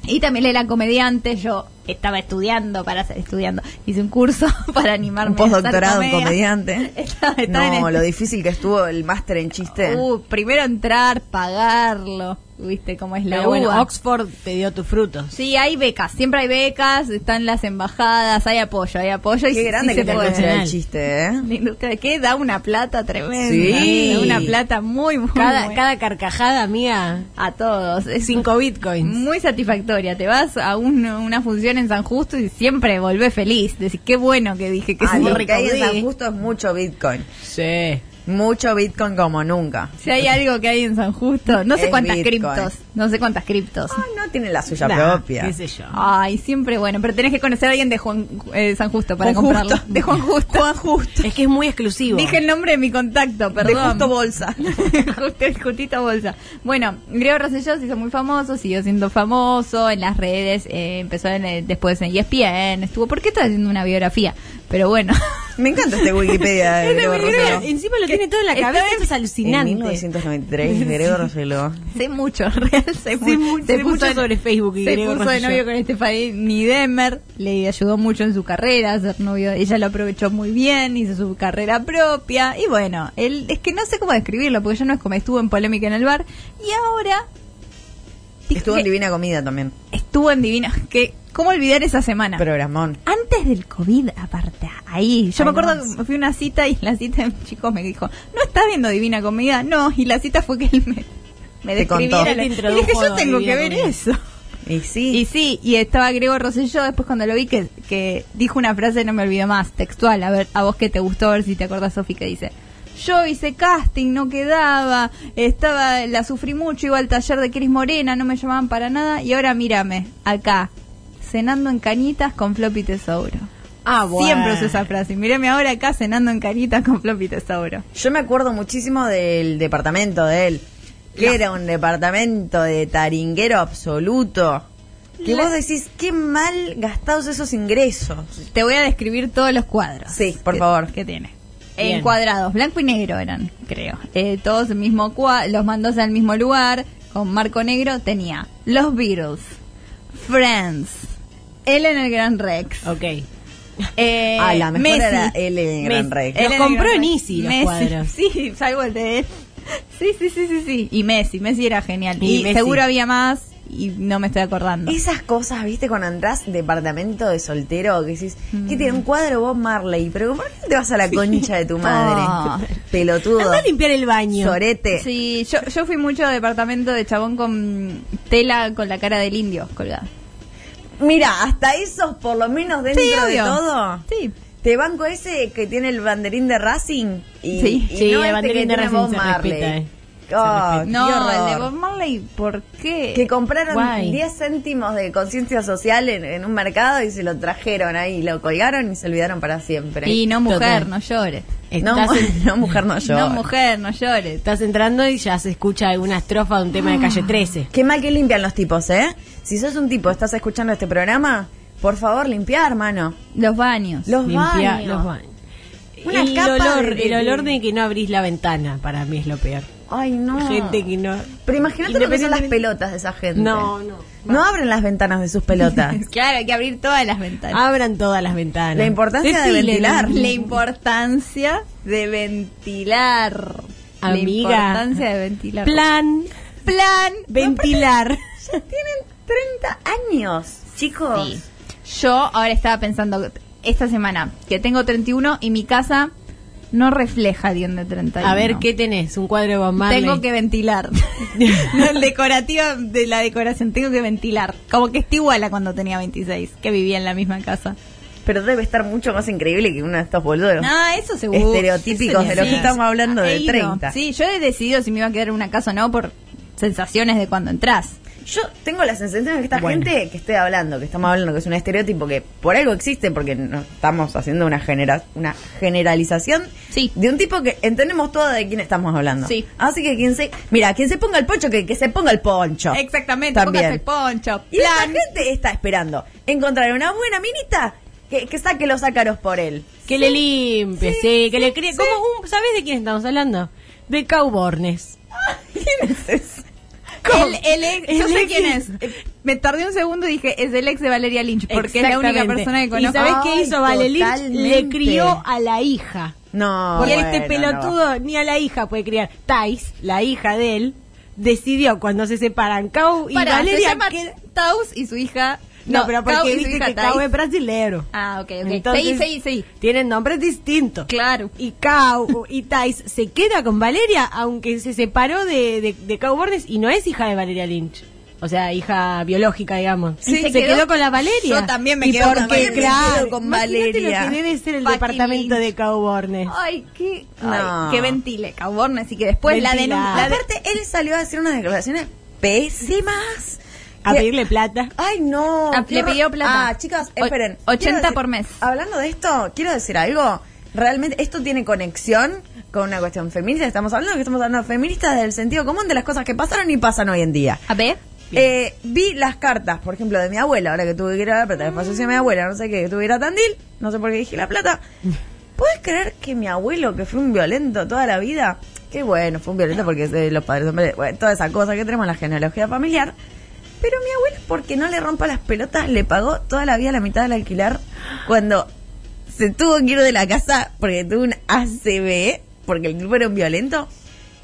[SPEAKER 2] Y también era comediante, yo estaba estudiando para ser estudiando. Hice un curso para animarme.
[SPEAKER 4] Un postdoctorado en comediante.
[SPEAKER 2] Estaba,
[SPEAKER 4] No, lo difícil que estuvo el máster en chiste.
[SPEAKER 2] Uh, primero entrar, pagarlo, viste cómo es la
[SPEAKER 3] Pero bueno,
[SPEAKER 2] uva.
[SPEAKER 3] Oxford te dio tus frutos.
[SPEAKER 2] Sí, hay becas, siempre hay becas, están las embajadas, hay apoyo, hay apoyo. y
[SPEAKER 4] Qué
[SPEAKER 2] sí-
[SPEAKER 4] grande
[SPEAKER 2] sí
[SPEAKER 4] que
[SPEAKER 2] se
[SPEAKER 4] es la
[SPEAKER 2] puede.
[SPEAKER 4] industria del
[SPEAKER 3] Genial.
[SPEAKER 4] chiste, ¿eh?
[SPEAKER 2] La industria de qué da una plata tremenda.
[SPEAKER 4] Sí.
[SPEAKER 2] da Una plata muy, muy
[SPEAKER 3] Cada,
[SPEAKER 2] buena.
[SPEAKER 3] cada carcajada, amiga,
[SPEAKER 2] a todos. Es
[SPEAKER 3] cinco bitcoins.
[SPEAKER 2] muy satisfactoria. Te vas a un- una función en San Justo y siempre volvés feliz. Decís, qué bueno que dije que
[SPEAKER 4] Ah,
[SPEAKER 2] sí.
[SPEAKER 4] lo que hay en
[SPEAKER 3] recaudé.
[SPEAKER 4] San Justo es mucho Bitcoin.
[SPEAKER 3] Sí.
[SPEAKER 4] Mucho Bitcoin como nunca.
[SPEAKER 2] Si hay algo que hay en San Justo, no sé
[SPEAKER 4] Es
[SPEAKER 2] cuántas
[SPEAKER 4] Bitcoin.
[SPEAKER 2] criptos, no sé cuántas criptos.
[SPEAKER 4] Ay, Ah, no tiene la suya
[SPEAKER 3] Nah,
[SPEAKER 4] propia.
[SPEAKER 3] Qué sé yo.
[SPEAKER 2] Ay, siempre bueno, pero tenés que conocer a alguien de Juan eh, San Justo para
[SPEAKER 4] Juan
[SPEAKER 2] comprarlo.
[SPEAKER 4] Justo.
[SPEAKER 2] De Juan Justo. Juan Justo.
[SPEAKER 3] Es que es muy exclusivo.
[SPEAKER 2] Dije el nombre de mi contacto, perdón.
[SPEAKER 4] De justo bolsa.
[SPEAKER 2] Justo- justito bolsa. Bueno, Griego Rosselló se hizo muy famoso, siguió siendo famoso en las redes, eh, empezó en, eh, después en ESPN, estuvo, ¿por qué estás haciendo una biografía? Pero bueno.
[SPEAKER 4] Me encanta este Wikipedia de
[SPEAKER 3] Pero
[SPEAKER 4] Gregor
[SPEAKER 3] mira,
[SPEAKER 4] Rosselló.
[SPEAKER 3] encima lo tiene todo en la cabeza, esto es
[SPEAKER 4] En
[SPEAKER 3] alucinante.
[SPEAKER 4] 1993, Gregor Rosselló.
[SPEAKER 2] Sé mucho, real, sé,
[SPEAKER 3] Sé mu- sé mucho sobre Facebook y
[SPEAKER 2] Se
[SPEAKER 3] Gregor
[SPEAKER 2] puso de
[SPEAKER 3] Rosselló.
[SPEAKER 2] novio con Stephanie Demer, le ayudó mucho en su carrera, a ser novio. Ella lo aprovechó muy bien, hizo su carrera propia. Y bueno, él es que no sé cómo describirlo, porque ya no es como estuvo en polémica en el bar. Y ahora.
[SPEAKER 4] Estuvo en
[SPEAKER 2] que-
[SPEAKER 4] Divina Comida también.
[SPEAKER 2] Estuvo en Divina. Que, ¿Cómo olvidar esa semana?
[SPEAKER 4] Programón.
[SPEAKER 2] Antes del COVID, aparte, ahí. Yo
[SPEAKER 4] Ay,
[SPEAKER 2] me acuerdo
[SPEAKER 4] no.
[SPEAKER 2] que fui a una cita y la cita de un chico me dijo, ¿no estás viendo Divina Comida? No, y la cita fue que él me, me
[SPEAKER 4] Te contó.
[SPEAKER 2] describiera.
[SPEAKER 3] Él te
[SPEAKER 2] lo- Y
[SPEAKER 3] introdujo
[SPEAKER 2] dije, yo
[SPEAKER 3] a
[SPEAKER 2] tengo que
[SPEAKER 3] Divina
[SPEAKER 2] ver
[SPEAKER 3] Comida".
[SPEAKER 2] eso.
[SPEAKER 4] Y sí.
[SPEAKER 2] Y sí, y estaba Grego Rosselló, después cuando lo vi que, que dijo una frase, no me olvido más, textual, a ver, a vos que te gustó, a ver si te acordás, Sofi, que dice... Yo hice casting, no quedaba, estaba, la sufrí mucho, iba al taller de Cris Morena, no me llamaban para nada, y ahora mírame, acá, cenando en cañitas con Floppy Tesauro.
[SPEAKER 3] Ah, bueno.
[SPEAKER 2] Siempre uso esa frase, mírame ahora acá cenando en cañitas con Floppy Tesauro.
[SPEAKER 4] Yo me acuerdo muchísimo del departamento de él, que era un departamento de taringuero absoluto. Que
[SPEAKER 2] La-
[SPEAKER 4] vos decís, qué mal gastados esos ingresos.
[SPEAKER 2] Te voy a describir todos los cuadros.
[SPEAKER 4] Sí, por
[SPEAKER 2] que-
[SPEAKER 4] favor.
[SPEAKER 2] Que tiene.
[SPEAKER 3] Bien.
[SPEAKER 2] En cuadrados, blanco y negro eran, creo. Eh, todos el mismo cua- los mandos al mismo lugar, con marco negro tenía los Beatles, Friends, él en el Gran Rex.
[SPEAKER 3] Ok.
[SPEAKER 2] Eh,
[SPEAKER 4] Ah, la mejor
[SPEAKER 2] Messi.
[SPEAKER 4] era él en el Gran
[SPEAKER 3] Messi.
[SPEAKER 4] Rex.
[SPEAKER 3] Los
[SPEAKER 2] Él en el
[SPEAKER 3] compró
[SPEAKER 2] Gran
[SPEAKER 3] en
[SPEAKER 2] Rex.
[SPEAKER 3] Easy los
[SPEAKER 2] Messi.
[SPEAKER 3] cuadros.
[SPEAKER 2] Sí, salvo el de él. Sí, sí, sí, sí, sí. Y Messi, Messi era genial.
[SPEAKER 3] Y
[SPEAKER 2] Y,
[SPEAKER 3] Messi.
[SPEAKER 2] seguro había más y no me estoy acordando.
[SPEAKER 4] Esas cosas, viste, cuando entras departamento de soltero, que decís, que tiene
[SPEAKER 3] Mm.
[SPEAKER 4] un cuadro Bob Marley, pero ¿por qué te vas a la concha de tu
[SPEAKER 3] Ah.
[SPEAKER 4] madre?
[SPEAKER 2] Ay.
[SPEAKER 4] Pelotudo.
[SPEAKER 3] Anda a limpiar el baño.
[SPEAKER 4] Sorete.
[SPEAKER 2] Sí, yo, yo fui mucho a departamento de chabón con tela con la cara del indio colgada.
[SPEAKER 4] Mira, hasta esos, por lo menos dentro de
[SPEAKER 2] obvio.
[SPEAKER 4] todo.
[SPEAKER 2] Sí.
[SPEAKER 4] Te banco ese que tiene el banderín de Racing y,
[SPEAKER 2] Sí.
[SPEAKER 4] y
[SPEAKER 3] Sí,
[SPEAKER 4] no
[SPEAKER 3] el
[SPEAKER 4] este
[SPEAKER 3] banderín
[SPEAKER 4] que
[SPEAKER 3] de
[SPEAKER 4] tiene
[SPEAKER 3] Racing
[SPEAKER 4] Bob
[SPEAKER 3] se
[SPEAKER 4] Marley.
[SPEAKER 3] respeta, eh.
[SPEAKER 4] Oh,
[SPEAKER 3] respeta.
[SPEAKER 4] qué
[SPEAKER 2] No, el de
[SPEAKER 4] horror.
[SPEAKER 2] Bob Marley, ¿por qué?
[SPEAKER 4] Que compraron
[SPEAKER 3] Guay.
[SPEAKER 4] 10 céntimos de conciencia social en, en un mercado y se lo trajeron ahí, lo colgaron y se olvidaron para siempre.
[SPEAKER 2] y no mujer,
[SPEAKER 3] Total.
[SPEAKER 2] no llores.
[SPEAKER 4] no,
[SPEAKER 3] Estás, en-
[SPEAKER 4] no, mujer no yo.
[SPEAKER 2] No mujer, no llores.
[SPEAKER 3] estás entrando y ya se escucha alguna estrofa de un tema de calle 13.
[SPEAKER 4] Qué mal que limpian los tipos, ¿eh? Si sos un tipo, estás escuchando este programa, por favor, limpiar, hermano.
[SPEAKER 2] Los baños.
[SPEAKER 4] Los
[SPEAKER 3] Limpia
[SPEAKER 4] baños.
[SPEAKER 3] los baños.
[SPEAKER 4] Una
[SPEAKER 3] el
[SPEAKER 4] capa
[SPEAKER 3] olor,
[SPEAKER 4] de-
[SPEAKER 3] el olor de que no abrís la ventana para mí es lo peor.
[SPEAKER 4] Ay, no.
[SPEAKER 3] Gente que no.
[SPEAKER 4] Pero imagínate lo que son las
[SPEAKER 3] Independientemente-
[SPEAKER 4] pelotas de esa gente.
[SPEAKER 3] No, no.
[SPEAKER 4] No abren las ventanas de sus pelotas.
[SPEAKER 2] Claro, hay que abrir todas las ventanas.
[SPEAKER 3] Abran todas las ventanas.
[SPEAKER 4] La importancia de
[SPEAKER 3] Decilen.
[SPEAKER 4] ventilar.
[SPEAKER 2] La importancia de ventilar.
[SPEAKER 3] Amiga.
[SPEAKER 2] La importancia de ventilar.
[SPEAKER 3] Plan
[SPEAKER 2] plan
[SPEAKER 3] ventilar.
[SPEAKER 4] Ya tienen 30 años, chicos.
[SPEAKER 2] Sí. Yo ahora estaba pensando esta semana que tengo 31 y mi casa no refleja de de 31.
[SPEAKER 3] A ver qué tenés, un cuadro de Bob Marley.
[SPEAKER 2] Tengo que ventilar. La decorativa de la decoración, tengo que ventilar. Como que está igual a cuando tenía 26, que vivía en la misma casa.
[SPEAKER 4] Pero debe estar mucho más increíble que uno de estos boludos.
[SPEAKER 2] Ah, eso seguro.
[SPEAKER 4] Estereotípicos
[SPEAKER 2] Eso
[SPEAKER 4] de lo que
[SPEAKER 2] sí.
[SPEAKER 4] estamos hablando de
[SPEAKER 2] He ido.
[SPEAKER 4] 30.
[SPEAKER 2] Sí, yo he decidido si me iba a quedar en una casa o no por sensaciones de cuando entras.
[SPEAKER 4] Yo tengo la sensación de que esta
[SPEAKER 3] Bueno.
[SPEAKER 4] gente que esté hablando, que estamos hablando, que es un estereotipo que por algo existe, porque no estamos haciendo una, genera una generalización
[SPEAKER 2] Sí.
[SPEAKER 4] de un tipo que entendemos todo de quién estamos hablando.
[SPEAKER 2] Sí.
[SPEAKER 4] Así que quien se. Mira, quien se ponga el poncho, que, que se ponga el poncho.
[SPEAKER 2] Exactamente, póngase el poncho.
[SPEAKER 4] Y la
[SPEAKER 2] Plan.
[SPEAKER 4] gente está esperando encontrar una buena minita que, que saque los ácaros por él.
[SPEAKER 3] Que le limpie, sí, que le críe. ¿Cómo un- ¿Sabés de quién estamos hablando? De Caubornes.
[SPEAKER 4] ¿Quién es ese?
[SPEAKER 2] El, el ex, eh, yo
[SPEAKER 3] El
[SPEAKER 2] sé
[SPEAKER 3] ex-
[SPEAKER 2] quién es. Me tardé un segundo y dije, es el ex de Valeria Lynch, porque es la única
[SPEAKER 3] Exactamente.
[SPEAKER 2] persona que
[SPEAKER 3] ¿Y
[SPEAKER 2] conozco.
[SPEAKER 3] sabés qué
[SPEAKER 4] Ay,
[SPEAKER 3] hizo Vale Lynch? Le
[SPEAKER 4] totalmente.
[SPEAKER 3] crió a la hija.
[SPEAKER 2] Ah,
[SPEAKER 4] No.
[SPEAKER 3] Porque
[SPEAKER 4] bueno,
[SPEAKER 3] este pelotudo ni a la hija puede criar. Thais, la hija de él, decidió cuando se separan Cau y
[SPEAKER 2] Pará, se
[SPEAKER 3] Valeria.
[SPEAKER 2] llama
[SPEAKER 3] que-
[SPEAKER 2] Taus y su hija.
[SPEAKER 3] No, pero porque
[SPEAKER 2] Taus y su
[SPEAKER 3] viste
[SPEAKER 2] hija
[SPEAKER 3] que
[SPEAKER 2] Thais.
[SPEAKER 3] Cau es brasilero.
[SPEAKER 2] Ah, ok, ok.
[SPEAKER 3] Entonces,
[SPEAKER 2] seguí, seguí, seguí.
[SPEAKER 3] Tienen nombres distintos.
[SPEAKER 2] Claro.
[SPEAKER 3] Y Cau y Thais se queda con Valeria, aunque se separó de, de, de Cau Bornes y no es hija de Valeria Lynch. O sea, hija biológica, digamos.
[SPEAKER 2] Sí,
[SPEAKER 3] se,
[SPEAKER 2] se
[SPEAKER 3] quedó,
[SPEAKER 2] quedó-
[SPEAKER 3] con la Valeria.
[SPEAKER 2] Yo también me
[SPEAKER 3] Y
[SPEAKER 2] quedo con
[SPEAKER 3] porque,
[SPEAKER 2] Valeria, me
[SPEAKER 3] claro,
[SPEAKER 4] quedo con
[SPEAKER 3] imagínate
[SPEAKER 4] Valeria.
[SPEAKER 3] lo que debe ser el
[SPEAKER 2] Fucking
[SPEAKER 3] departamento
[SPEAKER 2] Lynch.
[SPEAKER 3] de Cau Bornes.
[SPEAKER 2] Ay, qué,
[SPEAKER 4] No.
[SPEAKER 2] ay, qué ventile, cabornes. Y que después la
[SPEAKER 3] Ventila.
[SPEAKER 2] denuncia.
[SPEAKER 3] A ver,
[SPEAKER 4] Aparte, él salió a hacer unas declaraciones pésimas.
[SPEAKER 3] A
[SPEAKER 4] Que-
[SPEAKER 3] pedirle plata.
[SPEAKER 4] Ay, no.
[SPEAKER 2] Ah,
[SPEAKER 4] qué
[SPEAKER 2] le
[SPEAKER 4] horror.
[SPEAKER 2] pidió plata.
[SPEAKER 4] Ah, chicas,
[SPEAKER 2] O-
[SPEAKER 4] esperen.
[SPEAKER 2] 80
[SPEAKER 4] Quiero decir-
[SPEAKER 2] por mes.
[SPEAKER 4] Hablando de esto, quiero decir algo. Realmente, esto tiene conexión con una cuestión feminista. Estamos hablando que estamos hablando feministas del sentido común de las cosas que pasaron y pasan hoy en día.
[SPEAKER 2] A ver.
[SPEAKER 4] Eh, vi las cartas, por ejemplo, de mi abuela, ahora que tuve que ir a la plata, que falleció mi abuela, no sé qué, que tuve que ir a Tandil, no sé por qué dije la plata. ¿Puedes creer que mi abuelo, que fue un violento toda la vida, que bueno, fue un violento porque es de los padres hombres, bueno, toda esa cosa que tenemos en la genealogía familiar, pero mi abuela, porque no le rompa las pelotas, le pagó toda la vida la mitad del alquiler cuando se tuvo que ir de la casa porque tuvo un ACB, porque el tipo era un violento,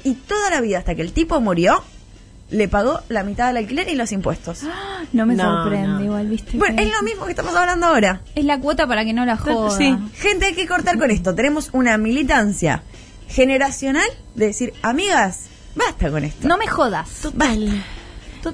[SPEAKER 4] y toda la vida, hasta que el tipo murió, le pagó la mitad del alquiler y los impuestos.
[SPEAKER 2] Ah, No me
[SPEAKER 3] No,
[SPEAKER 2] sorprende,
[SPEAKER 3] no.
[SPEAKER 2] igual, viste.
[SPEAKER 4] Bueno,
[SPEAKER 2] que-
[SPEAKER 4] es lo mismo que estamos hablando ahora.
[SPEAKER 2] Es la cuota para que no la joda.
[SPEAKER 3] Sí.
[SPEAKER 4] Gente, hay que cortar con esto. Tenemos una militancia generacional de decir, amigas, basta con esto.
[SPEAKER 2] No me jodas.
[SPEAKER 4] Total.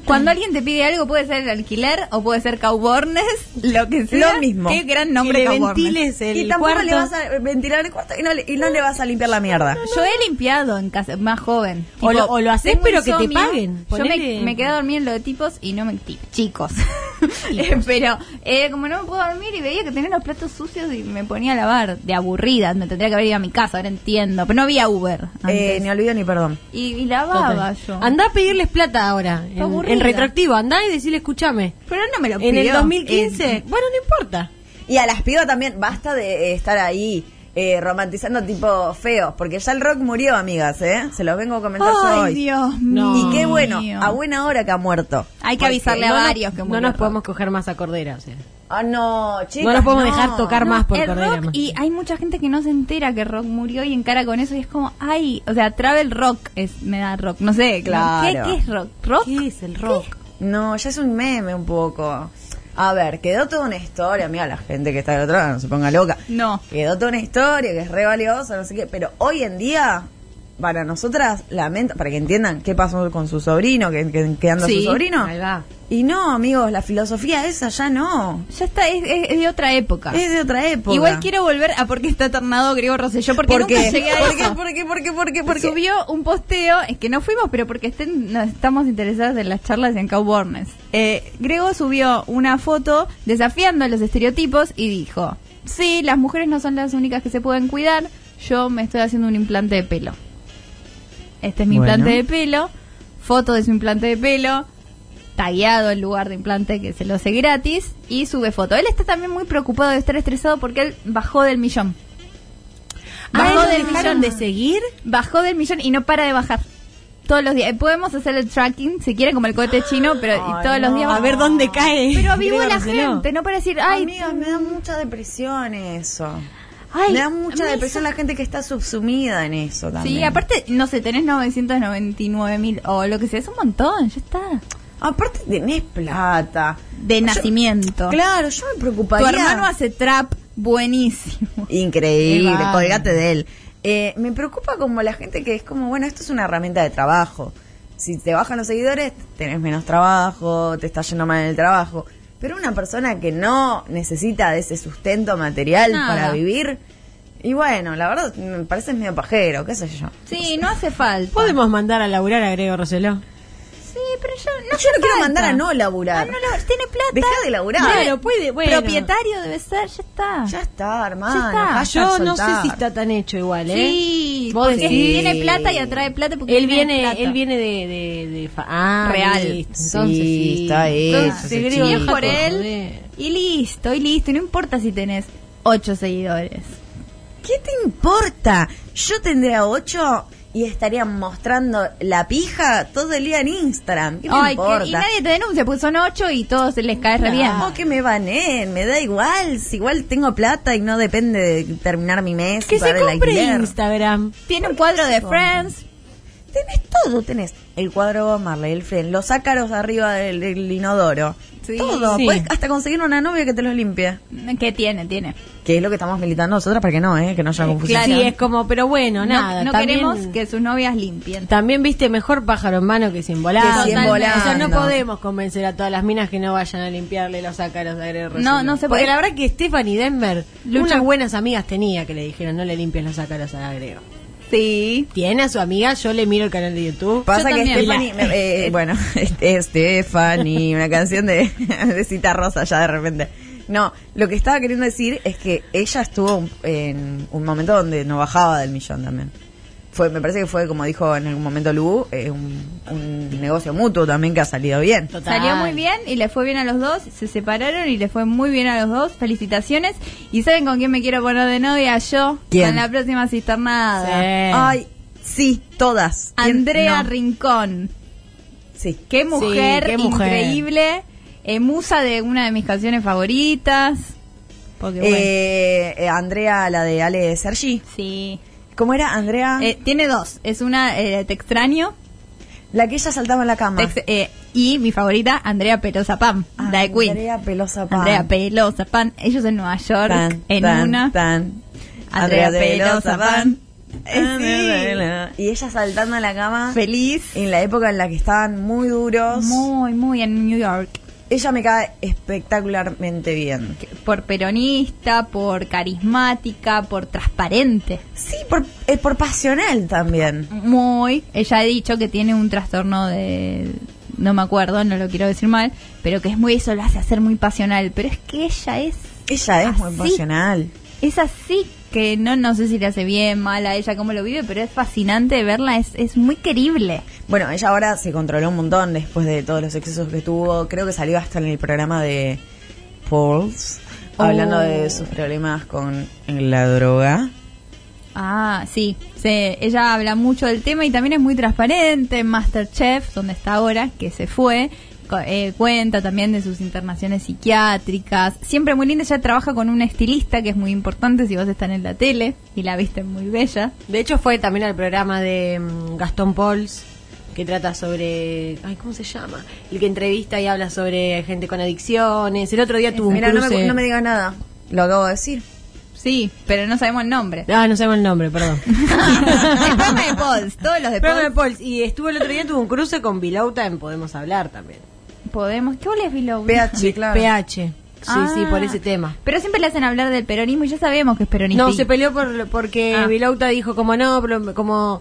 [SPEAKER 2] Cuando alguien te pide algo, puede ser el alquiler o puede ser Caubornes, lo que sea.
[SPEAKER 4] Lo mismo.
[SPEAKER 2] Qué gran
[SPEAKER 3] que
[SPEAKER 2] nombre
[SPEAKER 3] le
[SPEAKER 2] Caubornes.
[SPEAKER 3] ventiles
[SPEAKER 4] Y
[SPEAKER 3] el
[SPEAKER 4] tampoco
[SPEAKER 3] cuarto.
[SPEAKER 4] le vas a ventilar el cuarto y no le, y no le vas a limpiar la mierda.
[SPEAKER 2] Yo he limpiado en casa más joven.
[SPEAKER 3] O lo- o lo haces,
[SPEAKER 2] tengo
[SPEAKER 3] pero que te
[SPEAKER 2] insomnio.
[SPEAKER 3] paguen.
[SPEAKER 2] Yo me,
[SPEAKER 3] Ponele-
[SPEAKER 2] me quedé a dormir en lo de tipos y no me. ti- chicos. Eh, pero eh, como no me puedo dormir y veía que tenía los platos sucios y me ponía a lavar de aburrida. Me tendría que haber ido a mi casa, ahora entiendo. Pero no había Uber.
[SPEAKER 4] Eh,
[SPEAKER 2] antes.
[SPEAKER 4] ni olvido ni perdón.
[SPEAKER 2] y, y lavaba yo.
[SPEAKER 3] Anda a pedirles plata ahora, en,
[SPEAKER 2] aburrida.
[SPEAKER 3] en retroactivo. Anda y decirle, escúchame.
[SPEAKER 2] pero no me lo pidió.
[SPEAKER 3] En el 2015,
[SPEAKER 2] Eh,
[SPEAKER 3] bueno, no importa.
[SPEAKER 4] Y a las pibas también, basta de eh, estar ahí eh, romantizando tipo feos, porque ya el rock murió, amigas, ¿eh? Se los vengo a comentar yo hoy.
[SPEAKER 2] Ay, Dios
[SPEAKER 3] No.
[SPEAKER 2] mío.
[SPEAKER 4] Y qué bueno,
[SPEAKER 2] Mío.
[SPEAKER 4] a buena hora que ha muerto.
[SPEAKER 2] Hay que
[SPEAKER 4] Porque-
[SPEAKER 2] avisarle a
[SPEAKER 3] Eh, No nos-
[SPEAKER 2] varios que
[SPEAKER 3] No
[SPEAKER 2] murió
[SPEAKER 3] nos
[SPEAKER 2] Rock.
[SPEAKER 3] podemos coger más a Cordera. O sea.
[SPEAKER 4] Ah, no, chicas.
[SPEAKER 3] No nos podemos dejar tocar más por
[SPEAKER 2] el
[SPEAKER 3] Cordera.
[SPEAKER 2] rock
[SPEAKER 3] más.
[SPEAKER 2] y hay mucha gente que no se entera que rock murió y encara con eso y es como ay o sea travel rock es me da rock no sé
[SPEAKER 4] Claro.
[SPEAKER 2] ¿qué, qué es rock rock
[SPEAKER 3] ¿Qué es el rock?
[SPEAKER 4] No, ya es un meme un poco. A ver, quedó toda una historia. Mira, la gente que está del otro lado no se ponga loca.
[SPEAKER 2] no
[SPEAKER 4] Quedó toda una historia que es re valiosa, no sé qué. Pero hoy en día, para nosotras, lamento, para que entiendan qué pasó con su sobrino, que, que, que anda
[SPEAKER 2] Sí,
[SPEAKER 4] su sobrino.
[SPEAKER 3] Ahí va.
[SPEAKER 4] Y no, amigos, la filosofía esa ya no.
[SPEAKER 2] ya está es, es- es de otra época
[SPEAKER 4] Es de otra época.
[SPEAKER 2] igual quiero volver a por qué está tornado Griego Rosselló porque
[SPEAKER 4] ¿Por
[SPEAKER 2] nunca
[SPEAKER 4] qué?
[SPEAKER 2] llegué a
[SPEAKER 4] ¿Por
[SPEAKER 2] eso
[SPEAKER 4] qué? ¿Por qué? ¿Por qué? ¿Por qué? ¿Por qué?
[SPEAKER 2] Subió un posteo, es que no fuimos, pero porque estén, no, estamos interesadas en las charlas en Cowbornes. Eh, Grego subió una foto desafiando los estereotipos y dijo, sí, las mujeres no son las únicas que se pueden cuidar, yo me estoy haciendo un implante de pelo. Este es mi
[SPEAKER 4] Bueno.
[SPEAKER 2] implante de pelo, foto de su implante de pelo, tallado el lugar de implante que se lo hace gratis y sube foto. Él está también muy preocupado de estar estresado porque él bajó del millón.
[SPEAKER 3] ¿A
[SPEAKER 2] Bajó
[SPEAKER 3] él lo
[SPEAKER 2] del
[SPEAKER 3] dejaron
[SPEAKER 2] millón
[SPEAKER 3] de seguir?
[SPEAKER 2] bajó del millón y no para de bajar. Todos los días. Eh, Podemos hacer el tracking, si quiere, como el cohete chino, pero y todos los días.
[SPEAKER 3] A
[SPEAKER 2] baja.
[SPEAKER 3] ver dónde cae.
[SPEAKER 2] Pero avivó
[SPEAKER 3] Griego
[SPEAKER 2] la
[SPEAKER 3] Rosselló.
[SPEAKER 2] gente, no para decir, ay,
[SPEAKER 4] Amigas, me da mucha depresión eso.
[SPEAKER 2] ay,
[SPEAKER 4] me da mucha
[SPEAKER 2] me
[SPEAKER 4] depresión la gente que está subsumida en eso
[SPEAKER 2] hizo-
[SPEAKER 4] también.
[SPEAKER 2] Sí, aparte, no sé, tenés 999 mil o lo que sea, es un montón, ya está.
[SPEAKER 4] Aparte tenés plata.
[SPEAKER 2] De
[SPEAKER 4] Yo-
[SPEAKER 2] nacimiento.
[SPEAKER 4] Claro, yo me
[SPEAKER 2] Tu
[SPEAKER 4] preocuparía.
[SPEAKER 2] hermano hace trap buenísimo.
[SPEAKER 4] Increíble,
[SPEAKER 2] Qué bárbaro.
[SPEAKER 4] colgate de él. Eh, me preocupa como la gente que es como, bueno, esto es una herramienta de trabajo. Si te bajan los seguidores, tenés menos trabajo, te está yendo mal en el trabajo. Pero una persona que no necesita de ese sustento material
[SPEAKER 2] Nada.
[SPEAKER 4] para vivir, y bueno, la verdad me parece medio pajero, qué sé yo.
[SPEAKER 2] Sí, no hace falta.
[SPEAKER 3] Podemos mandar a laburar a Grego Roseló.
[SPEAKER 2] Sí, pero yo no
[SPEAKER 4] Yo
[SPEAKER 2] hace
[SPEAKER 4] no quiero
[SPEAKER 2] falta.
[SPEAKER 4] mandar a no laburar.
[SPEAKER 2] Ah, no laburar. Tiene plata.
[SPEAKER 4] Dejá de laburar.
[SPEAKER 3] Claro, puede, bueno.
[SPEAKER 2] Propietario debe ser, ya está.
[SPEAKER 4] Ya está, hermano.
[SPEAKER 2] Ah, Ya está.
[SPEAKER 4] basta de
[SPEAKER 3] Yo no sé
[SPEAKER 4] soltar.
[SPEAKER 3] si está tan hecho igual, ¿eh?
[SPEAKER 2] Sí,
[SPEAKER 3] Vos
[SPEAKER 2] porque
[SPEAKER 3] decís.
[SPEAKER 2] tiene plata y atrae plata porque
[SPEAKER 3] Él
[SPEAKER 2] tiene
[SPEAKER 3] viene,
[SPEAKER 2] plata.
[SPEAKER 3] él viene de, de, de fa- ah,
[SPEAKER 2] Real.
[SPEAKER 3] listo,
[SPEAKER 4] Sí,
[SPEAKER 3] entonces sí.
[SPEAKER 4] está eso,
[SPEAKER 3] Entonces,
[SPEAKER 4] ese
[SPEAKER 3] Gregorio,
[SPEAKER 4] chico.
[SPEAKER 2] Bien por
[SPEAKER 3] joder.
[SPEAKER 2] él y listo, y listo. Y no importa si tenés ocho seguidores.
[SPEAKER 4] ¿Qué te importa? Yo tendría ocho y estaría mostrando la pija todo el día en Instagram. ¿Qué me
[SPEAKER 2] Ay, que-
[SPEAKER 4] importa?
[SPEAKER 2] y nadie te denuncia porque son ocho y todos les cae re bien.
[SPEAKER 4] O que me baneen, me da igual, si igual tengo plata y no depende de terminar mi mes. y
[SPEAKER 3] Que se
[SPEAKER 4] pagar el
[SPEAKER 3] compre
[SPEAKER 4] alquiler.
[SPEAKER 3] Instagram.
[SPEAKER 2] Tiene un cuadro de Friends.
[SPEAKER 4] Tenés todo, tenés el cuadro Bob Marley, el friend, los ácaros arriba del, del inodoro.
[SPEAKER 2] Sí.
[SPEAKER 4] todo,
[SPEAKER 3] Sí.
[SPEAKER 4] Podés hasta conseguir una novia que te los limpie.
[SPEAKER 2] mm, Que tiene, tiene.
[SPEAKER 4] Que es lo que estamos militando nosotros para que no, ¿eh? que no haya confusión.
[SPEAKER 3] Sí, es como, pero bueno, nada.
[SPEAKER 2] no
[SPEAKER 3] también-
[SPEAKER 2] queremos que sus novias limpien.
[SPEAKER 3] También viste mejor pájaro en mano que sin volar.
[SPEAKER 4] Que sin
[SPEAKER 3] O sea,
[SPEAKER 4] volando.
[SPEAKER 3] no podemos convencer a todas las minas que no vayan a limpiarle los ácaros de Greg Rosselló.
[SPEAKER 2] No, no se
[SPEAKER 3] Porque
[SPEAKER 2] puede.
[SPEAKER 3] la verdad que Stephanie Denver,
[SPEAKER 2] Lucha.
[SPEAKER 3] unas buenas amigas tenía que le dijeron no le limpies los ácaros a la Grego.
[SPEAKER 2] Sí.
[SPEAKER 3] Tiene a su amiga, yo le miro el canal de YouTube.
[SPEAKER 4] Pasa
[SPEAKER 2] Yo
[SPEAKER 4] que
[SPEAKER 2] también. La-
[SPEAKER 4] Stephanie, me- eh, bueno, este, Stephanie, una canción de, de Cita Rosa ya de repente. No, lo que estaba queriendo decir es que ella estuvo un- en un momento donde no bajaba del millón también. Fue, me parece que fue, como dijo en algún momento Lu, eh, un, un negocio mutuo también que ha salido bien.
[SPEAKER 3] Total.
[SPEAKER 2] Salió muy bien y le fue bien a los dos. Se separaron y le fue muy bien a los dos. Felicitaciones. ¿Y saben con quién me quiero poner de novia? Yo.
[SPEAKER 4] ¿Quién?
[SPEAKER 2] Con la próxima cisternada.
[SPEAKER 3] Sí.
[SPEAKER 4] Ay, sí, todas. ¿Quién
[SPEAKER 2] Andrea
[SPEAKER 4] no?
[SPEAKER 2] Rincón.
[SPEAKER 4] Sí.
[SPEAKER 2] Qué mujer,
[SPEAKER 3] qué mujer.
[SPEAKER 2] increíble. Eh, musa de una de mis canciones favoritas. Porque bueno,
[SPEAKER 4] Eh, eh, Andrea, la de Ale Sergi.
[SPEAKER 2] sí.
[SPEAKER 4] ¿Cómo era, Andrea?
[SPEAKER 2] Eh, tiene dos. Es una, eh, Te extraño.
[SPEAKER 4] la que ella saltaba en la cama.
[SPEAKER 2] Te ex- eh, y mi favorita, Andrea Perosa Pam, la de Queen.
[SPEAKER 4] Ah, Andrea Pelosa Pan.
[SPEAKER 2] Andrea Pelosa Pan. Ellos en Nueva York,
[SPEAKER 4] Tan,
[SPEAKER 2] en
[SPEAKER 4] tan,
[SPEAKER 2] una.
[SPEAKER 4] tan.
[SPEAKER 2] Andrea Pelosa Pan.
[SPEAKER 4] Eh, sí. Y ella saltando en la cama.
[SPEAKER 2] Feliz.
[SPEAKER 4] En la época en la que estaban muy duros.
[SPEAKER 2] Muy, muy en New York.
[SPEAKER 4] Ella me cae espectacularmente bien.
[SPEAKER 2] Que- Por peronista, por carismática, por transparente.
[SPEAKER 4] Sí, por, eh, por pasional también.
[SPEAKER 2] Muy. Ella ha dicho que tiene un trastorno de. No me acuerdo, no lo quiero decir mal. Pero que es muy eso, lo hace hacer muy pasional. Pero es que ella es.
[SPEAKER 4] Ella es muy
[SPEAKER 2] Así.
[SPEAKER 4] pasional.
[SPEAKER 2] Es así que no, no sé si le hace bien, mal a ella, cómo lo vive, pero es fascinante verla, es, es muy querible.
[SPEAKER 4] Bueno, ella ahora se controló un montón después de todos los excesos que tuvo. Creo que salió hasta en el programa de Pauls,
[SPEAKER 2] Oh.
[SPEAKER 4] hablando de sus problemas con la droga.
[SPEAKER 2] Ah, sí. Se, ella habla mucho del tema y también es muy transparente. En Masterchef, donde está ahora, que se fue, co- eh, cuenta también de sus internaciones psiquiátricas. Siempre muy linda. Ella trabaja con una estilista que es muy importante si vos están en la tele y la viste muy bella.
[SPEAKER 3] De hecho fue también al programa de mm, Gastón Pauls que trata sobre, ay, ¿cómo se llama? El que entrevista y habla sobre gente con adicciones. El otro día tuvo un
[SPEAKER 4] Eh, Mira, no me,
[SPEAKER 3] cruce-
[SPEAKER 4] no me digas nada. Lo acabo de decir.
[SPEAKER 2] Sí, pero no sabemos el nombre.
[SPEAKER 3] Ah, no sabemos el nombre, perdón.
[SPEAKER 2] el programa de Pauls, todos los de
[SPEAKER 3] Programa de
[SPEAKER 2] Pauls.
[SPEAKER 3] Pauls. Y estuvo el otro día, tuvo un cruce con Vilauta en Podemos Hablar también.
[SPEAKER 2] Podemos. ¿Qué les vi lo
[SPEAKER 4] PH, claro.
[SPEAKER 3] PH. Sí,
[SPEAKER 2] Ah.
[SPEAKER 3] sí, por ese tema.
[SPEAKER 2] Pero siempre le hacen hablar del peronismo y ya sabemos que es peronista.
[SPEAKER 3] No, se peleó por, porque
[SPEAKER 2] Ah.
[SPEAKER 3] Vilauta dijo como no, pero como...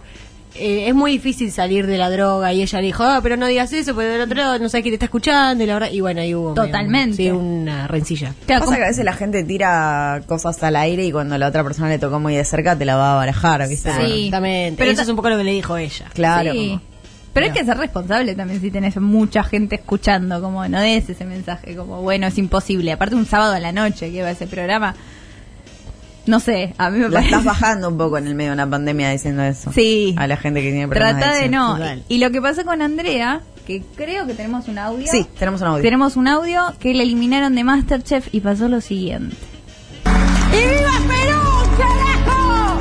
[SPEAKER 3] eh, es muy difícil salir de la droga y ella le dijo, ah, pero no digas eso, porque del otro lado no sabes quién te está escuchando y la verdad, y bueno, ahí hubo medio un-
[SPEAKER 2] Totalmente.
[SPEAKER 3] sí, una rencilla.
[SPEAKER 2] Claro,
[SPEAKER 4] Pasa
[SPEAKER 2] como-
[SPEAKER 4] que a veces la gente tira cosas al aire y cuando la otra persona le tocó muy de cerca te la va a barajar, ¿viste?
[SPEAKER 2] Sí.
[SPEAKER 4] Bueno,
[SPEAKER 2] Pero
[SPEAKER 3] Exactamente. Pero eso
[SPEAKER 2] ta-
[SPEAKER 3] es un poco lo que le dijo ella.
[SPEAKER 4] claro.
[SPEAKER 2] Sí.
[SPEAKER 4] como-
[SPEAKER 2] Pero hay que ser responsable también si tenés mucha gente escuchando, como no des ese mensaje, como bueno, es imposible. Aparte un sábado a la noche que va ese programa, no sé, a mí me
[SPEAKER 4] La
[SPEAKER 2] parece...
[SPEAKER 4] estás bajando un poco en el medio de una pandemia diciendo eso.
[SPEAKER 2] Sí.
[SPEAKER 4] A la gente que tiene problemas.
[SPEAKER 2] Trata de
[SPEAKER 4] adicción.
[SPEAKER 2] no.
[SPEAKER 3] Total.
[SPEAKER 2] Y lo que pasó con Andrea, que creo que tenemos un audio.
[SPEAKER 4] Sí, tenemos un audio.
[SPEAKER 2] Tenemos un audio que le eliminaron de Masterchef y pasó lo siguiente. ¡Y viva Perú, carajo!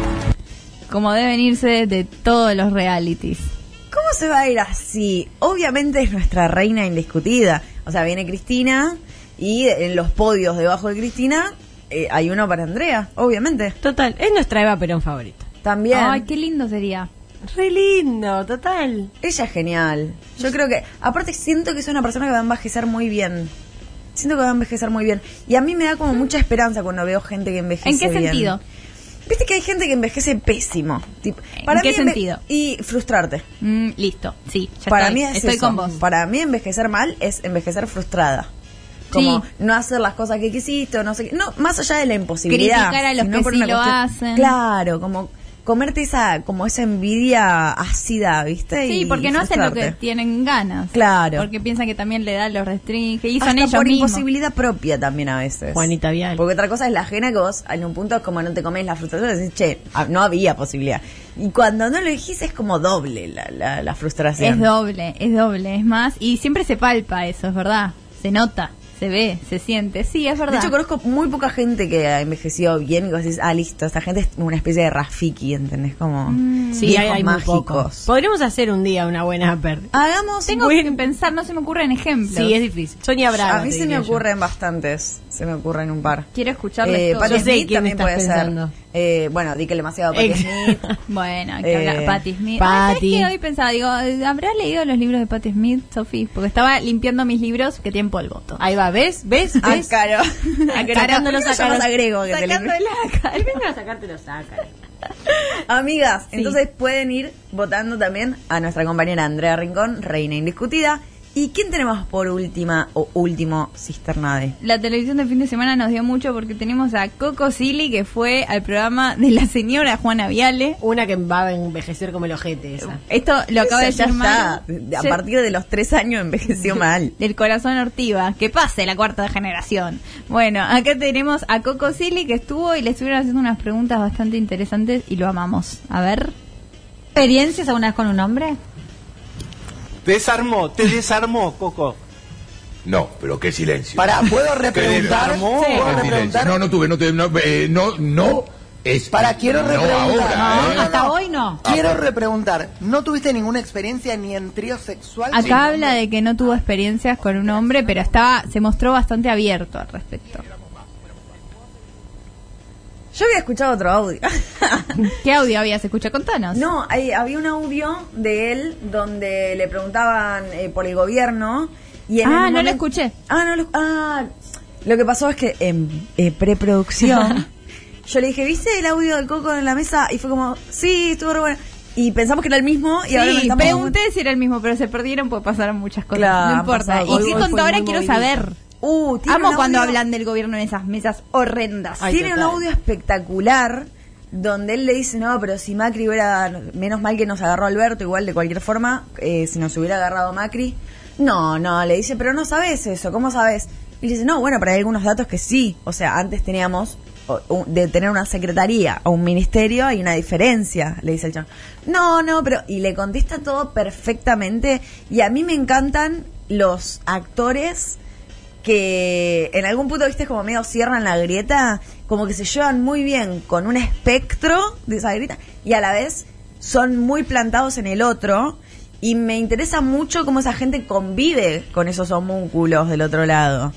[SPEAKER 2] Como deben irse de todos los realities.
[SPEAKER 4] ¿Cómo se va a ir así? Obviamente es nuestra reina indiscutida. O sea, viene Cristina y en los podios debajo de Cristina eh, hay uno para Andrea, obviamente.
[SPEAKER 3] Total, es nuestra Eva Perón favorita.
[SPEAKER 4] También.
[SPEAKER 2] Ay, qué lindo sería.
[SPEAKER 3] Re lindo, total.
[SPEAKER 4] Ella es genial. Yo creo que, aparte siento que es una persona que va a envejecer muy bien. Siento que va a envejecer muy bien. Y a mí me da como mucha esperanza cuando veo gente que envejece
[SPEAKER 2] ¿En qué
[SPEAKER 4] bien.
[SPEAKER 2] sentido?
[SPEAKER 4] Viste que hay gente que envejece pésimo. Tipo,
[SPEAKER 2] ¿En qué
[SPEAKER 4] enve-
[SPEAKER 2] sentido?
[SPEAKER 4] Y frustrarte.
[SPEAKER 2] Mm, listo, sí. ya
[SPEAKER 4] para
[SPEAKER 2] estoy,
[SPEAKER 4] mí es
[SPEAKER 2] estoy
[SPEAKER 4] eso.
[SPEAKER 2] con vos.
[SPEAKER 4] Para mí envejecer mal es envejecer frustrada. Como
[SPEAKER 2] Sí.
[SPEAKER 4] no hacer las cosas que quisiste o no sé qué. No, más allá de la imposibilidad.
[SPEAKER 2] Criticar a los
[SPEAKER 4] sino
[SPEAKER 2] que
[SPEAKER 4] por
[SPEAKER 2] sí
[SPEAKER 4] una
[SPEAKER 2] lo
[SPEAKER 4] cuestión-
[SPEAKER 2] hacen.
[SPEAKER 4] Claro, como comerte esa como esa envidia ácida, ¿viste?
[SPEAKER 2] Sí,
[SPEAKER 4] Y
[SPEAKER 2] porque no hacen lo que
[SPEAKER 4] frustrarte.
[SPEAKER 2] tienen ganas.
[SPEAKER 4] Claro.
[SPEAKER 2] Porque piensan que también le dan los restringe. Y son
[SPEAKER 4] Hasta
[SPEAKER 2] ellos
[SPEAKER 4] por
[SPEAKER 2] mismos.
[SPEAKER 4] imposibilidad propia también a veces.
[SPEAKER 3] Juanita Vial.
[SPEAKER 4] Porque otra cosa es la ajena que vos en un punto es como no te comés la frustración, decís, che, ah, no había posibilidad. Y cuando no lo dijiste es como doble la, la, la frustración.
[SPEAKER 2] Es doble, es doble, es más. Y siempre se palpa eso, es verdad. Se nota, se ve, se siente. Sí, es verdad.
[SPEAKER 4] De hecho, conozco muy poca gente que envejeció bien y vos decís, ah, listo, esta gente es una especie de Rafiki, ¿entendés? Como
[SPEAKER 3] Mm. Sí,
[SPEAKER 4] viejos
[SPEAKER 3] hay, hay muy poco.
[SPEAKER 4] mágicos.
[SPEAKER 3] Podríamos hacer un día una buena upper.
[SPEAKER 4] Hagamos...
[SPEAKER 2] Tengo
[SPEAKER 4] buen-
[SPEAKER 2] que pensar, no se me ocurren ejemplos.
[SPEAKER 3] Sí, es difícil. Sonia Braga.
[SPEAKER 4] A mí
[SPEAKER 3] te
[SPEAKER 4] se me
[SPEAKER 3] diría yo.
[SPEAKER 4] ocurren bastantes, se me ocurren un par.
[SPEAKER 2] Quiero escucharles
[SPEAKER 4] Eh,
[SPEAKER 2] todos.
[SPEAKER 4] Patti
[SPEAKER 3] Yo sé
[SPEAKER 4] Smith
[SPEAKER 3] quién
[SPEAKER 4] también
[SPEAKER 3] estás
[SPEAKER 4] puede
[SPEAKER 3] pensando. Eh,
[SPEAKER 4] ser. Eh, bueno, di que demasiado Patti
[SPEAKER 3] Ex-
[SPEAKER 4] Smith.
[SPEAKER 2] Bueno, hay que
[SPEAKER 4] Eh,
[SPEAKER 2] hablar. Patti Smith.
[SPEAKER 3] Patti.
[SPEAKER 2] Ay, ¿sabés qué? hoy pensaba? Digo, ¿habrás leído los libros de Patti Smith, Sofi? Porque estaba limpiando mis libros que tienen polvo. todo.
[SPEAKER 3] Ahí va, ¿ves? ¿Ves?
[SPEAKER 4] Ah,
[SPEAKER 3] ¿Ves?
[SPEAKER 4] caro.
[SPEAKER 3] Sacándolos
[SPEAKER 4] Yo
[SPEAKER 3] a
[SPEAKER 4] más
[SPEAKER 3] caros.
[SPEAKER 4] agrego que te
[SPEAKER 2] Sacando
[SPEAKER 4] libro.
[SPEAKER 2] la cara.
[SPEAKER 3] a sacarte los saca.
[SPEAKER 4] Amigas, entonces pueden ir votando también a nuestra compañera Andrea Rincón, reina indiscutida. ¿Y quién tenemos por última o último cisterna de?
[SPEAKER 2] La televisión de fin de semana nos dio mucho porque tenemos a Coco Silly que fue al programa de la señora Juana Viale.
[SPEAKER 3] Una que va a envejecer como el ojete esa.
[SPEAKER 2] Esto lo acaba de
[SPEAKER 4] Esa ya
[SPEAKER 2] llamar
[SPEAKER 4] está. A partir de los tres años envejeció mal.
[SPEAKER 2] del corazón Ortiva. Que pase la cuarta generación. Bueno, acá tenemos a Coco Silly que estuvo y le estuvieron haciendo unas preguntas bastante interesantes y lo amamos. A ver.
[SPEAKER 6] ¿Experiencias alguna vez con un hombre?
[SPEAKER 7] Te desarmó, te desarmó, Coco.
[SPEAKER 8] No, pero qué silencio.
[SPEAKER 9] Pará, ¿puedo
[SPEAKER 8] repreguntar?
[SPEAKER 9] repreguntar?
[SPEAKER 7] ¿Puedo
[SPEAKER 8] Qué silencio. No, no tuve, no tuve, no, eh, no, no es.
[SPEAKER 9] Pará, quiero
[SPEAKER 8] no
[SPEAKER 9] repreguntar.
[SPEAKER 8] ahora,
[SPEAKER 6] No,
[SPEAKER 8] ¿eh?
[SPEAKER 6] hasta hoy no.
[SPEAKER 9] Quiero repreguntar, ¿no tuviste ninguna experiencia ni en trío sexual?
[SPEAKER 2] Acá habla de que no tuvo experiencias con un hombre, pero estaba, se mostró bastante abierto al respecto.
[SPEAKER 4] Yo había escuchado otro audio.
[SPEAKER 2] ¿Qué audio habías escuchado? Contanos.
[SPEAKER 4] No, hay- había un audio de él donde le preguntaban eh, por el gobierno. Y
[SPEAKER 2] Ah,
[SPEAKER 4] en un
[SPEAKER 2] no lo
[SPEAKER 4] momento-
[SPEAKER 2] escuché.
[SPEAKER 4] Ah, no lo Ah, lo que pasó es que en eh, preproducción yo le dije, ¿viste el audio del Coco en la mesa? Y fue como, sí, estuvo re bueno. Y pensamos que era el mismo y ahora nos
[SPEAKER 2] Sí,
[SPEAKER 4] estamos...
[SPEAKER 2] pregunté si era el mismo, pero se perdieron porque pasaron muchas cosas.
[SPEAKER 4] Claro,
[SPEAKER 2] no
[SPEAKER 4] han
[SPEAKER 2] importa.
[SPEAKER 4] pasado
[SPEAKER 2] ¿Y
[SPEAKER 4] cosas.
[SPEAKER 2] qué
[SPEAKER 4] Hoy
[SPEAKER 2] contó
[SPEAKER 4] fue
[SPEAKER 2] ahora?
[SPEAKER 4] muy
[SPEAKER 2] Quiero
[SPEAKER 4] movidita.
[SPEAKER 2] saber.
[SPEAKER 4] Uh, tiene Ah,
[SPEAKER 2] Amo
[SPEAKER 4] un
[SPEAKER 2] cuando
[SPEAKER 4] audio-
[SPEAKER 2] hablan del gobierno en esas mesas horrendas.
[SPEAKER 3] Ay,
[SPEAKER 4] tiene un
[SPEAKER 3] total.
[SPEAKER 4] audio espectacular donde él le dice, no, pero si Macri hubiera, menos mal que nos agarró Alberto, igual de cualquier forma, eh, si nos hubiera agarrado Macri, no, no, le dice, pero no sabes eso, ¿cómo sabes? Y le dice, no, bueno, pero hay algunos datos que sí, o sea, antes teníamos, o- u- de tener una secretaría o un ministerio hay una diferencia, le dice el chon. No, no, pero, y le contesta todo perfectamente, y a mí me encantan los actores que en algún punto, viste, como medio cierran la grieta, como que se llevan muy bien con un espectro de esa grieta y a la vez son muy plantados en el otro. Y me interesa mucho cómo esa gente convive con esos homúnculos del otro lado.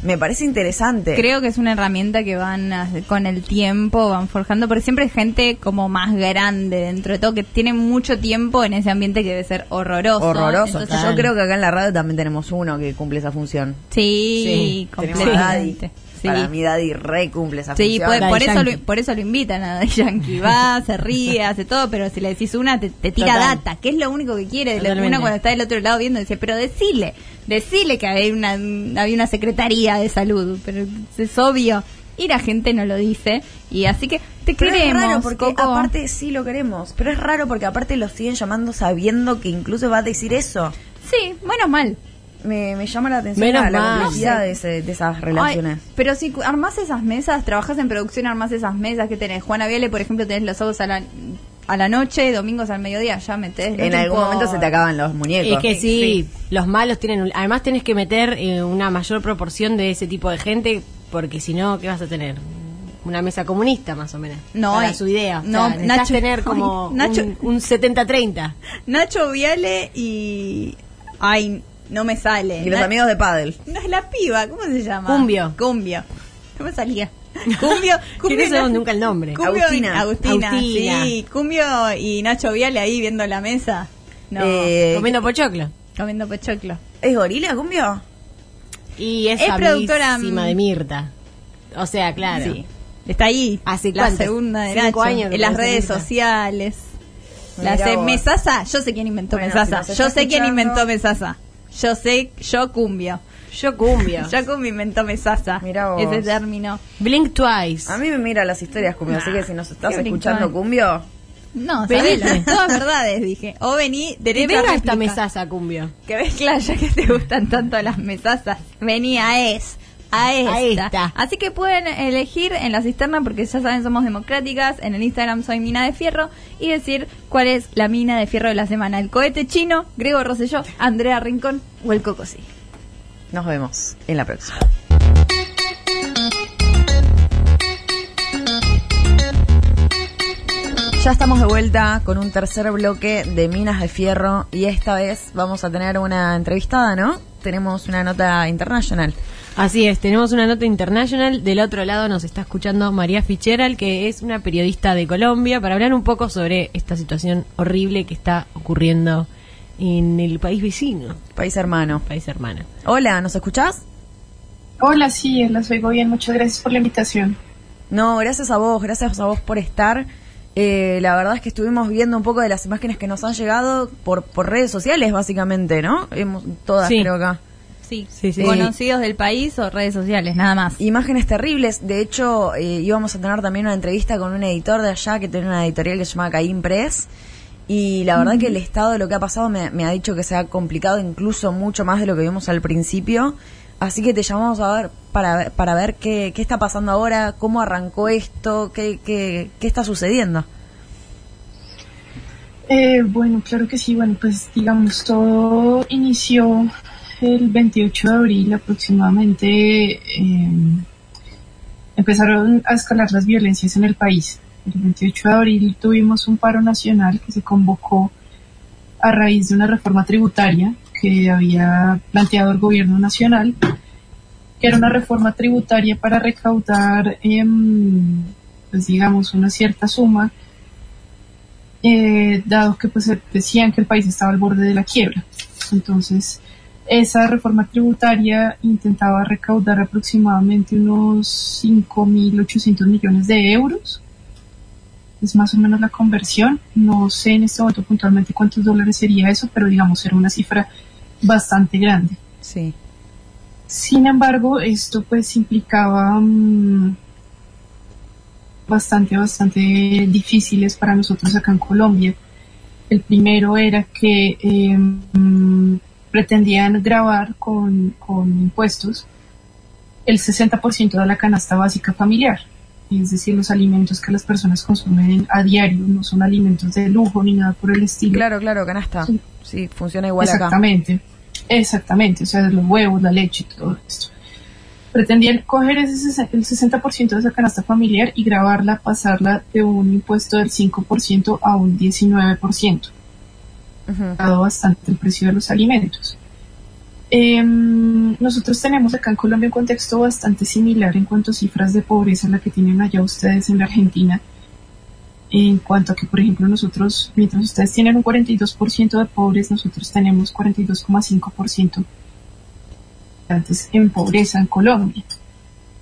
[SPEAKER 4] Me parece interesante.
[SPEAKER 2] Creo que es una herramienta que van a- con el tiempo, van forjando, porque siempre hay gente como más grande dentro de todo, que tiene mucho tiempo en ese ambiente que debe ser horroroso.
[SPEAKER 4] horroroso.
[SPEAKER 2] Entonces,
[SPEAKER 4] yo creo que acá en la radio también tenemos uno que cumple esa función.
[SPEAKER 2] Sí,
[SPEAKER 3] Sí,
[SPEAKER 4] Tenemos a Daddy.
[SPEAKER 2] completamente. Sí.
[SPEAKER 4] Para mí Daddy re cumple esa
[SPEAKER 2] Sí,
[SPEAKER 4] función.
[SPEAKER 2] puede-
[SPEAKER 3] Daddy
[SPEAKER 2] por, eso
[SPEAKER 3] Yankee.
[SPEAKER 2] lo, por eso lo invitan a Daddy Yankee. Va, se ríe, hace todo, pero si le decís una, te, te tira
[SPEAKER 3] Total.
[SPEAKER 2] data, que es lo único que quiere. Lo-
[SPEAKER 3] Totalmente.
[SPEAKER 2] Uno cuando está del otro lado viendo dice, pero decile, decile que había una, había una secretaría de salud, pero es obvio. Y la gente no lo dice. Y así que te
[SPEAKER 4] Pero es
[SPEAKER 2] queremos.
[SPEAKER 4] raro porque
[SPEAKER 2] Coco.
[SPEAKER 4] aparte sí lo queremos, pero es raro porque aparte lo siguen llamando sabiendo que incluso va a decir eso.
[SPEAKER 2] Sí, menos mal.
[SPEAKER 4] Me, me llama la atención
[SPEAKER 3] Menos
[SPEAKER 4] la, la
[SPEAKER 3] mal.
[SPEAKER 4] complejidad de, ese- de esas relaciones.
[SPEAKER 2] Ay, pero si cu- armás esas mesas, trabajás en producción, armás esas mesas que tenés. Juana Viale, por ejemplo, tenés los sábados a la, a la noche, domingos al mediodía, ya metés. no
[SPEAKER 4] en
[SPEAKER 2] te
[SPEAKER 4] algún
[SPEAKER 2] importa.
[SPEAKER 4] momento se te acaban los muñecos.
[SPEAKER 3] Es que sí, los malos tienen... un- Además tenés que meter eh, una mayor proporción de ese tipo de gente, porque si no, ¿qué vas a tener? Una mesa comunista, más o menos.
[SPEAKER 2] No,
[SPEAKER 3] para
[SPEAKER 2] y-
[SPEAKER 3] su idea.
[SPEAKER 2] no,
[SPEAKER 3] No, necesitas
[SPEAKER 2] Nacho-
[SPEAKER 3] tener como
[SPEAKER 2] Ay, Nacho-
[SPEAKER 3] un, un 70-30.
[SPEAKER 2] Nacho Viale y. Ay, no me sale.
[SPEAKER 4] Y los
[SPEAKER 2] Na-
[SPEAKER 4] amigos de Paddle.
[SPEAKER 2] No es la piba, ¿cómo se llama?
[SPEAKER 3] Cumbio.
[SPEAKER 2] Cumbio. No me salía. Cumbio.
[SPEAKER 3] Que
[SPEAKER 2] Cumbio
[SPEAKER 3] no
[SPEAKER 2] y
[SPEAKER 3] sabemos
[SPEAKER 2] Nacho-
[SPEAKER 3] nunca el nombre.
[SPEAKER 2] Cumbio y-
[SPEAKER 4] Agustina.
[SPEAKER 2] Agustina.
[SPEAKER 3] Agustina.
[SPEAKER 2] Sí, Cumbio y Nacho Viale ahí viendo la mesa. No.
[SPEAKER 4] Eh,
[SPEAKER 3] Comiendo pochoclo.
[SPEAKER 2] comiendo pochoclo.
[SPEAKER 4] ¿Es gorila, cumbio?
[SPEAKER 3] Y es,
[SPEAKER 2] Es productora,
[SPEAKER 3] amiguísima
[SPEAKER 2] mm.
[SPEAKER 3] de Mirta. O sea, claro.
[SPEAKER 2] Sí. Está ahí.
[SPEAKER 3] ¿Hace
[SPEAKER 2] la
[SPEAKER 3] cuánto?
[SPEAKER 2] segunda de
[SPEAKER 3] Cinco
[SPEAKER 2] Nacho.
[SPEAKER 3] años que
[SPEAKER 2] En las
[SPEAKER 3] parece
[SPEAKER 2] redes
[SPEAKER 3] Mirta.
[SPEAKER 2] sociales. La
[SPEAKER 4] Mirá
[SPEAKER 2] hace
[SPEAKER 4] vos.
[SPEAKER 2] Mesasa. Yo sé quién inventó
[SPEAKER 4] Bueno,
[SPEAKER 2] Mesasa.
[SPEAKER 4] si nos
[SPEAKER 2] yo
[SPEAKER 4] está
[SPEAKER 2] sé quién
[SPEAKER 4] escuchando-
[SPEAKER 2] inventó Mesasa. Yo sé, yo cumbio.
[SPEAKER 3] Yo cumbia.
[SPEAKER 2] Yo cumbio inventó Mesasa.
[SPEAKER 4] Mirá vos.
[SPEAKER 2] Ese término.
[SPEAKER 3] Blink Twice.
[SPEAKER 4] A mí me mira las historias cumbio, así que si nos estás
[SPEAKER 2] qué
[SPEAKER 4] escuchando
[SPEAKER 2] brincón.
[SPEAKER 4] cumbio,
[SPEAKER 2] No,
[SPEAKER 3] Vení.
[SPEAKER 2] sabelo. Todas verdades, dije. O vení,
[SPEAKER 3] Que
[SPEAKER 2] derecha
[SPEAKER 3] venga esta
[SPEAKER 2] réplica.
[SPEAKER 3] mesaza cumbia.
[SPEAKER 2] Que ves, claro, ya que te gustan tanto las mesazas, vení a es. A esta.
[SPEAKER 3] A esta.
[SPEAKER 2] Así que pueden elegir en la cisterna, porque ya saben, somos democráticas. En el Instagram soy Mina de Fierro. Y decir cuál es la mina de fierro de la semana: el cohete chino, Grego Rosselló, Andrea Rincón o el Cocosí.
[SPEAKER 4] nos vemos en la próxima. Ya estamos de vuelta con un tercer bloque de Minas de Fierro y esta vez vamos a tener una entrevistada, ¿no? Tenemos una nota internacional.
[SPEAKER 3] Así es, tenemos una nota internacional. Del otro lado nos está escuchando María Ficheral, que es una periodista de Colombia, para hablar un poco sobre esta situación horrible que está ocurriendo en el país vecino,
[SPEAKER 4] País hermano.
[SPEAKER 3] país hermano.
[SPEAKER 4] Hola, ¿nos escuchás?
[SPEAKER 10] Hola, sí, las oigo bien. Muchas gracias por la invitación.
[SPEAKER 4] No, gracias a vos, gracias a vos por estar. Eh, la verdad es que estuvimos viendo un poco de las imágenes que nos han llegado por, por redes sociales, básicamente, ¿no? Hemos, todas
[SPEAKER 3] Sí.
[SPEAKER 4] creo acá.
[SPEAKER 2] Sí,
[SPEAKER 3] Sí, sí,
[SPEAKER 2] Eh, conocidos del país o redes sociales, nada más.
[SPEAKER 4] Imágenes terribles. De hecho, eh, íbamos a tener también una entrevista con un editor de allá que tiene una editorial que se llama Caín Press. Y la verdad que el estado de lo que ha pasado me, me ha dicho que se ha complicado incluso mucho más de lo que vimos al principio. Así que te llamamos a ver para, ver- para ver qué, qué está pasando ahora, cómo arrancó esto, qué, qué, qué está sucediendo.
[SPEAKER 10] Eh, bueno, claro que sí. Bueno, pues digamos, todo inició el 28 de abril aproximadamente. eh, empezaron a escalar las violencias en el país. El 28 de abril tuvimos un paro nacional que se convocó a raíz de una reforma tributaria que había planteado el gobierno nacional, que era una reforma tributaria para recaudar, em, pues digamos, una cierta suma eh, dado que pues decían que el país estaba al borde de la quiebra. Entonces, esa reforma tributaria intentaba recaudar aproximadamente unos 5.800 millones de euros. Es más o menos la conversión. No sé en este momento puntualmente cuántos dólares sería eso, pero digamos era una cifra bastante grande.
[SPEAKER 4] Sí.
[SPEAKER 10] Sin embargo, esto pues implicaba mm, bastante, bastante difíciles para nosotros acá en Colombia. El primero era que eh, mm, pretendían grabar con, con impuestos el 60% de la canasta básica familiar, es decir, los alimentos que las personas consumen a diario, no son alimentos de lujo ni nada por el estilo.
[SPEAKER 4] Claro, claro, canasta.
[SPEAKER 10] Sí.
[SPEAKER 4] Sí, funciona igual acá.
[SPEAKER 10] Exactamente, exactamente, o sea, los huevos, la leche y todo esto. Pretendían coger ese, sesen- el 60% de esa canasta familiar y grabarla, pasarla de un impuesto del 5% a un 19%,
[SPEAKER 4] Ujú.
[SPEAKER 10] dado bastante el precio de los alimentos. Em, nosotros tenemos acá en Colombia un contexto bastante similar en cuanto a cifras de pobreza a la que tienen allá ustedes en la Argentina en cuanto a que, por ejemplo, nosotros, mientras ustedes tienen un 42% de pobres, nosotros tenemos 42,5% de habitantes en pobreza en Colombia.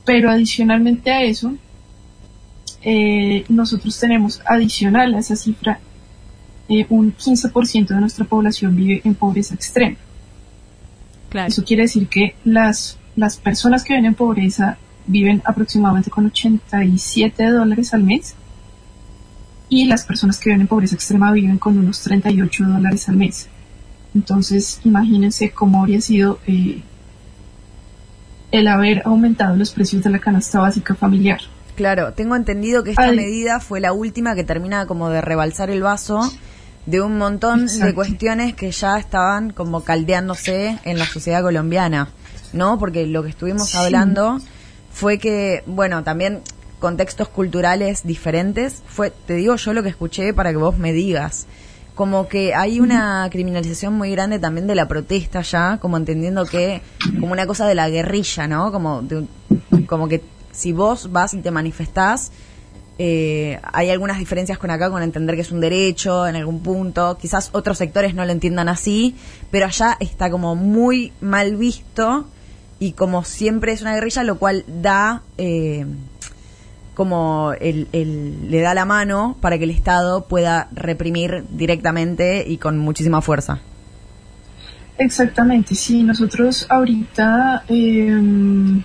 [SPEAKER 10] Pero adicionalmente a eso, eh, nosotros tenemos adicional a esa cifra, eh, un 15% de nuestra población vive en pobreza extrema.
[SPEAKER 3] Claro.
[SPEAKER 10] Eso quiere decir que las, las personas que viven en pobreza viven aproximadamente con 87 dólares al mes y las personas que viven en pobreza extrema viven con unos 38 dólares al mes. Entonces, imagínense cómo habría sido eh, el haber aumentado los precios de la canasta básica familiar.
[SPEAKER 4] Claro, tengo entendido que esta
[SPEAKER 10] Ay.
[SPEAKER 4] medida fue la última que termina como de rebalsar el vaso de un montón de
[SPEAKER 10] Exacto.
[SPEAKER 4] cuestiones que ya estaban como caldeándose en la sociedad colombiana, ¿no? Porque lo que estuvimos
[SPEAKER 10] Sí.
[SPEAKER 4] hablando fue que, bueno, también contextos culturales diferentes, fue, te digo yo lo que escuché para que vos me digas, como que hay una criminalización muy grande también de la protesta ya, como entendiendo que, como una cosa de la guerrilla, ¿no? Como, de un- como que si vos vas y te manifestás, eh, hay algunas diferencias con acá, con entender que es un derecho en algún punto. Quizás otros sectores no lo entiendan así, pero allá está como muy mal visto y como siempre es una guerrilla, lo cual da eh, como el, el- le da la mano para que el Estado pueda reprimir directamente y con muchísima fuerza.
[SPEAKER 10] Exactamente, sí, nosotros ahorita, eh,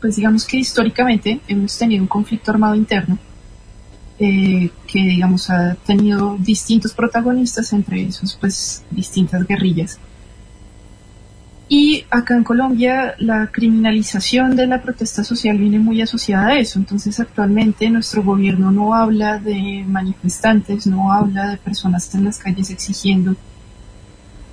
[SPEAKER 10] pues digamos que históricamente hemos tenido un conflicto armado interno eh, que, digamos, ha tenido distintos protagonistas, entre esos, pues, distintas guerrillas. Y acá en Colombia la criminalización de la protesta social viene muy asociada a eso. Entonces actualmente nuestro gobierno no habla de manifestantes, no habla de personas en las calles exigiendo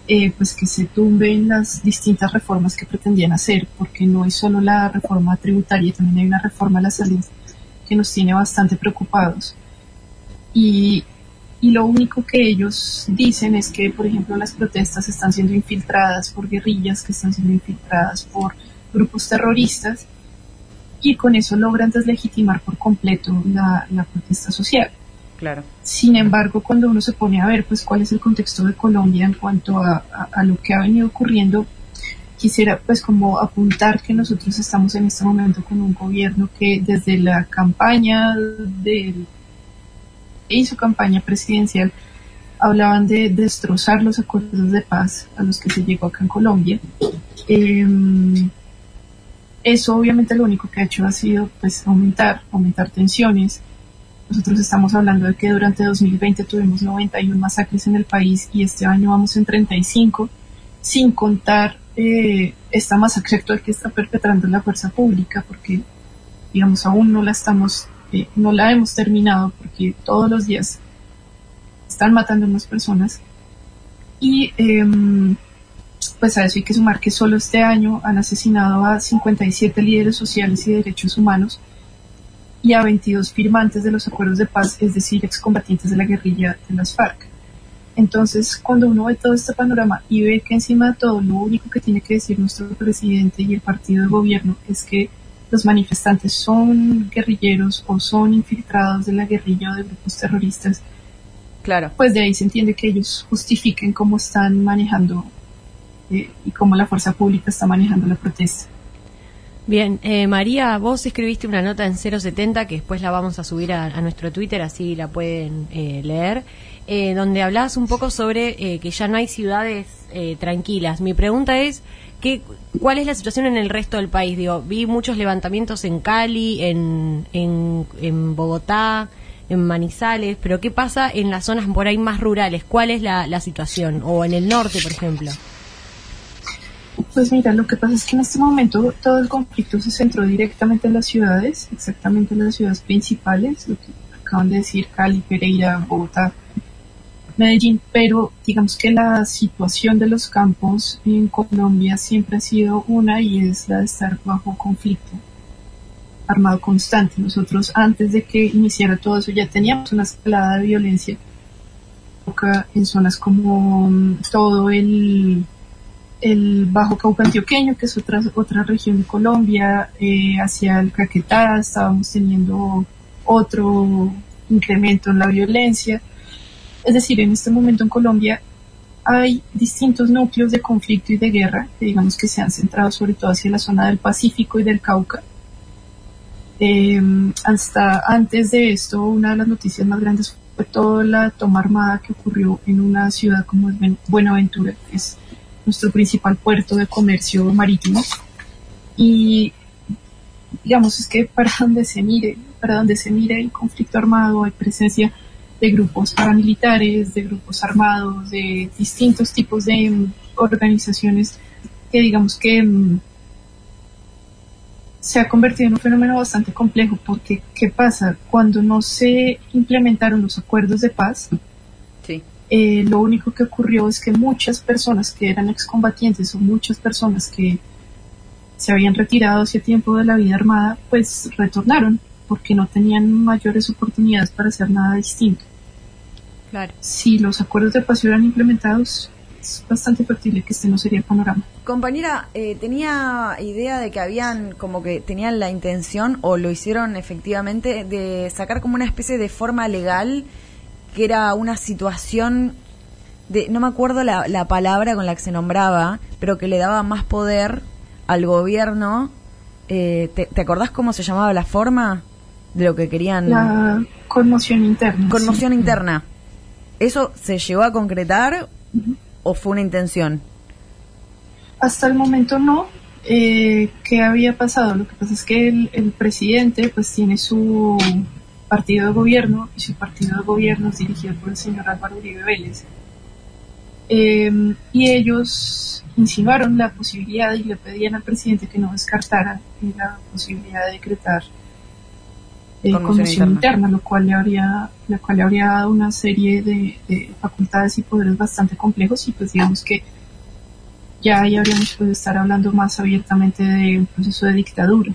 [SPEAKER 10] eh, pues que se tumben las distintas reformas que pretendían hacer, porque no es solo la reforma tributaria, también hay una reforma a la salud que nos tiene bastante preocupados. Y, y lo único que ellos dicen es que, por ejemplo, las protestas están siendo infiltradas por guerrillas, que están siendo infiltradas por grupos terroristas, y con eso logran deslegitimar por completo la- la protesta social.
[SPEAKER 4] Claro.
[SPEAKER 10] Sin embargo, cuando uno se pone a ver pues cuál es el contexto de Colombia en cuanto a, a- a lo que ha venido ocurriendo, quisiera pues como apuntar que nosotros estamos en este momento con un gobierno que desde la campaña del y su campaña presidencial hablaban de destrozar los acuerdos de paz a los que se llegó acá en Colombia. Em, eso obviamente lo único que ha hecho ha sido pues aumentar, aumentar tensiones. Nosotros estamos hablando de que durante 2020 tuvimos 91 masacres en el país y este año vamos en 35, sin contar eh, esta masacre actual que está perpetrando la fuerza pública, porque digamos aún no la estamos, eh, no la hemos terminado, porque todos los días están matando a unas personas. Y em, pues a eso hay que sumar que solo este año han asesinado a 57 líderes sociales y de derechos humanos y a 22 firmantes de los acuerdos de paz, es decir, excombatientes de la guerrilla de las FARC. Entonces, cuando uno ve todo este panorama y ve que encima de todo lo único que tiene que decir nuestro presidente y el partido de gobierno es que los manifestantes son guerrilleros o son infiltrados de la guerrilla o de grupos terroristas,
[SPEAKER 4] Claro.
[SPEAKER 10] pues de ahí se entiende que ellos justifiquen cómo están manejando eh, y cómo la fuerza pública está manejando la protesta.
[SPEAKER 3] Bien, eh, María, vos escribiste una nota en 070 que después la vamos a subir a, a nuestro Twitter, así la pueden eh, leer, eh, donde hablabas un poco sobre eh, que ya no hay ciudades eh, tranquilas. Mi pregunta es, ¿qué, ¿cuál es la situación en el resto del país? Digo, vi muchos levantamientos en Cali, en, en, en Bogotá, en Manizales, pero ¿qué pasa en las zonas por ahí más rurales? ¿Cuál es la, la situación? O en el norte, por ejemplo.
[SPEAKER 10] Pues mira, lo que pasa es que en este momento todo el conflicto se centró directamente en las ciudades, exactamente en las ciudades principales, lo que acaban de decir Cali, Pereira, Bogotá, Medellín, pero digamos que la situación de los campos en Colombia siempre ha sido una y es la de estar bajo conflicto armado constante. Nosotros antes de que iniciara todo eso ya teníamos una escalada de violencia Cauca, en zonas como mm, todo el el Bajo Cauca Antioqueño, que es otra, otra región de Colombia, eh, hacia el Caquetá, estábamos teniendo otro incremento en la violencia. Es decir, en este momento en Colombia hay distintos núcleos de conflicto y de guerra, que digamos que se han centrado sobre todo hacia la zona del Pacífico y del Cauca. Eh, hasta antes de esto, una de las noticias más grandes fue toda la toma armada que ocurrió en una ciudad como es Ben- Buenaventura, que es nuestro principal puerto de comercio marítimo. Y digamos, es que para donde se mire, para donde se mire el conflicto armado, hay presencia de grupos paramilitares, de grupos armados, de distintos tipos de mm, organizaciones que digamos que mm, se ha convertido en un fenómeno bastante complejo porque ¿qué pasa? Cuando no se implementaron los acuerdos de paz,
[SPEAKER 4] Sí.
[SPEAKER 10] eh, lo único que ocurrió es que muchas personas que eran excombatientes o muchas personas que se habían retirado hace tiempo de la vida armada, pues retornaron porque no tenían mayores oportunidades para hacer nada distinto.
[SPEAKER 2] Claro.
[SPEAKER 10] Si los acuerdos de paz se hubieran implementados, es bastante factible que este no sería el panorama.
[SPEAKER 4] Compañera, eh, tenía idea de que habían, como que tenían la intención, o lo hicieron efectivamente, de sacar como una especie de forma legal, que era una situación de, no me acuerdo la, la palabra con la que se nombraba, pero que le daba más poder al gobierno. Eh, ¿te, te acordás cómo se llamaba la forma? de lo que querían.
[SPEAKER 10] La conmoción interna.
[SPEAKER 4] Conmoción
[SPEAKER 10] sí.
[SPEAKER 4] interna. ¿Eso se llegó a concretar o fue una intención?
[SPEAKER 10] Hasta el momento no. Eh, ¿Qué había pasado? Lo que pasa es que el, el presidente pues tiene su partido de gobierno y su partido de gobierno es dirigido por el señor Álvaro Uribe Vélez. Eh, y ellos insinuaron la posibilidad y le pedían al presidente que no descartara la posibilidad de decretar eh,
[SPEAKER 4] Conmoción
[SPEAKER 10] conmoción
[SPEAKER 4] interna.
[SPEAKER 10] interna. lo cual le habría, la cual le habría dado una serie de, de facultades y poderes bastante complejos y pues digamos que ya ahí habríamos podido estar hablando más abiertamente de un proceso de dictadura.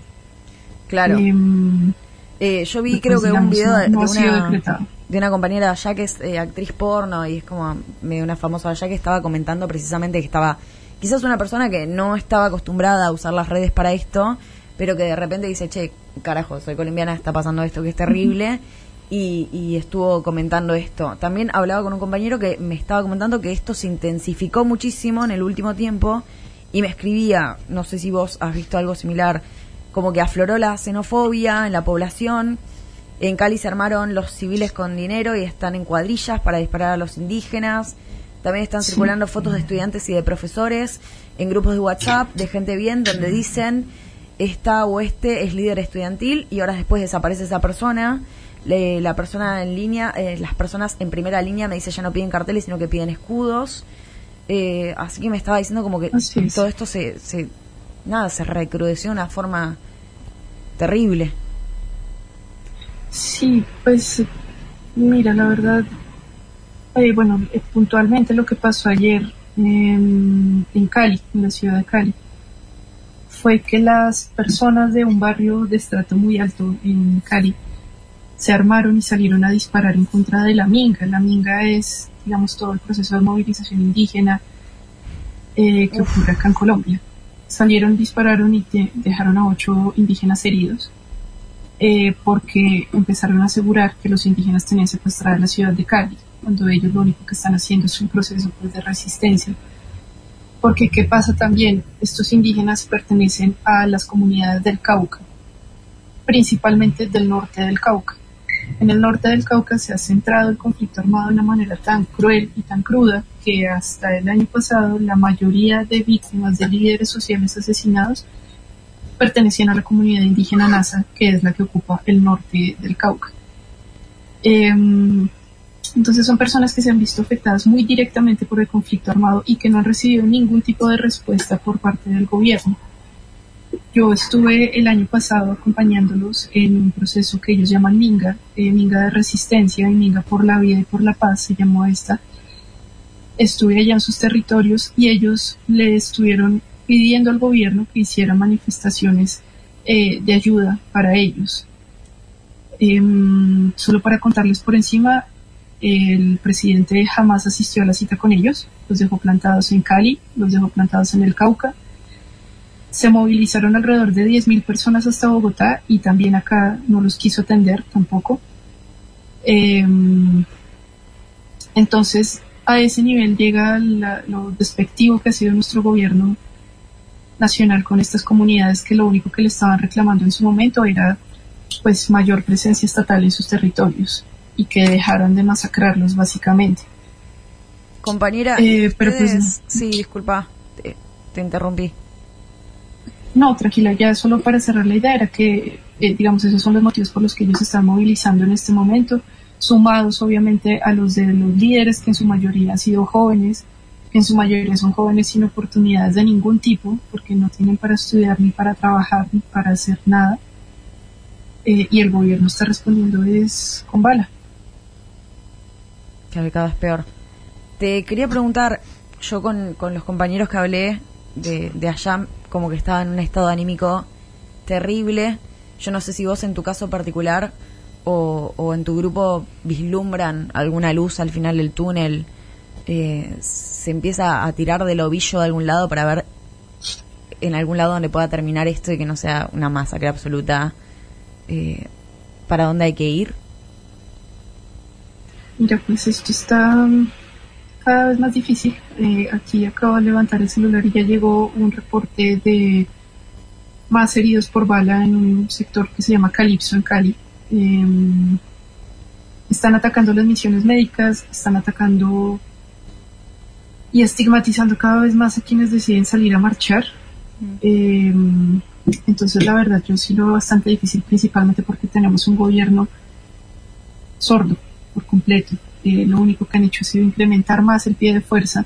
[SPEAKER 4] Claro.
[SPEAKER 10] Em,
[SPEAKER 4] Eh, yo vi
[SPEAKER 10] pues,
[SPEAKER 4] creo que un
[SPEAKER 10] digamos,
[SPEAKER 4] video de,
[SPEAKER 10] no
[SPEAKER 4] de
[SPEAKER 10] ha sido
[SPEAKER 4] una,
[SPEAKER 10] decretado.
[SPEAKER 4] de una compañera allá que es eh, actriz porno y es como medio una famosa allá que estaba comentando precisamente que estaba quizás una persona que no estaba acostumbrada a usar las redes para esto, pero que de repente dice, che, carajo, soy colombiana, está pasando esto que es terrible. Y, y estuvo comentando esto. También hablaba con un compañero que me estaba comentando que esto se intensificó muchísimo en el último tiempo y me escribía, no sé si vos has visto algo similar, como que afloró la xenofobia en la población. En Cali se armaron los civiles con dinero y están en cuadrillas para disparar a los indígenas. También están circulando fotos de estudiantes y de profesores en grupos de WhatsApp de gente bien donde dicen esta o este es líder estudiantil y horas después desaparece esa persona. Le- la persona en línea, eh, las personas en primera línea me dice ya no piden carteles sino que piden escudos. Eh, así que me estaba diciendo como que
[SPEAKER 10] Así es.
[SPEAKER 4] todo esto se, se nada se recrudeció de una forma terrible.
[SPEAKER 10] Sí, pues mira, la verdad, eh, bueno, eh, puntualmente lo que pasó ayer em, en Cali, en la ciudad de Cali, fue que las personas de un barrio de estrato muy alto en Cali se armaron y salieron a disparar en contra de la minga. La minga es, digamos, todo el proceso de movilización indígena eh, que ocurre acá en Colombia. Salieron, dispararon y te- dejaron a ocho indígenas heridos eh, porque empezaron a asegurar que los indígenas tenían secuestrada la ciudad de Cali, cuando ellos lo único que están haciendo es un proceso pues, de resistencia. Porque, ¿qué pasa también? Estos indígenas pertenecen a las comunidades del Cauca, principalmente del norte del Cauca. En el norte del Cauca se ha centrado el conflicto armado de una manera tan cruel y tan cruda que hasta el año pasado la mayoría de víctimas de líderes sociales asesinados pertenecían a la comunidad indígena Nasa, que es la que ocupa el norte del Cauca. Em, entonces son personas que se han visto afectadas muy directamente por el conflicto armado y que no han recibido ningún tipo de respuesta por parte del gobierno. Yo estuve el año pasado acompañándolos en un proceso que ellos llaman Minga, eh, Minga de Resistencia y Minga por la Vida y por la Paz, se llamó esta, estuve allá en sus territorios y ellos le estuvieron pidiendo al gobierno que hiciera manifestaciones eh, de ayuda para ellos. Em, solo para contarles por encima, el presidente jamás asistió a la cita con ellos, los dejó plantados en Cali, los dejó plantados en el Cauca. Se movilizaron alrededor de 10.000 personas hasta Bogotá y también acá no los quiso atender tampoco. Em, entonces, a ese nivel llega la- lo despectivo que ha sido nuestro gobierno nacional con estas comunidades que lo único que le estaban reclamando en su momento era pues mayor presencia estatal en sus territorios y que dejaran de masacrarlos básicamente.
[SPEAKER 4] Compañera,
[SPEAKER 10] Eh, pero pues
[SPEAKER 4] ustedes- sí, disculpa, te, te interrumpí.
[SPEAKER 10] No, tranquila, ya solo para cerrar la idea era que, eh, digamos, esos son los motivos por los que ellos se están movilizando en este momento, sumados obviamente a los de los líderes, que en su mayoría han sido jóvenes, que en su mayoría son jóvenes sin oportunidades de ningún tipo, porque no tienen para estudiar, ni para trabajar, ni para hacer nada. Eh, y el gobierno está respondiendo es con bala.
[SPEAKER 4] Claro, cada vez peor. Te quería preguntar, yo con, con los compañeros que hablé de, de allá, como que estaba en un estado anímico terrible. Yo no sé si vos en tu caso particular o, o en tu grupo vislumbran alguna luz al final del túnel. Eh, se empieza a tirar del ovillo de algún lado para ver en algún lado donde pueda terminar esto y que no sea una masacre absoluta. Eh, ¿Para dónde hay que ir?
[SPEAKER 10] Mira, pues esto está mm, cada vez más difícil. Eh, aquí acabo de levantar el celular y ya llegó un reporte de más heridos por bala en un sector que se llama Calipso en Cali. em, están atacando las misiones médicas, están atacando y estigmatizando cada vez más a quienes deciden salir a marchar. Em, entonces, la verdad, yo sí lo veo bastante difícil, principalmente porque tenemos un gobierno sordo por completo. Eh, lo único que han hecho ha sido incrementar más el pie de fuerza.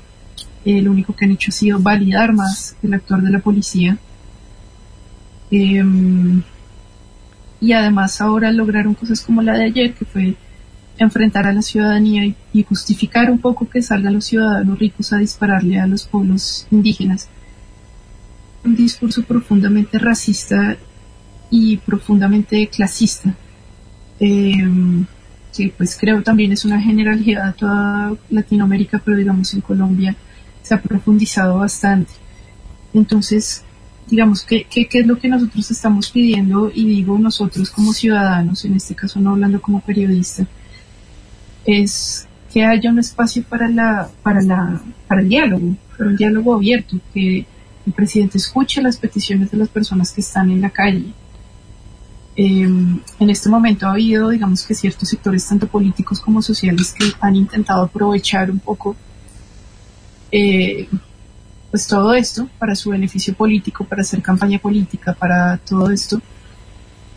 [SPEAKER 10] Eh, lo único que han hecho ha sido validar más el actor de la policía. Em, y además ahora lograron cosas como la de ayer, que fue enfrentar a la ciudadanía y, y justificar un poco que salgan los ciudadanos ricos a dispararle a los pueblos indígenas. Un discurso profundamente racista y profundamente clasista, em, que pues creo también es una generalidad a toda Latinoamérica, pero digamos en Colombia se ha profundizado bastante. Entonces, digamos, ¿qué, qué, qué es lo que nosotros estamos pidiendo? Y digo nosotros como ciudadanos, en este caso no hablando como periodista, es que haya un espacio para, la, para, la, para el diálogo, para un diálogo abierto, que el presidente escuche las peticiones de las personas que están en la calle. Eh, en este momento ha habido, digamos que ciertos sectores, tanto políticos como sociales, que han intentado aprovechar un poco eh, pues todo esto para su beneficio político, para hacer campaña política, para todo esto.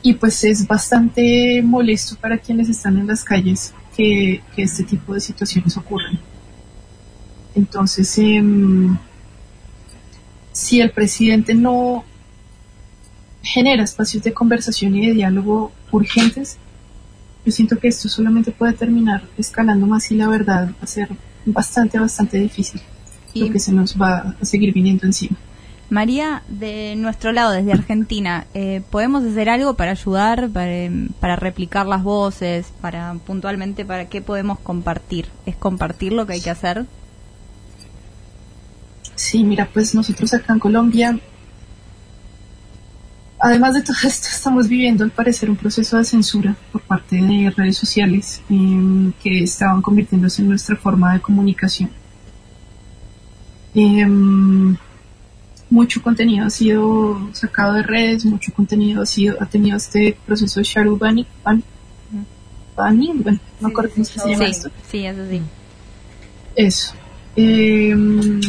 [SPEAKER 10] Y pues es bastante molesto para quienes están en las calles que, que este tipo de situaciones ocurran. Entonces, em, si el presidente no genera espacios de conversación y de diálogo urgentes, yo siento que esto solamente puede terminar escalando más y la verdad va a ser bastante, bastante difícil
[SPEAKER 2] Y-
[SPEAKER 10] lo que se nos va a seguir viniendo encima.
[SPEAKER 2] María, de nuestro lado, desde Argentina, eh, ¿podemos hacer algo para ayudar, para, em, para replicar las voces, para puntualmente, para qué podemos compartir? ¿Es compartir lo que hay que hacer?
[SPEAKER 10] Sí, mira, pues nosotros acá en Colombia, además de todo esto, estamos viviendo al parecer un proceso de censura por parte de redes sociales em, que estaban convirtiéndose en nuestra forma de comunicación. Em, mucho contenido ha sido sacado de redes, mucho contenido ha, sido, ha tenido este proceso de shadow banning, ban- banning, bueno, no me acuerdo cómo es que se llama
[SPEAKER 2] Sí,
[SPEAKER 10] esto.
[SPEAKER 2] sí, eso sí.
[SPEAKER 10] Eso. Em,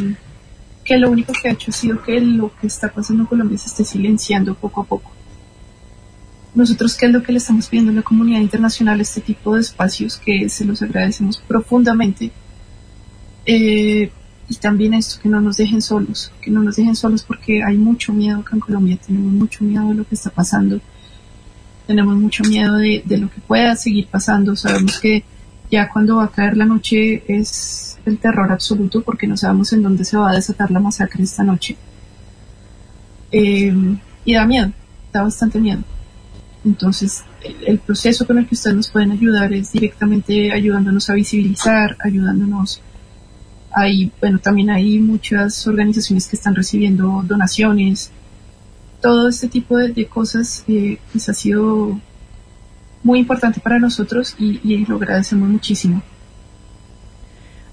[SPEAKER 10] que lo único que ha hecho ha sido que lo que está pasando en Colombia se esté silenciando poco a poco. Nosotros, ¿qué es lo que le estamos pidiendo a la comunidad internacional? Este tipo de espacios que se los agradecemos profundamente. Eh, y también esto, que no nos dejen solos, que no nos dejen solos porque hay mucho miedo acá en Colombia, tenemos mucho miedo de lo que está pasando, tenemos mucho miedo de, de lo que pueda seguir pasando, sabemos que ya cuando va a caer la noche es el terror absoluto porque no sabemos en dónde se va a desatar la masacre esta noche. Eh, y da miedo, da bastante miedo. Entonces, el, el proceso con el que ustedes nos pueden ayudar es directamente ayudándonos a visibilizar, ayudándonos. Hay, bueno, también hay muchas organizaciones que están recibiendo donaciones. Todo este tipo de, de cosas eh, pues ha sido muy importante para nosotros y, y lo agradecemos muchísimo.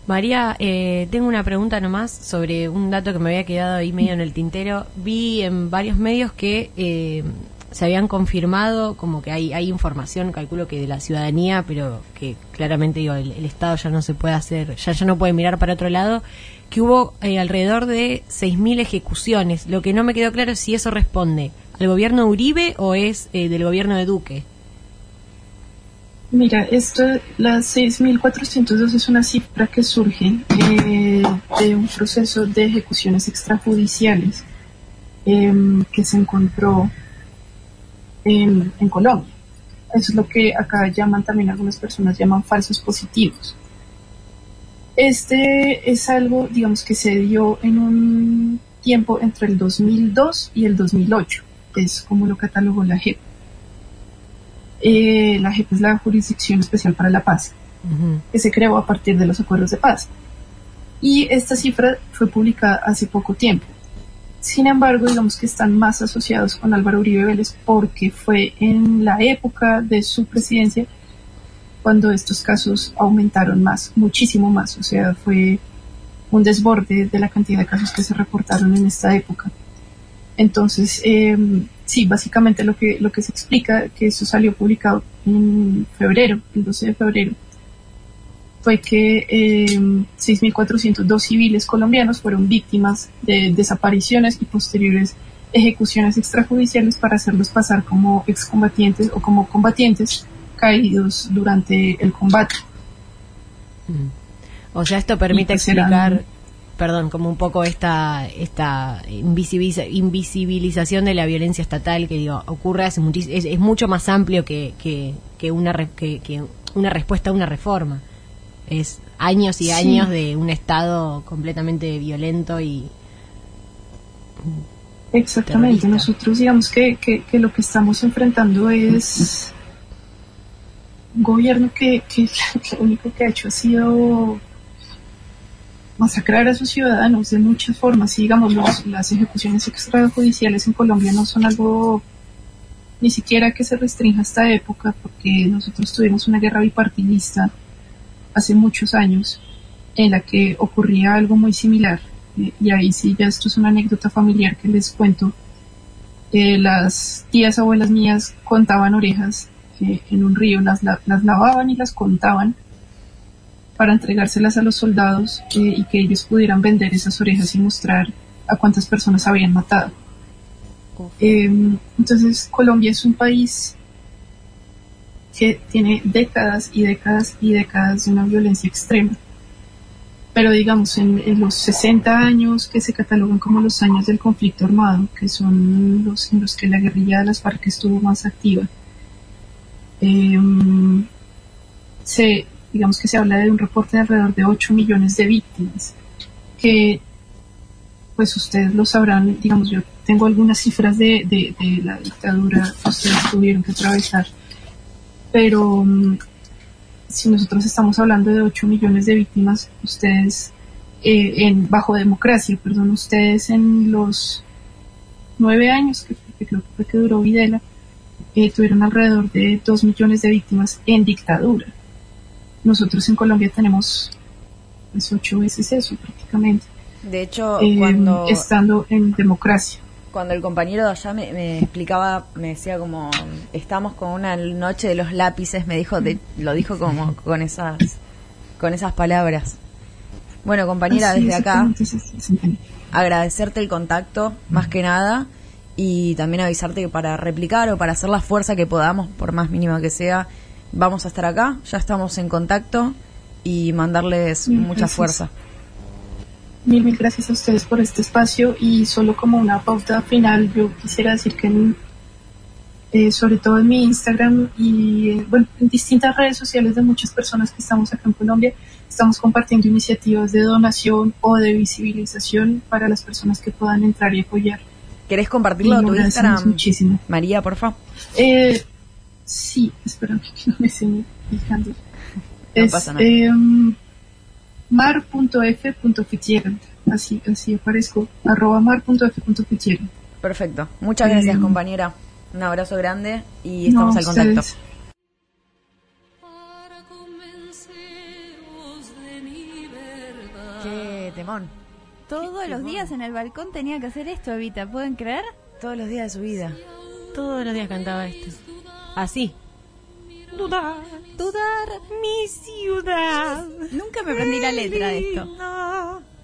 [SPEAKER 3] María, eh, tengo una pregunta nomás sobre un dato que me había quedado ahí medio en el tintero. Vi en varios medios que eh, se habían confirmado, como que hay, hay información, calculo que de la ciudadanía, pero que claramente digo, el, el Estado ya no se puede hacer, ya, ya no puede mirar para otro lado, que hubo eh, alrededor de 6.000 ejecuciones. Lo que no me quedó claro es si eso responde al gobierno de Uribe o es eh, del gobierno de Duque.
[SPEAKER 10] Mira, esto, las 6.402 es una cifra que surge eh, de un proceso de ejecuciones extrajudiciales em, que se encontró en, en Colombia. Eso es lo que acá llaman también algunas personas llaman falsos positivos. Este es algo, digamos, que se dio en un tiempo entre el 2002 y el 2008. Es como lo catalogó la JEP. Eh, la JEP es la Jurisdicción Especial para la Paz que se creó a partir de los acuerdos de paz. Y esta cifra fue publicada hace poco tiempo. Sin embargo, digamos que están más asociados con Álvaro Uribe Vélez porque fue en la época de su presidencia cuando estos casos aumentaron más, muchísimo más. O sea, fue un desborde de la cantidad de casos que se reportaron en esta época. em, Entonces, eh, sí, básicamente lo que, lo que se explica, que eso salió publicado en febrero, el 12 de febrero, fue que eh, 6.402 civiles colombianos fueron víctimas de desapariciones y posteriores ejecuciones extrajudiciales para hacerlos pasar como excombatientes o como combatientes caídos durante el combate.
[SPEAKER 3] O sea, esto permite
[SPEAKER 10] Y pues eran-
[SPEAKER 3] explicar, perdón, como un poco esta esta invisibiliza- invisibilización de la violencia estatal que digo ocurre hace muchis- es, es mucho más amplio que, que, que una re- que, que una respuesta a una reforma. Es años y
[SPEAKER 10] Sí.
[SPEAKER 3] años de un estado completamente violento y
[SPEAKER 10] Exactamente,
[SPEAKER 3] Terrorista.
[SPEAKER 10] nosotros digamos que, que, que lo que estamos enfrentando es un gobierno que, que lo único que ha hecho ha sido masacrar a sus ciudadanos de muchas formas. Y digamos, los- las ejecuciones extrajudiciales en Colombia no son algo ni siquiera que se restrinja a esta época, porque nosotros tuvimos una guerra bipartidista hace muchos años en la que ocurría algo muy similar. Eh, Y ahí sí, ya esto es una anécdota familiar que les cuento. Eh, las tías abuelas mías contaban orejas eh, en un río, las, la- las lavaban y las contaban para entregárselas a los soldados eh, y que ellos pudieran vender esas orejas y mostrar a cuántas personas habían matado. Eh, entonces Colombia es un país que tiene décadas y décadas y décadas de una violencia extrema pero digamos en, en los 60 años que se catalogan como los años del conflicto armado, que son los en los que la guerrilla de las FARC estuvo más activa, em, se, digamos que se habla de un reporte de alrededor de 8 millones de víctimas, que pues ustedes lo sabrán, digamos yo tengo algunas cifras de, de- de la dictadura que ustedes tuvieron que atravesar, pero mm, si nosotros estamos hablando de 8 millones de víctimas, ustedes eh, en bajo democracia, perdón, ustedes en los nueve años que, que creo que fue que duró Videla, eh, tuvieron alrededor de 2 millones de víctimas en dictadura. Nosotros en Colombia tenemos pues, ocho veces eso prácticamente,
[SPEAKER 4] De hecho,
[SPEAKER 10] eh,
[SPEAKER 4] cuando,
[SPEAKER 10] estando en democracia.
[SPEAKER 4] cuando el compañero de allá me, me explicaba, me decía como, estamos con una noche de los lápices, me dijo, de- lo dijo como con esas, con esas palabras. Bueno, compañera,
[SPEAKER 10] Así,
[SPEAKER 4] desde acá,
[SPEAKER 10] exactamente, sí, sí, sí, sí.
[SPEAKER 4] agradecerte el contacto, más que nada, y también avisarte que para replicar o para hacer la fuerza que podamos, por más mínima que sea, vamos a estar acá, ya estamos en contacto y mandarles
[SPEAKER 10] Bien,
[SPEAKER 4] mucha
[SPEAKER 10] gracias.
[SPEAKER 4] fuerza.
[SPEAKER 10] Mil, mil gracias a ustedes por este espacio y solo como una pauta final, yo quisiera decir que en- eh, sobre todo en mi Instagram y eh, bueno, en distintas redes sociales de muchas personas que estamos acá en Colombia, estamos compartiendo iniciativas de donación o de visibilización para las personas que puedan entrar y apoyar.
[SPEAKER 4] ¿Querés
[SPEAKER 10] Y
[SPEAKER 4] compartirlo
[SPEAKER 10] lo
[SPEAKER 4] a tu
[SPEAKER 10] agradecemos
[SPEAKER 4] Instagram?
[SPEAKER 10] muchísimo.
[SPEAKER 4] María, por favor.
[SPEAKER 10] Eh, sí, espérame que no me se me fijando.
[SPEAKER 4] No
[SPEAKER 10] es
[SPEAKER 4] pasa nada.
[SPEAKER 10] em, mar.f.fitzgerald. Así, así aparezco. Arroba mar.f.fitzgerald.
[SPEAKER 4] Perfecto. Muchas gracias,
[SPEAKER 10] Eh,
[SPEAKER 2] Mm.
[SPEAKER 4] compañera. Un abrazo grande y
[SPEAKER 10] No,
[SPEAKER 4] estamos al contacto.
[SPEAKER 10] ustedes.
[SPEAKER 1] Para convenceros de mi verdad.
[SPEAKER 4] Qué temón.
[SPEAKER 2] Todos los días en el balcón tenía que hacer esto, Evita, ¿pueden creer?
[SPEAKER 4] Todos los días de su vida.
[SPEAKER 3] todos los días cantaba esto. Así. Dudar,
[SPEAKER 2] Dudar.
[SPEAKER 3] mi ciudad.
[SPEAKER 2] Nunca me aprendí la letra de esto.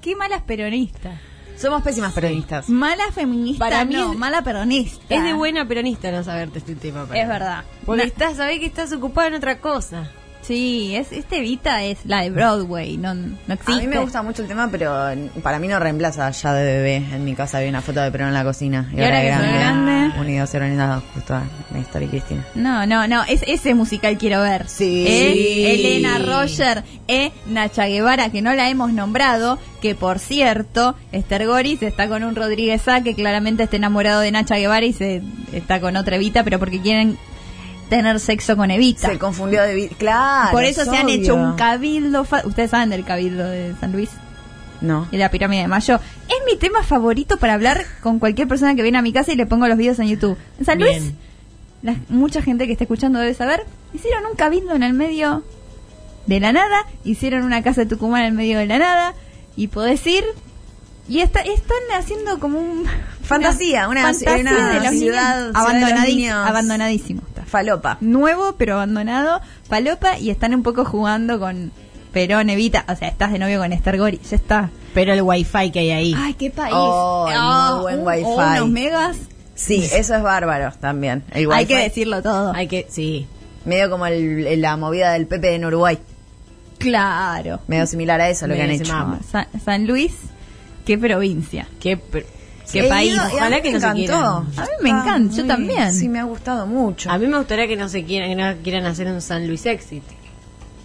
[SPEAKER 2] Qué malas peronistas.
[SPEAKER 4] Somos pésimas periodistas.
[SPEAKER 2] Mala feminista,
[SPEAKER 3] Para mí
[SPEAKER 2] no,
[SPEAKER 3] es-
[SPEAKER 2] mala peronista.
[SPEAKER 3] Es de buena peronista no saberte este tema. para
[SPEAKER 2] Es
[SPEAKER 3] mí.
[SPEAKER 2] verdad.
[SPEAKER 3] Porque
[SPEAKER 2] Na-
[SPEAKER 3] estás, sabés que estás ocupada en otra cosa.
[SPEAKER 2] Sí, es, este Evita es la de Broadway, no, no existe.
[SPEAKER 4] A mí me gusta mucho el tema, pero para mí no reemplaza ya de bebé. En mi casa había una foto de Perón en la cocina.
[SPEAKER 2] Y ahora que soy grande.
[SPEAKER 4] Unidos y organizados, justo a Néstor y Cristina.
[SPEAKER 2] No, no, no, es ese musical quiero ver.
[SPEAKER 4] Sí.
[SPEAKER 2] Eh, Elena Roger, eh, Nacha Guevara, que no la hemos nombrado, que por cierto, Esther Goris está con un Rodríguez A que claramente está enamorado de Nacha Guevara y se está con otra Evita, pero porque quieren tener sexo con Evita.
[SPEAKER 4] Se Ah, confundió de vida. Claro.
[SPEAKER 2] por eso
[SPEAKER 4] es
[SPEAKER 2] se han
[SPEAKER 4] obvio.
[SPEAKER 2] hecho un cabildo. fa- Ustedes saben del cabildo de San Luis
[SPEAKER 4] No.
[SPEAKER 2] y la pirámide de Mayo. Es mi tema favorito para hablar con cualquier persona que viene a mi casa y le pongo los videos en YouTube. En San Luis,
[SPEAKER 3] Bien.
[SPEAKER 2] la- mucha gente que está escuchando debe saber, hicieron un cabildo en el medio de la nada, hicieron una casa de Tucumán en el medio de la nada, y podés ir. Y está, están haciendo como un...
[SPEAKER 4] Fantasía, una-
[SPEAKER 2] fantasía
[SPEAKER 4] una
[SPEAKER 2] de los
[SPEAKER 4] ciudad-
[SPEAKER 2] niños.
[SPEAKER 4] ciudad de los
[SPEAKER 2] Abandonadi-
[SPEAKER 4] niños.
[SPEAKER 2] Abandonadísimo está.
[SPEAKER 4] Falopa.
[SPEAKER 2] nuevo pero abandonado, Palopa, y están un poco jugando con Perón, Evita, o sea, estás de novio con Esther Gori, ya está.
[SPEAKER 3] Pero el wifi que hay ahí.
[SPEAKER 2] Ay, qué país. Ah,
[SPEAKER 4] Oh, muy buen
[SPEAKER 2] un-
[SPEAKER 4] wifi.
[SPEAKER 2] o unos megas.
[SPEAKER 4] Sí, eso es bárbaro también. El
[SPEAKER 2] Hay
[SPEAKER 4] wifi.
[SPEAKER 2] que decirlo todo.
[SPEAKER 3] Hay que, sí.
[SPEAKER 4] Medio como el- la movida del Pepe en Uruguay.
[SPEAKER 2] Claro.
[SPEAKER 4] Medio similar a eso lo que han
[SPEAKER 3] Medio
[SPEAKER 4] hecho.
[SPEAKER 3] similar.
[SPEAKER 2] Sa- San Luis, qué provincia.
[SPEAKER 3] Qué, pr-
[SPEAKER 4] He
[SPEAKER 3] qué
[SPEAKER 4] ido
[SPEAKER 3] país.
[SPEAKER 4] y a mí
[SPEAKER 3] Ojalá
[SPEAKER 4] me
[SPEAKER 3] que no se
[SPEAKER 4] encantó.
[SPEAKER 3] quieran.
[SPEAKER 2] A mí me
[SPEAKER 4] Está
[SPEAKER 2] encanta, yo
[SPEAKER 4] Ah, muy-
[SPEAKER 2] también.
[SPEAKER 4] Sí, me ha gustado mucho.
[SPEAKER 3] A mí me gustaría que no se quieran, que no quieran hacer un San Luis Exit.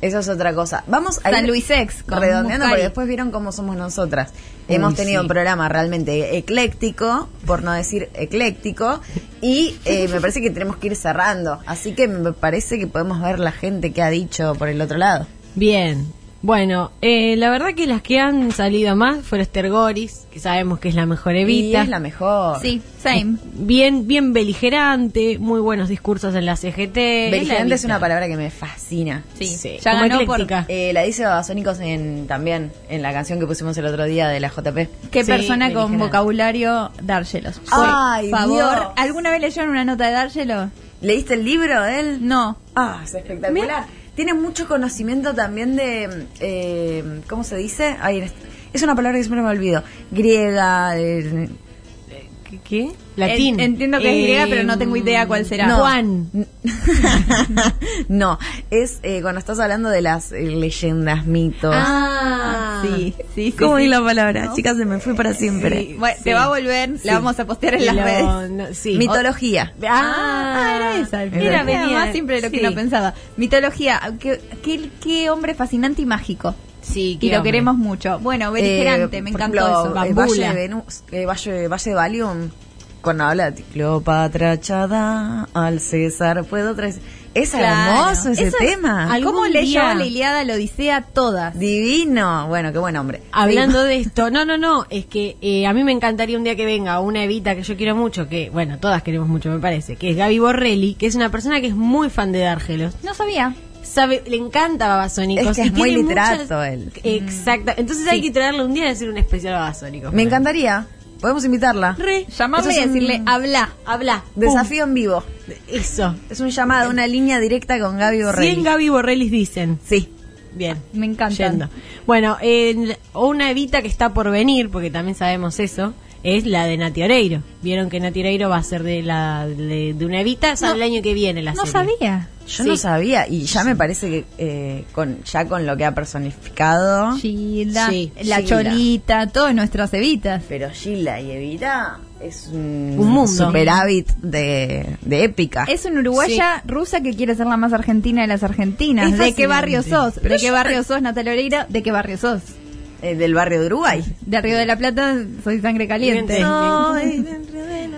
[SPEAKER 4] Eso es otra cosa. Vamos a
[SPEAKER 2] San
[SPEAKER 4] ir
[SPEAKER 2] Luis Ex, con
[SPEAKER 4] redondeando,
[SPEAKER 2] Muscari.
[SPEAKER 4] porque después vieron cómo somos nosotras. Hemos tenido un programa realmente ecléctico, por no decir ecléctico, y eh, me parece que tenemos que ir cerrando. Así que me parece que podemos ver la gente que ha dicho por el otro lado.
[SPEAKER 3] Bien. Bueno, eh, la verdad que las que han salido más fueron Esther Goris, que sabemos que es la mejor
[SPEAKER 4] Y
[SPEAKER 3] Evita.
[SPEAKER 4] es la mejor.
[SPEAKER 2] Sí, same.
[SPEAKER 3] Bien, bien beligerante, muy buenos discursos en la CGT.
[SPEAKER 4] Beligerante es
[SPEAKER 3] la Evita.
[SPEAKER 4] una palabra que me fascina.
[SPEAKER 2] Sí,
[SPEAKER 3] Sí,
[SPEAKER 2] ya
[SPEAKER 3] como
[SPEAKER 2] ganó
[SPEAKER 3] ecléctica.
[SPEAKER 4] Eh, la dice Babasónicos en, también en la canción que pusimos el otro día de la JP.
[SPEAKER 2] por qué
[SPEAKER 3] Sí,
[SPEAKER 2] persona con
[SPEAKER 3] beligerante.
[SPEAKER 2] vocabulario dárselos. Por
[SPEAKER 4] Ay,
[SPEAKER 2] favor,
[SPEAKER 4] Dios.
[SPEAKER 2] ¿alguna vez leyeron una nota de dárselo?
[SPEAKER 4] ¿Leíste el libro de él?
[SPEAKER 2] No.
[SPEAKER 4] Ah, es espectacular. Tiene mucho conocimiento también de, eh, ¿cómo se dice? Ay, en est- es una palabra que siempre me olvido. Griega. eh,
[SPEAKER 3] ¿Qué? qué? Latín.
[SPEAKER 2] En- entiendo que es griega, pero no tengo idea cuál será.
[SPEAKER 3] no. Juan.
[SPEAKER 4] Juan. no, es eh, cuando estás hablando de las eh, leyendas, mitos.
[SPEAKER 3] Ah,
[SPEAKER 2] Sí, sí, sí.
[SPEAKER 4] ¿Cómo
[SPEAKER 2] sí.
[SPEAKER 4] di la palabra? Chicas, se me fue para siempre.
[SPEAKER 2] Sí, bueno, Te va a volver, la vamos a postear en
[SPEAKER 3] Y
[SPEAKER 2] las
[SPEAKER 3] lo-
[SPEAKER 2] redes.
[SPEAKER 3] no, sí.
[SPEAKER 4] Mitología.
[SPEAKER 3] Ah,
[SPEAKER 2] Ah, era esa. Era
[SPEAKER 3] Era venía-
[SPEAKER 2] más simple de lo que
[SPEAKER 3] sí.
[SPEAKER 2] uno pensaba. Mitología, qué, qué- qué hombre fascinante y mágico.
[SPEAKER 3] Sí,
[SPEAKER 2] Y
[SPEAKER 3] qué
[SPEAKER 2] lo
[SPEAKER 3] hombre.
[SPEAKER 2] queremos mucho. Bueno, beligerante,
[SPEAKER 4] Eh,
[SPEAKER 2] me
[SPEAKER 4] por
[SPEAKER 2] encantó
[SPEAKER 4] ejemplo,
[SPEAKER 2] eso.
[SPEAKER 4] eh, Valle
[SPEAKER 3] Bambula.
[SPEAKER 4] de Venus, eh, Valle, Valle de Valium, cuando habla de Cleopatra Chada, al César, puedo traer. Es
[SPEAKER 2] Claro.
[SPEAKER 4] hermoso ese
[SPEAKER 2] Eso es-
[SPEAKER 4] tema.
[SPEAKER 3] algo-
[SPEAKER 2] ¿Cómo
[SPEAKER 3] Algún
[SPEAKER 2] leyó
[SPEAKER 3] día-
[SPEAKER 2] la Iliada, la Odisea, todas?
[SPEAKER 4] Divino. Bueno, qué buen hombre.
[SPEAKER 3] Hablando de esto, no, no, no, es que eh, a mí me encantaría un día que venga una Evita que yo quiero mucho, que bueno, todas queremos mucho me parece, que es Gaby Borrelli, que es una persona que es muy fan de Dárgelos.
[SPEAKER 2] No sabía.
[SPEAKER 3] Sabe, le encanta Babasónicos.
[SPEAKER 4] Es que
[SPEAKER 3] y
[SPEAKER 4] es muy
[SPEAKER 3] tiene
[SPEAKER 4] literato
[SPEAKER 3] muchas-
[SPEAKER 4] él.
[SPEAKER 3] Exacto. Entonces hay que traerle un día y hacer un especial Babasónicos.
[SPEAKER 4] Me encantaría. Podemos invitarla.
[SPEAKER 3] Re,
[SPEAKER 2] Llamarle
[SPEAKER 4] Eso
[SPEAKER 2] y
[SPEAKER 4] es un-
[SPEAKER 2] decirle, habla.
[SPEAKER 3] habla.
[SPEAKER 4] Desafío en vivo.
[SPEAKER 3] Eso.
[SPEAKER 4] Es un llamado, una línea directa con Gaby
[SPEAKER 3] 100
[SPEAKER 4] Borrelli.
[SPEAKER 3] Gaby Borrelis dicen.
[SPEAKER 4] Sí.
[SPEAKER 3] Bien.
[SPEAKER 2] Me encanta.
[SPEAKER 3] Yendo. Bueno, en- o una evita que está por venir, porque también sabemos eso, es la de Nati Oreiro. Vieron que Nati Oreiro va a ser de la de, de una evita, sale el año que viene la
[SPEAKER 2] No
[SPEAKER 3] serie.
[SPEAKER 2] sabía.
[SPEAKER 4] Yo
[SPEAKER 3] Sí.
[SPEAKER 4] no sabía y ya me parece que eh, con ya con lo que ha personificado.
[SPEAKER 2] Gilda,
[SPEAKER 3] Sí,
[SPEAKER 2] la
[SPEAKER 4] Gilda.
[SPEAKER 2] Cholita, todas nuestras evitas.
[SPEAKER 4] Pero Gilda y Evita es un,
[SPEAKER 3] Un mundo.
[SPEAKER 4] superávit de, de épica.
[SPEAKER 2] Es una uruguaya rusa que quiere ser la más argentina de las argentinas. ¿De
[SPEAKER 3] Es
[SPEAKER 2] qué
[SPEAKER 3] fascinante.
[SPEAKER 2] barrio sos?
[SPEAKER 4] Pero
[SPEAKER 2] ¿De qué
[SPEAKER 4] yo-
[SPEAKER 2] barrio sos, Natalia Oreira? ¿De qué barrio sos?
[SPEAKER 4] eh, del barrio de Uruguay.
[SPEAKER 2] De Río de la Plata, soy sangre caliente.
[SPEAKER 3] Bien,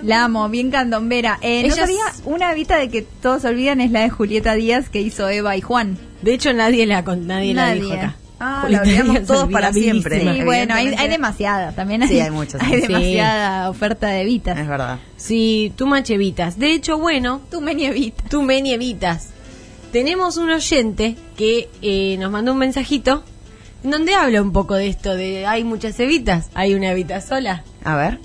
[SPEAKER 2] La amo, bien candombera. Eh, no
[SPEAKER 4] eh, Ella es-
[SPEAKER 2] sabía, una evita de que todos olvidan es la de Julieta Díaz que hizo Eva y Juan.
[SPEAKER 3] De hecho nadie la con- nadie, la
[SPEAKER 2] Nadie.
[SPEAKER 3] dijo acá.
[SPEAKER 4] Ah,
[SPEAKER 3] Julieta
[SPEAKER 4] la olvidamos
[SPEAKER 3] Díaz,
[SPEAKER 4] todos para
[SPEAKER 2] Sí,
[SPEAKER 4] siempre.
[SPEAKER 3] olvidadísima.
[SPEAKER 2] bueno, hay,
[SPEAKER 4] evidentemente.
[SPEAKER 2] hay demasiada también. Hay,
[SPEAKER 4] Sí, hay muchas.
[SPEAKER 2] Hay
[SPEAKER 3] Sí.
[SPEAKER 2] demasiada oferta de evitas.
[SPEAKER 4] Es verdad.
[SPEAKER 3] Sí, tú machevitas. De hecho, bueno,
[SPEAKER 2] Tú, Meni Evita.
[SPEAKER 3] tú me nievitas. Tenemos un oyente que eh, nos mandó un mensajito en donde habla un poco de esto de hay muchas evitas, hay una evita sola.
[SPEAKER 4] A ver.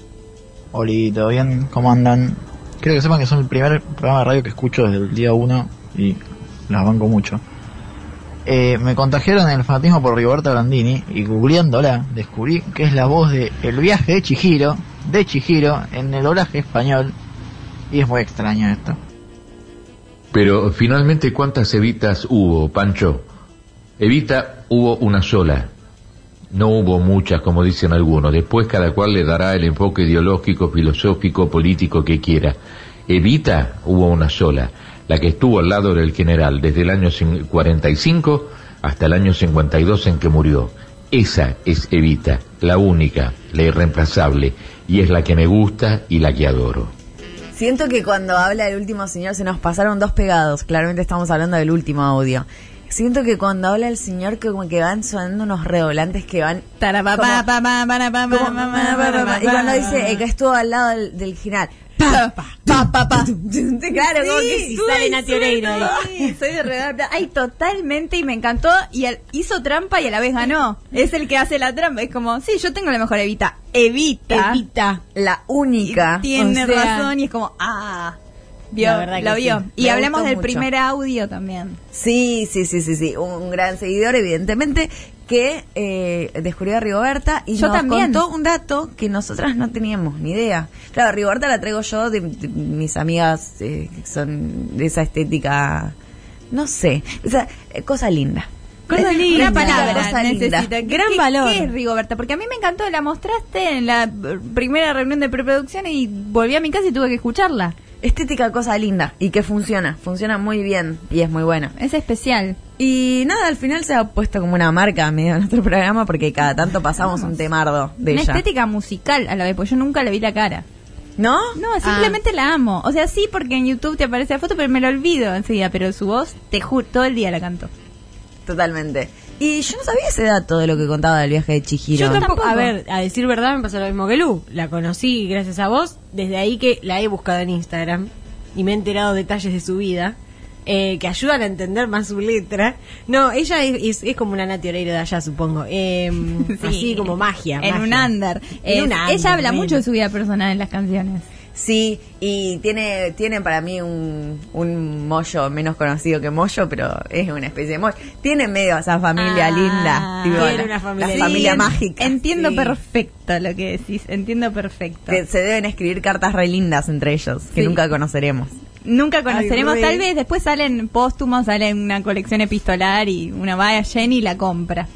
[SPEAKER 11] Oli, ¿todo bien? ¿Cómo andan? Creo que sepan que son el primer programa de radio que escucho desde el día uno y las banco mucho. Eh, me contagiaron el fanatismo por Rigoberta Brandini y googleándola descubrí que es la voz de El viaje de Chihiro, de Chihiro, en el doblaje español. Y es muy extraño esto.
[SPEAKER 12] Pero finalmente, ¿cuántas evitas hubo, Pancho? Evita hubo una sola. No hubo muchas, como dicen algunos. Después cada cual le dará el enfoque ideológico, filosófico, político que quiera. Evita hubo una sola, la que estuvo al lado del general desde el año cin- 45 hasta el año 52 en que murió. Esa es Evita, la única, la irreemplazable, y es la que me gusta y la que adoro.
[SPEAKER 4] Siento que cuando habla el último señor se nos pasaron dos pegados. Claramente estamos hablando del último audio. Siento que cuando habla el señor que como que van sonando unos redoblantes que van...
[SPEAKER 2] Tarapapá, pa, pa, para, pa, pa,
[SPEAKER 4] como-
[SPEAKER 2] pa, pa, pa, pa,
[SPEAKER 4] y cuando
[SPEAKER 2] pa,
[SPEAKER 4] dice eh, que estuvo al lado del, del general.
[SPEAKER 2] pa, pa, pa, pa, pa.
[SPEAKER 4] Claro, como que si
[SPEAKER 3] sube
[SPEAKER 4] sale
[SPEAKER 3] y
[SPEAKER 4] Nati
[SPEAKER 3] sube
[SPEAKER 4] Oreiro ahí.
[SPEAKER 3] todo.
[SPEAKER 2] Sí, soy de Río de la Plata. Ay, totalmente, y me encantó. Y al- hizo trampa y a la vez ganó. Es el que hace la trampa. Es como, sí, yo tengo la mejor Evita. Evita.
[SPEAKER 3] Evita.
[SPEAKER 4] La única.
[SPEAKER 2] Tiene
[SPEAKER 3] O sea-
[SPEAKER 2] razón y es como, ah. Vio,
[SPEAKER 4] La verdad
[SPEAKER 2] lo
[SPEAKER 4] que
[SPEAKER 2] vio.
[SPEAKER 4] sí.
[SPEAKER 2] Y
[SPEAKER 4] Me
[SPEAKER 2] hablamos
[SPEAKER 4] gustó
[SPEAKER 2] del
[SPEAKER 4] mucho.
[SPEAKER 2] primer audio también.
[SPEAKER 4] Sí, sí, sí, sí, sí. Un gran seguidor, evidentemente, que eh, descubrió a Rigoberta y
[SPEAKER 2] Yo
[SPEAKER 4] nos
[SPEAKER 2] también.
[SPEAKER 4] contó un dato que nosotras no teníamos ni idea. Claro, a Rigoberta la traigo yo de, de mis amigas eh, que son de esa estética, no sé, esa eh, cosa linda.
[SPEAKER 2] Cosa
[SPEAKER 4] Es
[SPEAKER 2] linda.
[SPEAKER 4] una palabra,
[SPEAKER 2] Cosa linda.
[SPEAKER 4] necesita.
[SPEAKER 2] ¿Qué- qué- ¿Qué es Rigoberta? Porque a mí me encantó, la mostraste en la eh, primera reunión de preproducción y volví a mi casa y tuve que escucharla.
[SPEAKER 4] Estética, cosa linda. Y que funciona, funciona muy bien y es muy buena.
[SPEAKER 2] Es especial.
[SPEAKER 4] Y nada, al final se ha puesto como una marca a medio de nuestro programa porque cada tanto pasamos un temardo de
[SPEAKER 2] Una
[SPEAKER 4] ella.
[SPEAKER 2] estética musical a la vez, porque yo nunca le vi la cara.
[SPEAKER 4] ¿No?
[SPEAKER 2] No, simplemente la amo. O sea, sí, porque en YouTube te aparece la foto, pero me la olvido enseguida. Pero su voz, te juro, todo el día la canto.
[SPEAKER 4] Totalmente. Y yo no sabía ese dato de lo que contaba del viaje de Chihiro.
[SPEAKER 3] Yo tampoco, a ver, a decir verdad me pasó lo mismo que Lu. La conocí gracias a vos, desde ahí que la he buscado en Instagram y me he enterado detalles de su vida eh, que ayudan a entender más su letra. No, ella es, es- es como una Nati Oreiro de allá, supongo. Eh, Así como magia.
[SPEAKER 2] En
[SPEAKER 3] magia.
[SPEAKER 2] un under.
[SPEAKER 3] En
[SPEAKER 2] Es-
[SPEAKER 3] un under,
[SPEAKER 2] ella habla
[SPEAKER 3] bueno.
[SPEAKER 2] mucho de su vida personal en las canciones.
[SPEAKER 4] Sí, y tiene, tiene para mí un, un mollo menos conocido que mollo, pero es una especie de mollo. Tiene medio a esa familia linda. tipo
[SPEAKER 2] Tiene
[SPEAKER 4] la-
[SPEAKER 2] una familia linda.
[SPEAKER 4] la familia
[SPEAKER 2] Sí,
[SPEAKER 4] mágica.
[SPEAKER 2] entiendo
[SPEAKER 4] Sí.
[SPEAKER 2] perfecto lo que decís, entiendo perfecto.
[SPEAKER 4] Que se deben escribir cartas re lindas entre ellos, que
[SPEAKER 2] Sí.
[SPEAKER 4] nunca conoceremos.
[SPEAKER 2] Nunca conoceremos,
[SPEAKER 4] Ay, re.
[SPEAKER 2] tal vez después salen póstumos, salen una colección epistolar y una va a Jenny y la compra.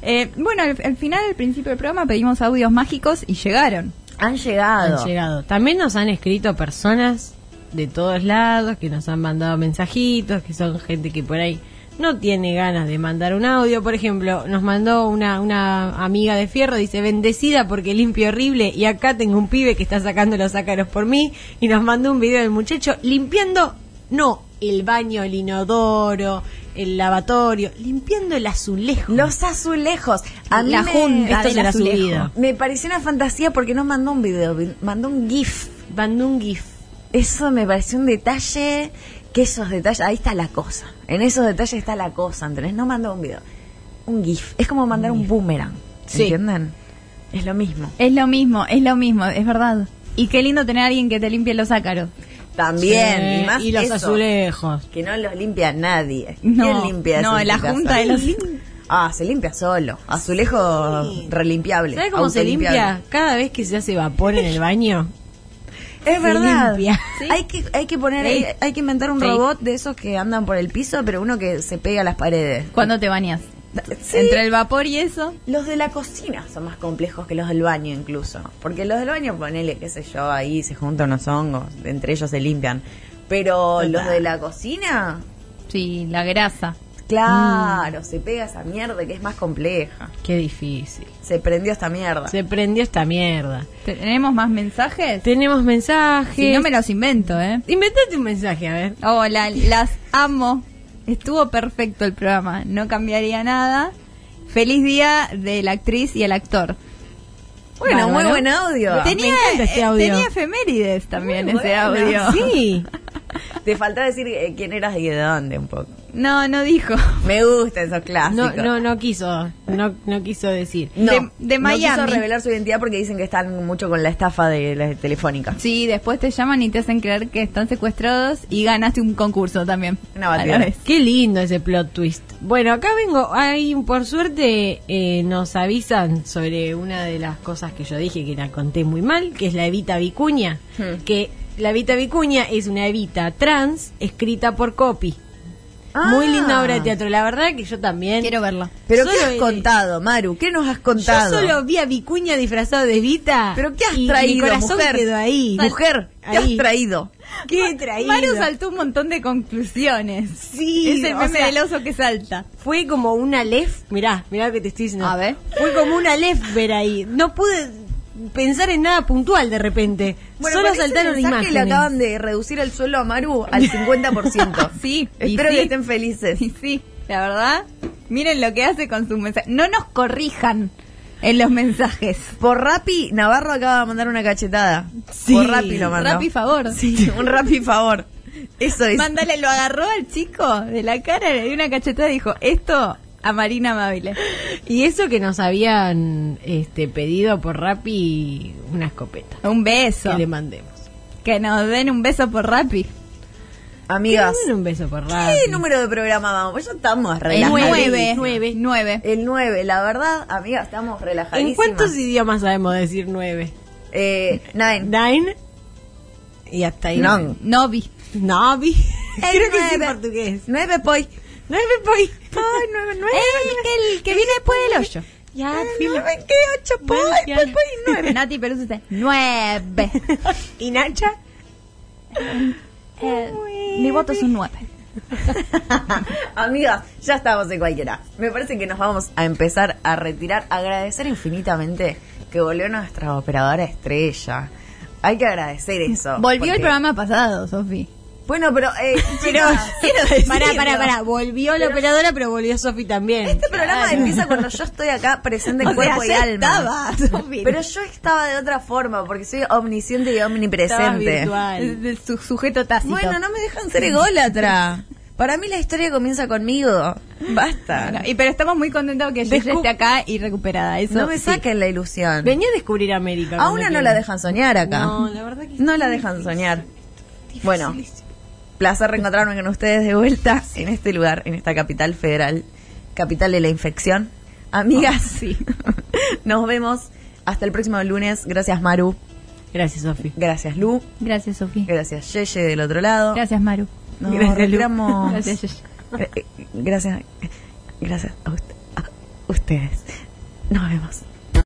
[SPEAKER 2] Eh, bueno, al, al final, al principio del programa, pedimos audios mágicos y llegaron.
[SPEAKER 4] Han llegado.
[SPEAKER 3] Han llegado. También nos han escrito personas de todos lados que nos han mandado mensajitos, que son gente que por ahí no tiene ganas de mandar un audio. Por ejemplo, nos mandó una, una amiga de Fierro, dice, bendecida porque limpio horrible y acá tengo un pibe que está sacando los ácaros por mí y nos mandó un video del muchacho limpiando, no, el baño, el inodoro, el lavatorio, limpiando el azulejo.
[SPEAKER 4] Los azulejos. A mí
[SPEAKER 3] La
[SPEAKER 4] me-
[SPEAKER 3] junta Esto del será azulejo. su vida.
[SPEAKER 4] Me pareció una fantasía porque no mandó un video, vi- mandó un GIF.
[SPEAKER 3] Mandó un GIF.
[SPEAKER 4] Eso me pareció un detalle, que esos detalles, ahí está la cosa. En esos detalles está la cosa, ¿entendés? No mandó un video, un GIF. Es como mandar un boomerang,
[SPEAKER 2] Sí.
[SPEAKER 4] ¿entienden? Es lo mismo.
[SPEAKER 2] Es lo mismo, es lo mismo, es verdad. Y qué lindo tener a alguien que te limpie los ácaros.
[SPEAKER 4] También,
[SPEAKER 3] Sí,
[SPEAKER 4] y más
[SPEAKER 3] y los
[SPEAKER 4] eso,
[SPEAKER 3] azulejos.
[SPEAKER 4] Que no los limpia nadie.
[SPEAKER 2] No,
[SPEAKER 4] ¿Quién limpia
[SPEAKER 2] no,
[SPEAKER 4] esos
[SPEAKER 2] la
[SPEAKER 4] azulejos?
[SPEAKER 2] junta de los-
[SPEAKER 4] Ah, se limpia solo. Azulejo relimpiable.
[SPEAKER 3] ¿Sabes cómo se
[SPEAKER 4] autolimpiable.
[SPEAKER 3] limpia? Cada vez que se hace vapor en el baño.
[SPEAKER 4] Es
[SPEAKER 3] Se
[SPEAKER 4] verdad.
[SPEAKER 3] limpia.
[SPEAKER 4] Hay que hay que poner hay, hay que inventar un
[SPEAKER 3] Sí.
[SPEAKER 4] robot de esos que andan por el piso, pero uno que se pega a las paredes.
[SPEAKER 2] Cuando te bañas. Entre el vapor y eso.
[SPEAKER 4] Los de la cocina son más complejos que los del baño incluso, porque los del baño ponele, qué sé yo, ahí se juntan unos hongos, entre ellos se limpian. Pero los de la cocina,
[SPEAKER 2] Sí, la grasa.
[SPEAKER 4] claro,
[SPEAKER 3] Mm.
[SPEAKER 4] se pega esa mierda que es más compleja.
[SPEAKER 3] Qué difícil.
[SPEAKER 4] Se prendió esta mierda.
[SPEAKER 3] Se prendió esta mierda.
[SPEAKER 2] ¿Tenemos más mensajes?
[SPEAKER 3] Tenemos mensajes.
[SPEAKER 2] Si no me los invento, ¿eh?
[SPEAKER 3] Inventate un mensaje, a ver.
[SPEAKER 2] Hola, las amo. Estuvo perfecto el programa, no cambiaría nada. Feliz día de la actriz y el actor.
[SPEAKER 4] Bueno,
[SPEAKER 2] Bárbaro.
[SPEAKER 4] muy buen audio.
[SPEAKER 2] Tenía,
[SPEAKER 4] Me encanta este
[SPEAKER 2] eh,
[SPEAKER 4] audio.
[SPEAKER 2] tenía efemérides también
[SPEAKER 4] Muy
[SPEAKER 2] ese audio.
[SPEAKER 4] bueno.
[SPEAKER 3] Sí.
[SPEAKER 4] Te faltó decir eh, quién eras y de dónde un poco.
[SPEAKER 2] No, no dijo.
[SPEAKER 4] Me gustan esos
[SPEAKER 3] No,
[SPEAKER 4] clásicos.
[SPEAKER 3] no, no quiso. No, no quiso decir.
[SPEAKER 4] No,
[SPEAKER 2] De- de
[SPEAKER 4] No
[SPEAKER 2] Miami.
[SPEAKER 4] quiso revelar su identidad porque dicen que están mucho con la estafa de la telefónica.
[SPEAKER 2] Sí, después te llaman y te hacen creer que están secuestrados y ganaste un concurso también.
[SPEAKER 4] Una
[SPEAKER 2] A la
[SPEAKER 4] batida.
[SPEAKER 2] vez.
[SPEAKER 3] Qué lindo ese plot twist. Bueno, acá vengo. Hay, por suerte, eh, nos avisan sobre una de las cosas que yo dije que la conté muy mal, que es la Evita Vicuña.
[SPEAKER 2] Hmm.
[SPEAKER 3] Que la Evita Vicuña es una Evita trans escrita por Copy. Muy
[SPEAKER 4] Ah.
[SPEAKER 3] linda obra de teatro. La verdad que yo también.
[SPEAKER 2] Quiero verla.
[SPEAKER 4] Pero
[SPEAKER 3] Solo
[SPEAKER 4] ¿qué has
[SPEAKER 3] el-
[SPEAKER 4] contado, Maru? ¿Qué nos has
[SPEAKER 3] Yo
[SPEAKER 4] contado?
[SPEAKER 3] solo vi a Vicuña disfrazado de Evita.
[SPEAKER 4] ¿Pero qué has
[SPEAKER 3] y Mi
[SPEAKER 4] traído,
[SPEAKER 3] corazón
[SPEAKER 4] mujer?
[SPEAKER 3] quedó ahí.
[SPEAKER 4] Mujer, ¿qué
[SPEAKER 3] Ahí.
[SPEAKER 4] has traído?
[SPEAKER 3] ¿Qué he traído?
[SPEAKER 2] Mario saltó un montón de conclusiones.
[SPEAKER 3] Sí,
[SPEAKER 2] es el
[SPEAKER 3] o
[SPEAKER 2] meme
[SPEAKER 3] sea-
[SPEAKER 2] del oso que salta.
[SPEAKER 3] Fue como una lef, mirá, mirá lo que te estoy diciendo.
[SPEAKER 2] A ver.
[SPEAKER 3] Fue como una lef ver ahí. No pude pensar en nada puntual de repente. Solo
[SPEAKER 4] parece
[SPEAKER 3] saltaron
[SPEAKER 4] pensar
[SPEAKER 3] imágenes.
[SPEAKER 4] que le acaban de reducir el suelo a Maru al 50%.
[SPEAKER 2] Sí, y
[SPEAKER 4] Espero
[SPEAKER 2] sí.
[SPEAKER 4] que estén felices.
[SPEAKER 2] Y sí, la verdad, miren lo que hace con sus mensajes. No nos corrijan en los mensajes.
[SPEAKER 4] Por Rappi, Navarro acaba de mandar una cachetada.
[SPEAKER 3] Sí.
[SPEAKER 4] Por Rappi lo mandó.
[SPEAKER 2] Rappi favor.
[SPEAKER 4] Sí, un Rappi favor. Eso es.
[SPEAKER 2] Mándale, lo agarró al chico de la cara, le dio una cachetada y dijo, esto a Marina Amabile.
[SPEAKER 3] Y eso que nos habían este, pedido por Rappi una escopeta.
[SPEAKER 2] Un beso.
[SPEAKER 3] Que le mandemos.
[SPEAKER 2] Que nos den un beso por Rappi.
[SPEAKER 4] Amigas.
[SPEAKER 3] Quiero dar un beso por radio.
[SPEAKER 4] ¿Qué número de programa vamos? Pues ya estamos
[SPEAKER 3] El
[SPEAKER 4] relajados.
[SPEAKER 3] nueve. Nueve.
[SPEAKER 4] El 9. La verdad, amigas, estamos relajadísimas.
[SPEAKER 3] ¿En cuántos idiomas sabemos decir nueve?
[SPEAKER 4] Eh, nine.
[SPEAKER 3] Nine. Y hasta ahí.
[SPEAKER 4] Long.
[SPEAKER 3] Novi. Novi. Creo que sí en portugués.
[SPEAKER 4] Nueve poi.
[SPEAKER 3] Nueve pues. poi.
[SPEAKER 4] Ay, nueve, nueve.
[SPEAKER 2] El que viene después del hoyo.
[SPEAKER 3] Ya,
[SPEAKER 4] Ay,
[SPEAKER 3] filo.
[SPEAKER 4] nueve, ¿Qué? Ocho poi.
[SPEAKER 3] Gracias.
[SPEAKER 4] poi, poi, nueve.
[SPEAKER 2] Nati Perú está nueve.
[SPEAKER 3] ¿Y Nacha?
[SPEAKER 2] Eh, mi voto es un nueve.
[SPEAKER 4] Amigas, ya estamos en cualquiera. Me parece que nos vamos a empezar a retirar. Agradecer infinitamente que volvió nuestra operadora estrella. Hay que agradecer eso.
[SPEAKER 2] Volvió
[SPEAKER 4] Oh, porque-
[SPEAKER 2] el programa pasado, Sofi.
[SPEAKER 4] Bueno, pero, eh,
[SPEAKER 2] Pero
[SPEAKER 4] chicas, quiero decirlo.
[SPEAKER 3] Pará, pará, pará. Volvió la operadora, pero volvió Sofi también.
[SPEAKER 4] Este programa empieza cuando yo estoy acá presente en
[SPEAKER 3] O
[SPEAKER 4] cuerpo
[SPEAKER 3] sea,
[SPEAKER 4] y
[SPEAKER 3] ya
[SPEAKER 4] alma.
[SPEAKER 3] estaba, Sofi.
[SPEAKER 4] Pero yo estaba de otra forma, porque soy omnisciente y
[SPEAKER 3] Estaba
[SPEAKER 4] omnipresente.
[SPEAKER 3] virtual.
[SPEAKER 2] Del su- sujeto tácito.
[SPEAKER 4] Bueno, no me dejan ser ególatra. Para mí la historia comienza conmigo. Basta.
[SPEAKER 2] Bueno, y pero estamos muy contentos que Gigi
[SPEAKER 3] Descu-
[SPEAKER 2] esté acá y recuperada. Eso
[SPEAKER 4] No me
[SPEAKER 2] sí.
[SPEAKER 4] saquen la ilusión.
[SPEAKER 3] Venía a descubrir América.
[SPEAKER 4] A una
[SPEAKER 3] cuando
[SPEAKER 4] no la
[SPEAKER 3] quiera.
[SPEAKER 4] dejan soñar acá.
[SPEAKER 3] No, la verdad que
[SPEAKER 4] No la dejan soñar. Bueno, placer reencontrarme con ustedes de vuelta en este lugar, en esta capital federal, capital de la infección. Amigas, sí. Nos vemos hasta el próximo lunes. Gracias Maru,
[SPEAKER 3] Gracias, Sofi.
[SPEAKER 4] gracias Lu,
[SPEAKER 2] Gracias, Sofi.
[SPEAKER 4] gracias Yeye del otro lado.
[SPEAKER 2] Gracias, Maru.
[SPEAKER 4] Nos
[SPEAKER 3] Gracias, Lu.
[SPEAKER 4] retiramos.
[SPEAKER 2] Gracias, Gigi.
[SPEAKER 4] eh, Gra- eh, Gracias. Gracias a, ust- a ustedes. Nos vemos.